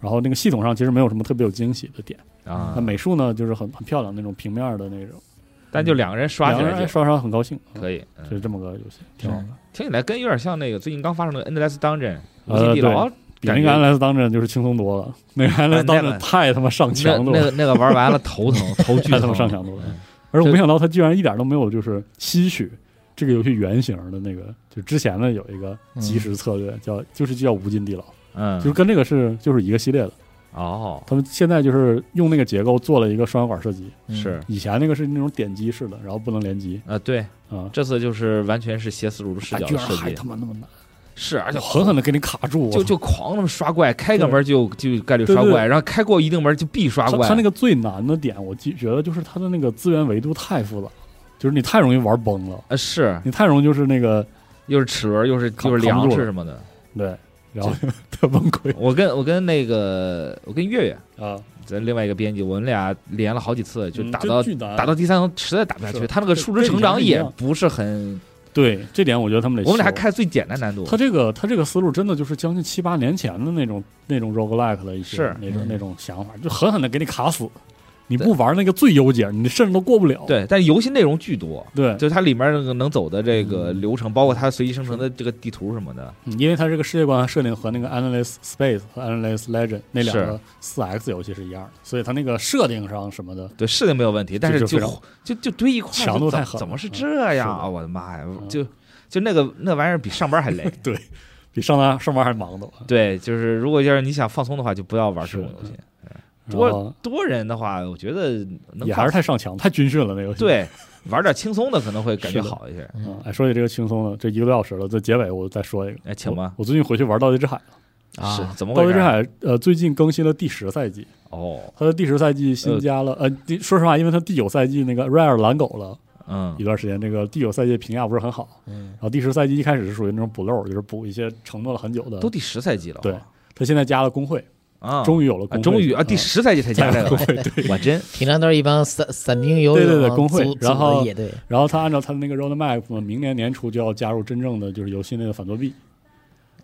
Speaker 1: 然后那个系统上其实没有什么特别有惊喜的点。
Speaker 2: 啊
Speaker 1: 那，美术呢，就是很很漂亮那种平面的那种，
Speaker 2: 但就两个人刷起
Speaker 1: 两个
Speaker 2: 来
Speaker 1: 人
Speaker 2: 就
Speaker 1: 刷刷很高兴，嗯
Speaker 2: 可以，嗯
Speaker 1: 就是这么个游戏，挺好的。
Speaker 2: 听起来跟有点像那个最近刚发生的《Endless Dungeon》无
Speaker 1: 呃
Speaker 2: 极地
Speaker 1: 对
Speaker 2: 牢，
Speaker 1: 比那
Speaker 2: 感
Speaker 1: 个
Speaker 2: 觉
Speaker 1: 安莱斯当阵就是轻松多了，那个安莱斯当阵太他妈上
Speaker 2: 那
Speaker 1: 强度
Speaker 2: 那
Speaker 1: 了，
Speaker 2: 个那个玩完了 头疼，头巨
Speaker 1: 太他妈
Speaker 2: 疼，
Speaker 1: 上强度了
Speaker 2: 嗯。
Speaker 1: 而我没想到他居然一点都没有就是吸取这个游戏原型的那个，就之前的有一个即时策略叫就是叫无尽地牢，
Speaker 2: 嗯，
Speaker 1: 就是跟这个是就是一个系列的。
Speaker 2: 哦，
Speaker 1: 他们现在就是用那个结构做了一个双摇杆射击，
Speaker 3: 嗯
Speaker 2: 是
Speaker 1: 以前那个是那种点击式的，然后不能连击
Speaker 2: 啊，对，
Speaker 1: 啊。
Speaker 2: 这次就是完全是斜四十五度视
Speaker 1: 哎
Speaker 2: 角
Speaker 1: 居
Speaker 2: 的
Speaker 1: 然
Speaker 2: 设
Speaker 1: 还
Speaker 2: 计
Speaker 1: 他，妈那么难，
Speaker 2: 是而且
Speaker 1: 狠狠的给你卡住。
Speaker 2: 就
Speaker 1: 我操
Speaker 2: 就狂那么刷怪，开个门就就概率
Speaker 1: 对
Speaker 2: 刷
Speaker 1: 对
Speaker 2: 怪，然后开过一定门就必刷
Speaker 1: 他
Speaker 2: 怪。
Speaker 1: 他那个最难的点，我记觉得就是他的那个资源维度太复杂，就是你太容易玩崩了。
Speaker 2: 呃是
Speaker 1: 你太容易就是那个
Speaker 2: 又是齿轮又是
Speaker 1: 扛
Speaker 2: 又是粮
Speaker 1: 扛不住
Speaker 2: 食
Speaker 1: 了
Speaker 2: 什么的。
Speaker 1: 对，然后 特崩溃
Speaker 2: 我跟我跟那个我跟月月
Speaker 1: 啊，
Speaker 2: 咱另外一个编辑，我们俩连了好几次，就
Speaker 1: 嗯
Speaker 2: 打
Speaker 1: 这
Speaker 2: 到
Speaker 1: 巨难
Speaker 2: 打到第三层实在打不下去，
Speaker 1: 是啊
Speaker 2: 他那个
Speaker 1: 这
Speaker 2: 数值
Speaker 1: 这
Speaker 2: 成
Speaker 1: 以前
Speaker 2: 长
Speaker 1: 是一
Speaker 2: 也
Speaker 1: 样
Speaker 2: 不是很，
Speaker 1: 对这点，我觉得他们得
Speaker 2: 我们俩还
Speaker 1: 修。
Speaker 2: 开最简单难度。
Speaker 1: 他这个他这个思路真的就是将近七八年前的那种那种 roguelike 的一些
Speaker 2: 是
Speaker 1: 那种
Speaker 3: 嗯
Speaker 1: 那种想法，就狠狠的给你卡死。你不玩那个最优解，你甚至都过不了。
Speaker 2: 对，但是游戏内容巨多，
Speaker 1: 对，
Speaker 2: 就是它里面那个能走的这个
Speaker 1: 嗯
Speaker 2: 流程，包括它随机生成的这个地图什么的，
Speaker 1: 嗯因为它这个世界观设定和那个 Analyst Space 和 Analyst Legend 那两
Speaker 2: 是
Speaker 1: 个四 X 游戏是一样的，所以它那个设定上什么的，
Speaker 2: 对，是的没有问题，但是
Speaker 1: 就
Speaker 2: 就
Speaker 1: 非常
Speaker 2: 就就堆一块儿，
Speaker 1: 强度
Speaker 2: 就怎
Speaker 1: 太狠了
Speaker 2: 怎么是这样啊？
Speaker 1: 嗯
Speaker 2: 我的妈呀，
Speaker 1: 嗯
Speaker 2: 就就那个那玩意儿比上班 还累。
Speaker 1: 比上班上班还忙的。
Speaker 2: 对，就是如果要是你想放松的话，就不要玩这种游戏。
Speaker 1: 然
Speaker 2: 多
Speaker 1: 后
Speaker 2: 多人的话，我觉得能
Speaker 1: 也
Speaker 2: 放
Speaker 1: 还是太上强，太军训了那游戏。
Speaker 2: 对玩点轻松的可能会感觉
Speaker 1: 是的
Speaker 2: 好一些。
Speaker 1: 嗯
Speaker 3: 嗯，
Speaker 1: 哎，说起这个轻松的，这一个多小时了，在结尾我再说一个。
Speaker 2: 哎，请吧
Speaker 1: 我。我最近回去玩《盗贼之海》了，
Speaker 3: 啊
Speaker 2: 是怎么
Speaker 1: 《
Speaker 2: 回
Speaker 1: 盗
Speaker 2: 事
Speaker 1: 贼之
Speaker 2: 儿？
Speaker 1: 海》呃，最近更新了第十赛季，
Speaker 2: 哦，
Speaker 1: 它的第十赛季新加了呃第说实话，因为它第九赛季那个 Rare 蓝狗了
Speaker 2: 嗯
Speaker 1: 一段时间，这个第九赛季评价不是很好，
Speaker 3: 嗯
Speaker 1: 然后第十赛季一开始是属于那种补漏，就是补一些承诺了很久的
Speaker 2: 都。第十赛季了，哦
Speaker 1: 对，他现在加了工会，
Speaker 2: 啊，
Speaker 1: 终于有了嗯
Speaker 2: 啊
Speaker 1: 工会，
Speaker 2: 终于啊，第十赛季才加
Speaker 1: 加
Speaker 2: 这
Speaker 1: 了
Speaker 2: 个
Speaker 1: 工，会， 对。
Speaker 2: 我真
Speaker 3: 平常都是一帮散散兵游
Speaker 1: 对
Speaker 3: 勇，
Speaker 1: 对对工会
Speaker 3: 组组
Speaker 1: 然后
Speaker 3: 的野队，
Speaker 1: 然后他按照他的那个 roadmap，嘛明年年初就要加入真正的就是游戏内的反作弊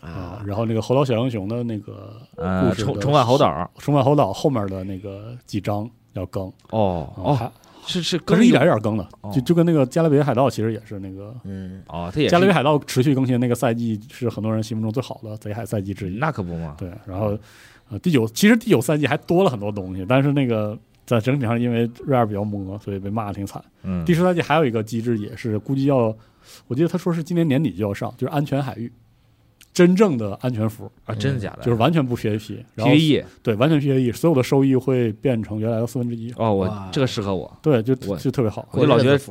Speaker 1: 啊
Speaker 3: 啊，，
Speaker 1: 然后那个猴岛小英雄的那个
Speaker 2: 呃
Speaker 1: 故，事
Speaker 2: 重
Speaker 1: 的
Speaker 2: 重返猴岛
Speaker 1: 《重返猴岛》后面的那个几章要更
Speaker 2: 哦哦，
Speaker 1: 哦，
Speaker 2: 是是
Speaker 1: 可
Speaker 2: 更
Speaker 1: 是一点一点更的
Speaker 2: 哦，
Speaker 1: 就就跟那个《加勒比海盗》其实也是那个
Speaker 3: 嗯，
Speaker 2: 哦，他也
Speaker 1: 《加勒比
Speaker 2: 是
Speaker 1: 海盗》持续更新那个赛季是很多人心目中最好的贼海赛季之一。
Speaker 2: 那可不嘛，
Speaker 1: 对，然后呃第九其实第九赛季还多了很多东西，但是那个在整体上因为 Rare 比较磨，所以被骂的挺惨。
Speaker 2: 嗯，
Speaker 1: 第十赛季还有一个机制也是估计要，我记得他说是今年年底就要上，就是安全海域。真正的安全服
Speaker 2: 啊，真的假的？E
Speaker 1: 就是完全不 PVP，然后
Speaker 2: PVE
Speaker 1: 对完全 PVE，所有的收益会变成原来的四分之一，
Speaker 2: 哦，我
Speaker 3: 哇
Speaker 2: 这个适合我，
Speaker 1: 对，就
Speaker 2: 我
Speaker 1: 就特别好。
Speaker 2: 我就老觉得
Speaker 3: 过日子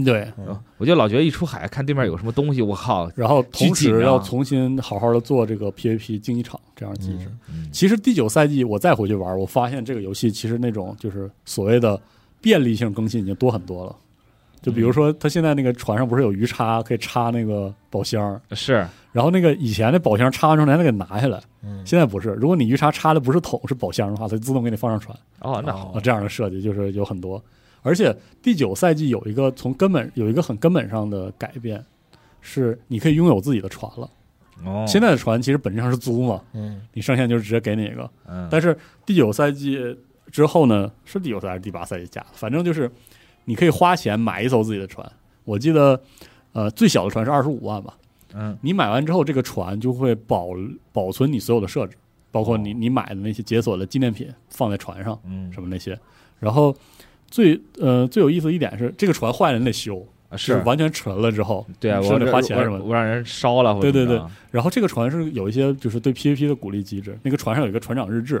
Speaker 3: 服
Speaker 1: 对，
Speaker 3: 嗯
Speaker 2: 我就老觉得一出海看对面有什么东西，我靠，
Speaker 1: 然后同
Speaker 2: 巨紧
Speaker 1: 时
Speaker 2: 张
Speaker 1: 要重新好好的做这个 PVP 竞技场这样的机制。
Speaker 3: 嗯
Speaker 2: 嗯
Speaker 1: 其实第九赛季我再回去玩，我发现这个游戏其实那种就是所谓的便利性更新已经多很多了。就比如说，它现在那个船上不是有鱼叉可以插那个宝箱，
Speaker 2: 是
Speaker 1: 然后那个以前那宝箱插完之后还得给拿下来，
Speaker 3: 嗯
Speaker 1: 现在不是。如果你鱼叉插的不是桶是宝箱的话，它就自动给你放上船。
Speaker 2: 哦，那好
Speaker 1: 啊，这样的设计就是有很多。而且第九赛季有一个从根本有一个很根本上的改变，是你可以拥有自己的船了。
Speaker 2: 哦，
Speaker 1: 现在的船其实本质上是租嘛，
Speaker 3: 嗯
Speaker 1: 你上线就是直接给你一个。
Speaker 2: 嗯
Speaker 1: 但是第九赛季之后呢，是第九赛还是第八赛季加的？反正就是你可以花钱买一艘自己的船。我记得，呃，最小的船是二十五万吧。
Speaker 2: 嗯
Speaker 1: 你买完之后，这个船就会保保存你所有的设置，包括
Speaker 2: 哦
Speaker 1: 你你买的那些解锁的纪念品放在船上。
Speaker 2: 嗯
Speaker 1: 什么那些。然后最呃最有意思的一点是，这个船坏了你得修，
Speaker 2: 啊啊
Speaker 1: 就是完全沉了之后，
Speaker 2: 对啊，我
Speaker 1: 甚至花钱
Speaker 2: 我
Speaker 1: 什么的。
Speaker 2: 我让人烧了，或者
Speaker 1: 对对
Speaker 2: 怎么
Speaker 1: 然后这个船是有一些就是对 PVP 的鼓励机制，那个船上有一个船长日志，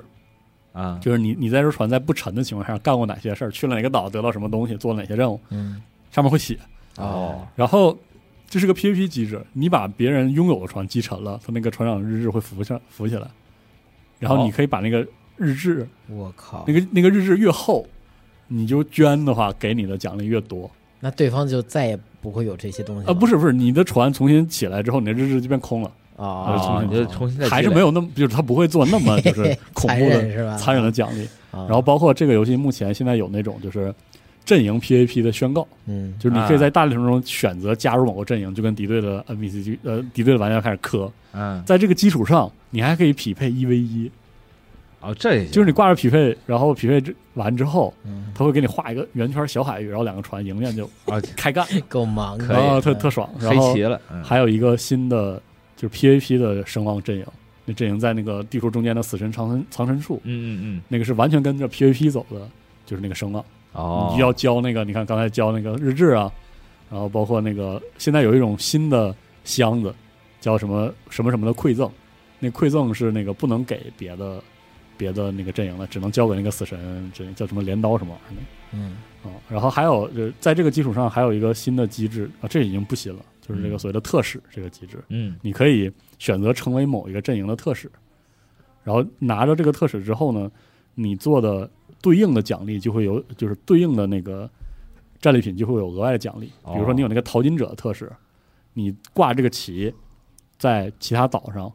Speaker 2: 着啊，
Speaker 1: 就是你你在这船在不沉的情况下干过哪些事儿，去了哪个岛得到什么东西，做了哪些任务，
Speaker 3: 嗯，啊
Speaker 1: 上面会写。
Speaker 2: 哦，
Speaker 1: 然后这是个 PVP 机制，你把别人拥有的船击沉了，他那个船长日志会浮上浮起来，然后
Speaker 2: 哦
Speaker 1: 你可以把那个日志、
Speaker 3: 我靠
Speaker 1: 那，个那个日志越厚，你就捐的话，给你的奖励越多。
Speaker 3: 那对方就再也不会有这些东西
Speaker 1: 啊，不
Speaker 3: 是
Speaker 1: 是不是，你的船重新起来之后，你的日志就变空了，
Speaker 3: 啊，
Speaker 2: 啊，
Speaker 1: 哦
Speaker 2: 你就重新再
Speaker 1: 还是
Speaker 2: 积累
Speaker 1: 没有那么，就是他不会做那么就是 恐
Speaker 3: 残
Speaker 1: 怖
Speaker 3: 忍
Speaker 1: 的
Speaker 3: 是吧？
Speaker 1: 残忍的奖励。
Speaker 3: 啊，然
Speaker 1: 然后包括这个游戏目前现在有那种就是阵营 PVP 的宣告，
Speaker 3: 嗯
Speaker 1: 就是你可
Speaker 2: 啊
Speaker 1: 以在大历程中选择加入某个阵营，就跟敌对的 NPC 就呃敌对的玩家开始磕。
Speaker 2: 嗯，
Speaker 1: 在这个基础上，你还可以匹配一 v 一，
Speaker 2: 哦，这也行
Speaker 1: 就是你挂着匹配，然后匹配之完之后，
Speaker 3: 嗯，
Speaker 1: 他会给你画一个圆圈小海域，然后两个船迎面就
Speaker 2: 啊，
Speaker 1: 开干，
Speaker 3: 够忙的，
Speaker 2: 可以
Speaker 1: 然后啊特
Speaker 3: 嗯
Speaker 1: 特爽。然
Speaker 2: 黑
Speaker 1: 后
Speaker 2: 棋了，嗯
Speaker 1: 还有一个新的就是 PVP 的声望阵营，那阵营在那个地图中间的死神藏身藏身处，
Speaker 2: 嗯嗯嗯，
Speaker 1: 那个是完全跟着 PVP 走的，就是那个声望。
Speaker 2: 哦
Speaker 1: 你，要教那个，你看刚才教那个日志啊，然后包括那个现在有一种新的箱子，叫什么什么什么的馈赠，那馈赠是那个不能给别的别的那个阵营的，只能交给那个死神阵营，叫什么镰刀什么玩意儿的
Speaker 3: 嗯
Speaker 1: 啊、然后还有就是在这个基础上还有一个新的机制啊，这已经不新了，就是这个
Speaker 2: 嗯
Speaker 1: 所谓的特使这个机制，
Speaker 2: 嗯
Speaker 1: 你可以选择成为某一个阵营的特使，然后拿着这个特使之后呢，你做的对应的奖励就会有，就是对应的那个战利品就会有额外的奖励。
Speaker 2: 哦
Speaker 1: 比如说你有那个淘金者的特使，你挂这个旗在其他岛上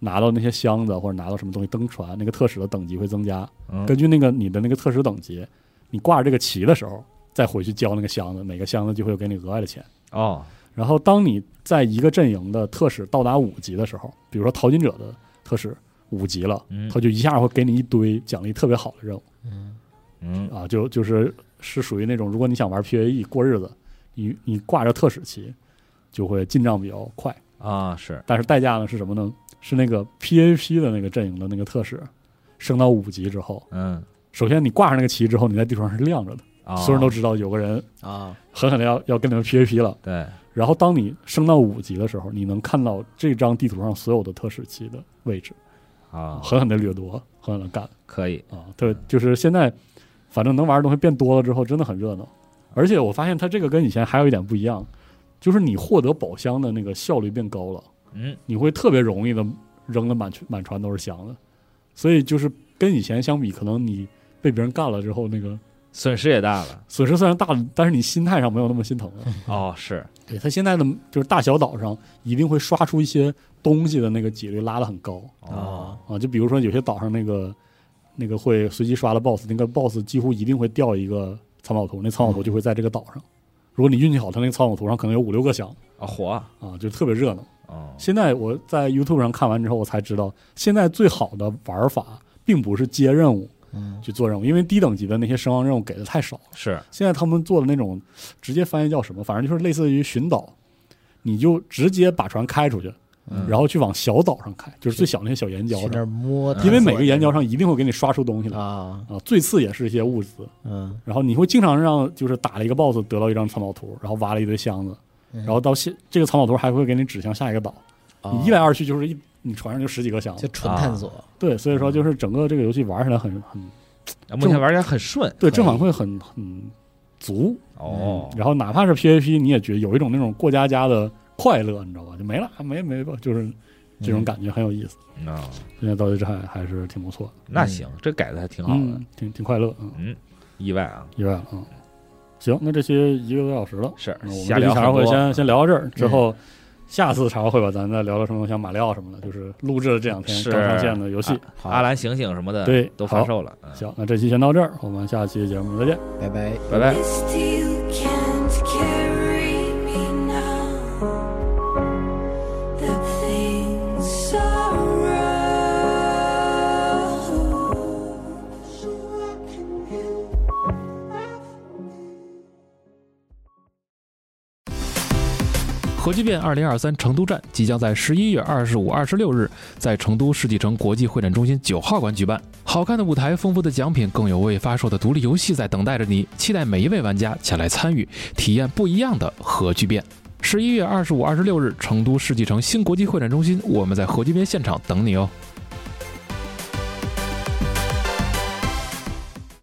Speaker 1: 拿到那些箱子或者拿到什么东西登船，那个特使的等级会增加。
Speaker 2: 嗯，
Speaker 1: 根据那个你的那个特使等级，你挂着这个旗的时候再回去交那个箱子，每个箱子就会有给你额外的钱。
Speaker 2: 哦，
Speaker 1: 然后当你在一个阵营的特使到达五级的时候，比如说淘金者的特使五级了，
Speaker 2: 嗯
Speaker 1: 他就一下会给你一堆奖励特别好的任务
Speaker 3: 嗯
Speaker 2: 嗯
Speaker 1: 啊，就就是是属于那种如果你想玩 PVE 过日子，你你挂着特使旗就会进账比较快，
Speaker 2: 啊是，
Speaker 1: 但是代价呢是什么呢？是那个 PVP 的那个阵营的那个特使升到五级之后，
Speaker 2: 嗯，
Speaker 1: 首先你挂上那个旗之后，你在地图上是亮着的，
Speaker 2: 啊
Speaker 1: 所有人都知道有个人
Speaker 3: 啊，
Speaker 1: 狠狠的要要跟你们 PVP 了。
Speaker 2: 对，
Speaker 1: 然后当你升到五级的时候，你能看到这张地图上所有的特使旗的位置，
Speaker 2: 啊
Speaker 1: 狠狠的掠夺，狠狠的干
Speaker 2: 可以，
Speaker 1: 啊！对，就是现在，反正能玩的东西变多了之后，真的很热闹。而且我发现它这个跟以前还有一点不一样，就是你获得宝箱的那个效率变高了，
Speaker 2: 嗯
Speaker 1: 你会特别容易的扔的满满船都是箱子，所以就是跟以前相比，可能你被别人干了之后，那个
Speaker 2: 损失也大了，
Speaker 1: 损失虽然大了，但是你心态上没有那么心疼啊了。
Speaker 2: 哦是，
Speaker 1: 对，它现在的就是大小岛上一定会刷出一些东西的那个几率拉得很高
Speaker 2: 哦
Speaker 1: 啊，就比如说有些岛上那个那个会随机刷的 BOSS，那个 BOSS 几乎一定会掉一个藏宝图，那藏宝图就会在这个岛上。如果你运气好，它那个藏宝图上可能有五六个箱
Speaker 2: 啊火，
Speaker 1: 啊，就特别热闹。
Speaker 2: 哦
Speaker 1: 现在我在 YouTube 上看完之后，我才知道，现在最好的玩法并不是接任务
Speaker 3: 嗯
Speaker 1: 去做任务，因为低等级的那些声望任务给的太少了。
Speaker 2: 是
Speaker 1: 现在他们做的那种直接翻译叫什么，反正就是类似于寻岛，你就直接把船开出去，
Speaker 2: 嗯
Speaker 1: 然后去往小岛上开，就是最小那些小岩
Speaker 3: 去
Speaker 1: 礁
Speaker 3: 那
Speaker 1: 上，
Speaker 3: 儿摸，
Speaker 1: 因为每个岩礁上一定会给你刷出东西来
Speaker 3: 啊，
Speaker 1: 啊，最次也是一些物资，
Speaker 3: 嗯，
Speaker 1: 然后你会经常让就是打了一个 BOSS 得到一张藏宝图，然后挖了一堆箱子，
Speaker 3: 然
Speaker 1: 嗯然后到现这个藏宝图还会给你指向下一个岛，你一来啊二去就是一你船上就十几个箱
Speaker 3: 啊就嗯
Speaker 1: 子，
Speaker 3: 纯探索，
Speaker 1: 对，所以说就是整个这个游戏玩起来很很
Speaker 2: 啊目前玩起来很顺
Speaker 1: 对
Speaker 3: 可以
Speaker 1: 正反馈很很足，
Speaker 2: 哦，
Speaker 1: 然后哪怕是 PVP，你也觉得有一种那种过家家的快乐，你知道吧？就没了，没没吧，就是
Speaker 3: 嗯
Speaker 1: 这种感觉很有意思。
Speaker 2: 啊
Speaker 1: 现在《盗贼之海》还是挺不错的，
Speaker 2: 那行，这改的还挺好的
Speaker 1: 嗯，，挺挺快乐，嗯，
Speaker 2: 嗯，意外啊，
Speaker 1: 意外了，嗯。行，那这期一个多小时了，
Speaker 2: 是
Speaker 1: 那我们
Speaker 2: 瞎
Speaker 1: 这期
Speaker 2: 聊
Speaker 1: 茶话
Speaker 2: 很
Speaker 1: 会
Speaker 2: 多
Speaker 1: 先先聊到这儿，之后下次茶话会吧，咱再聊聊什么像马里奥什么的，就是录制的这两天
Speaker 2: 是
Speaker 1: 刚上线的游戏。
Speaker 2: 啊阿兰醒醒什么的，
Speaker 1: 对
Speaker 2: 都发
Speaker 1: 好
Speaker 2: 售了，嗯
Speaker 1: 行，那这期先到这儿，我们下期节目再见。
Speaker 3: 拜拜。
Speaker 2: 拜拜。
Speaker 4: You still can't carry me now. That thing's around, so I can help.
Speaker 5: 核聚变2023成都站即将在11月25、26日在成都世纪城国际会展中心9号馆举办。好看的舞台、丰富的奖品，更有未发售的独立游戏在等待着你。期待每一位玩家前来参与，体验不一样的核聚变。11月25、26日，成都世纪城新国际会展中心，我们在核聚变现场等你哦。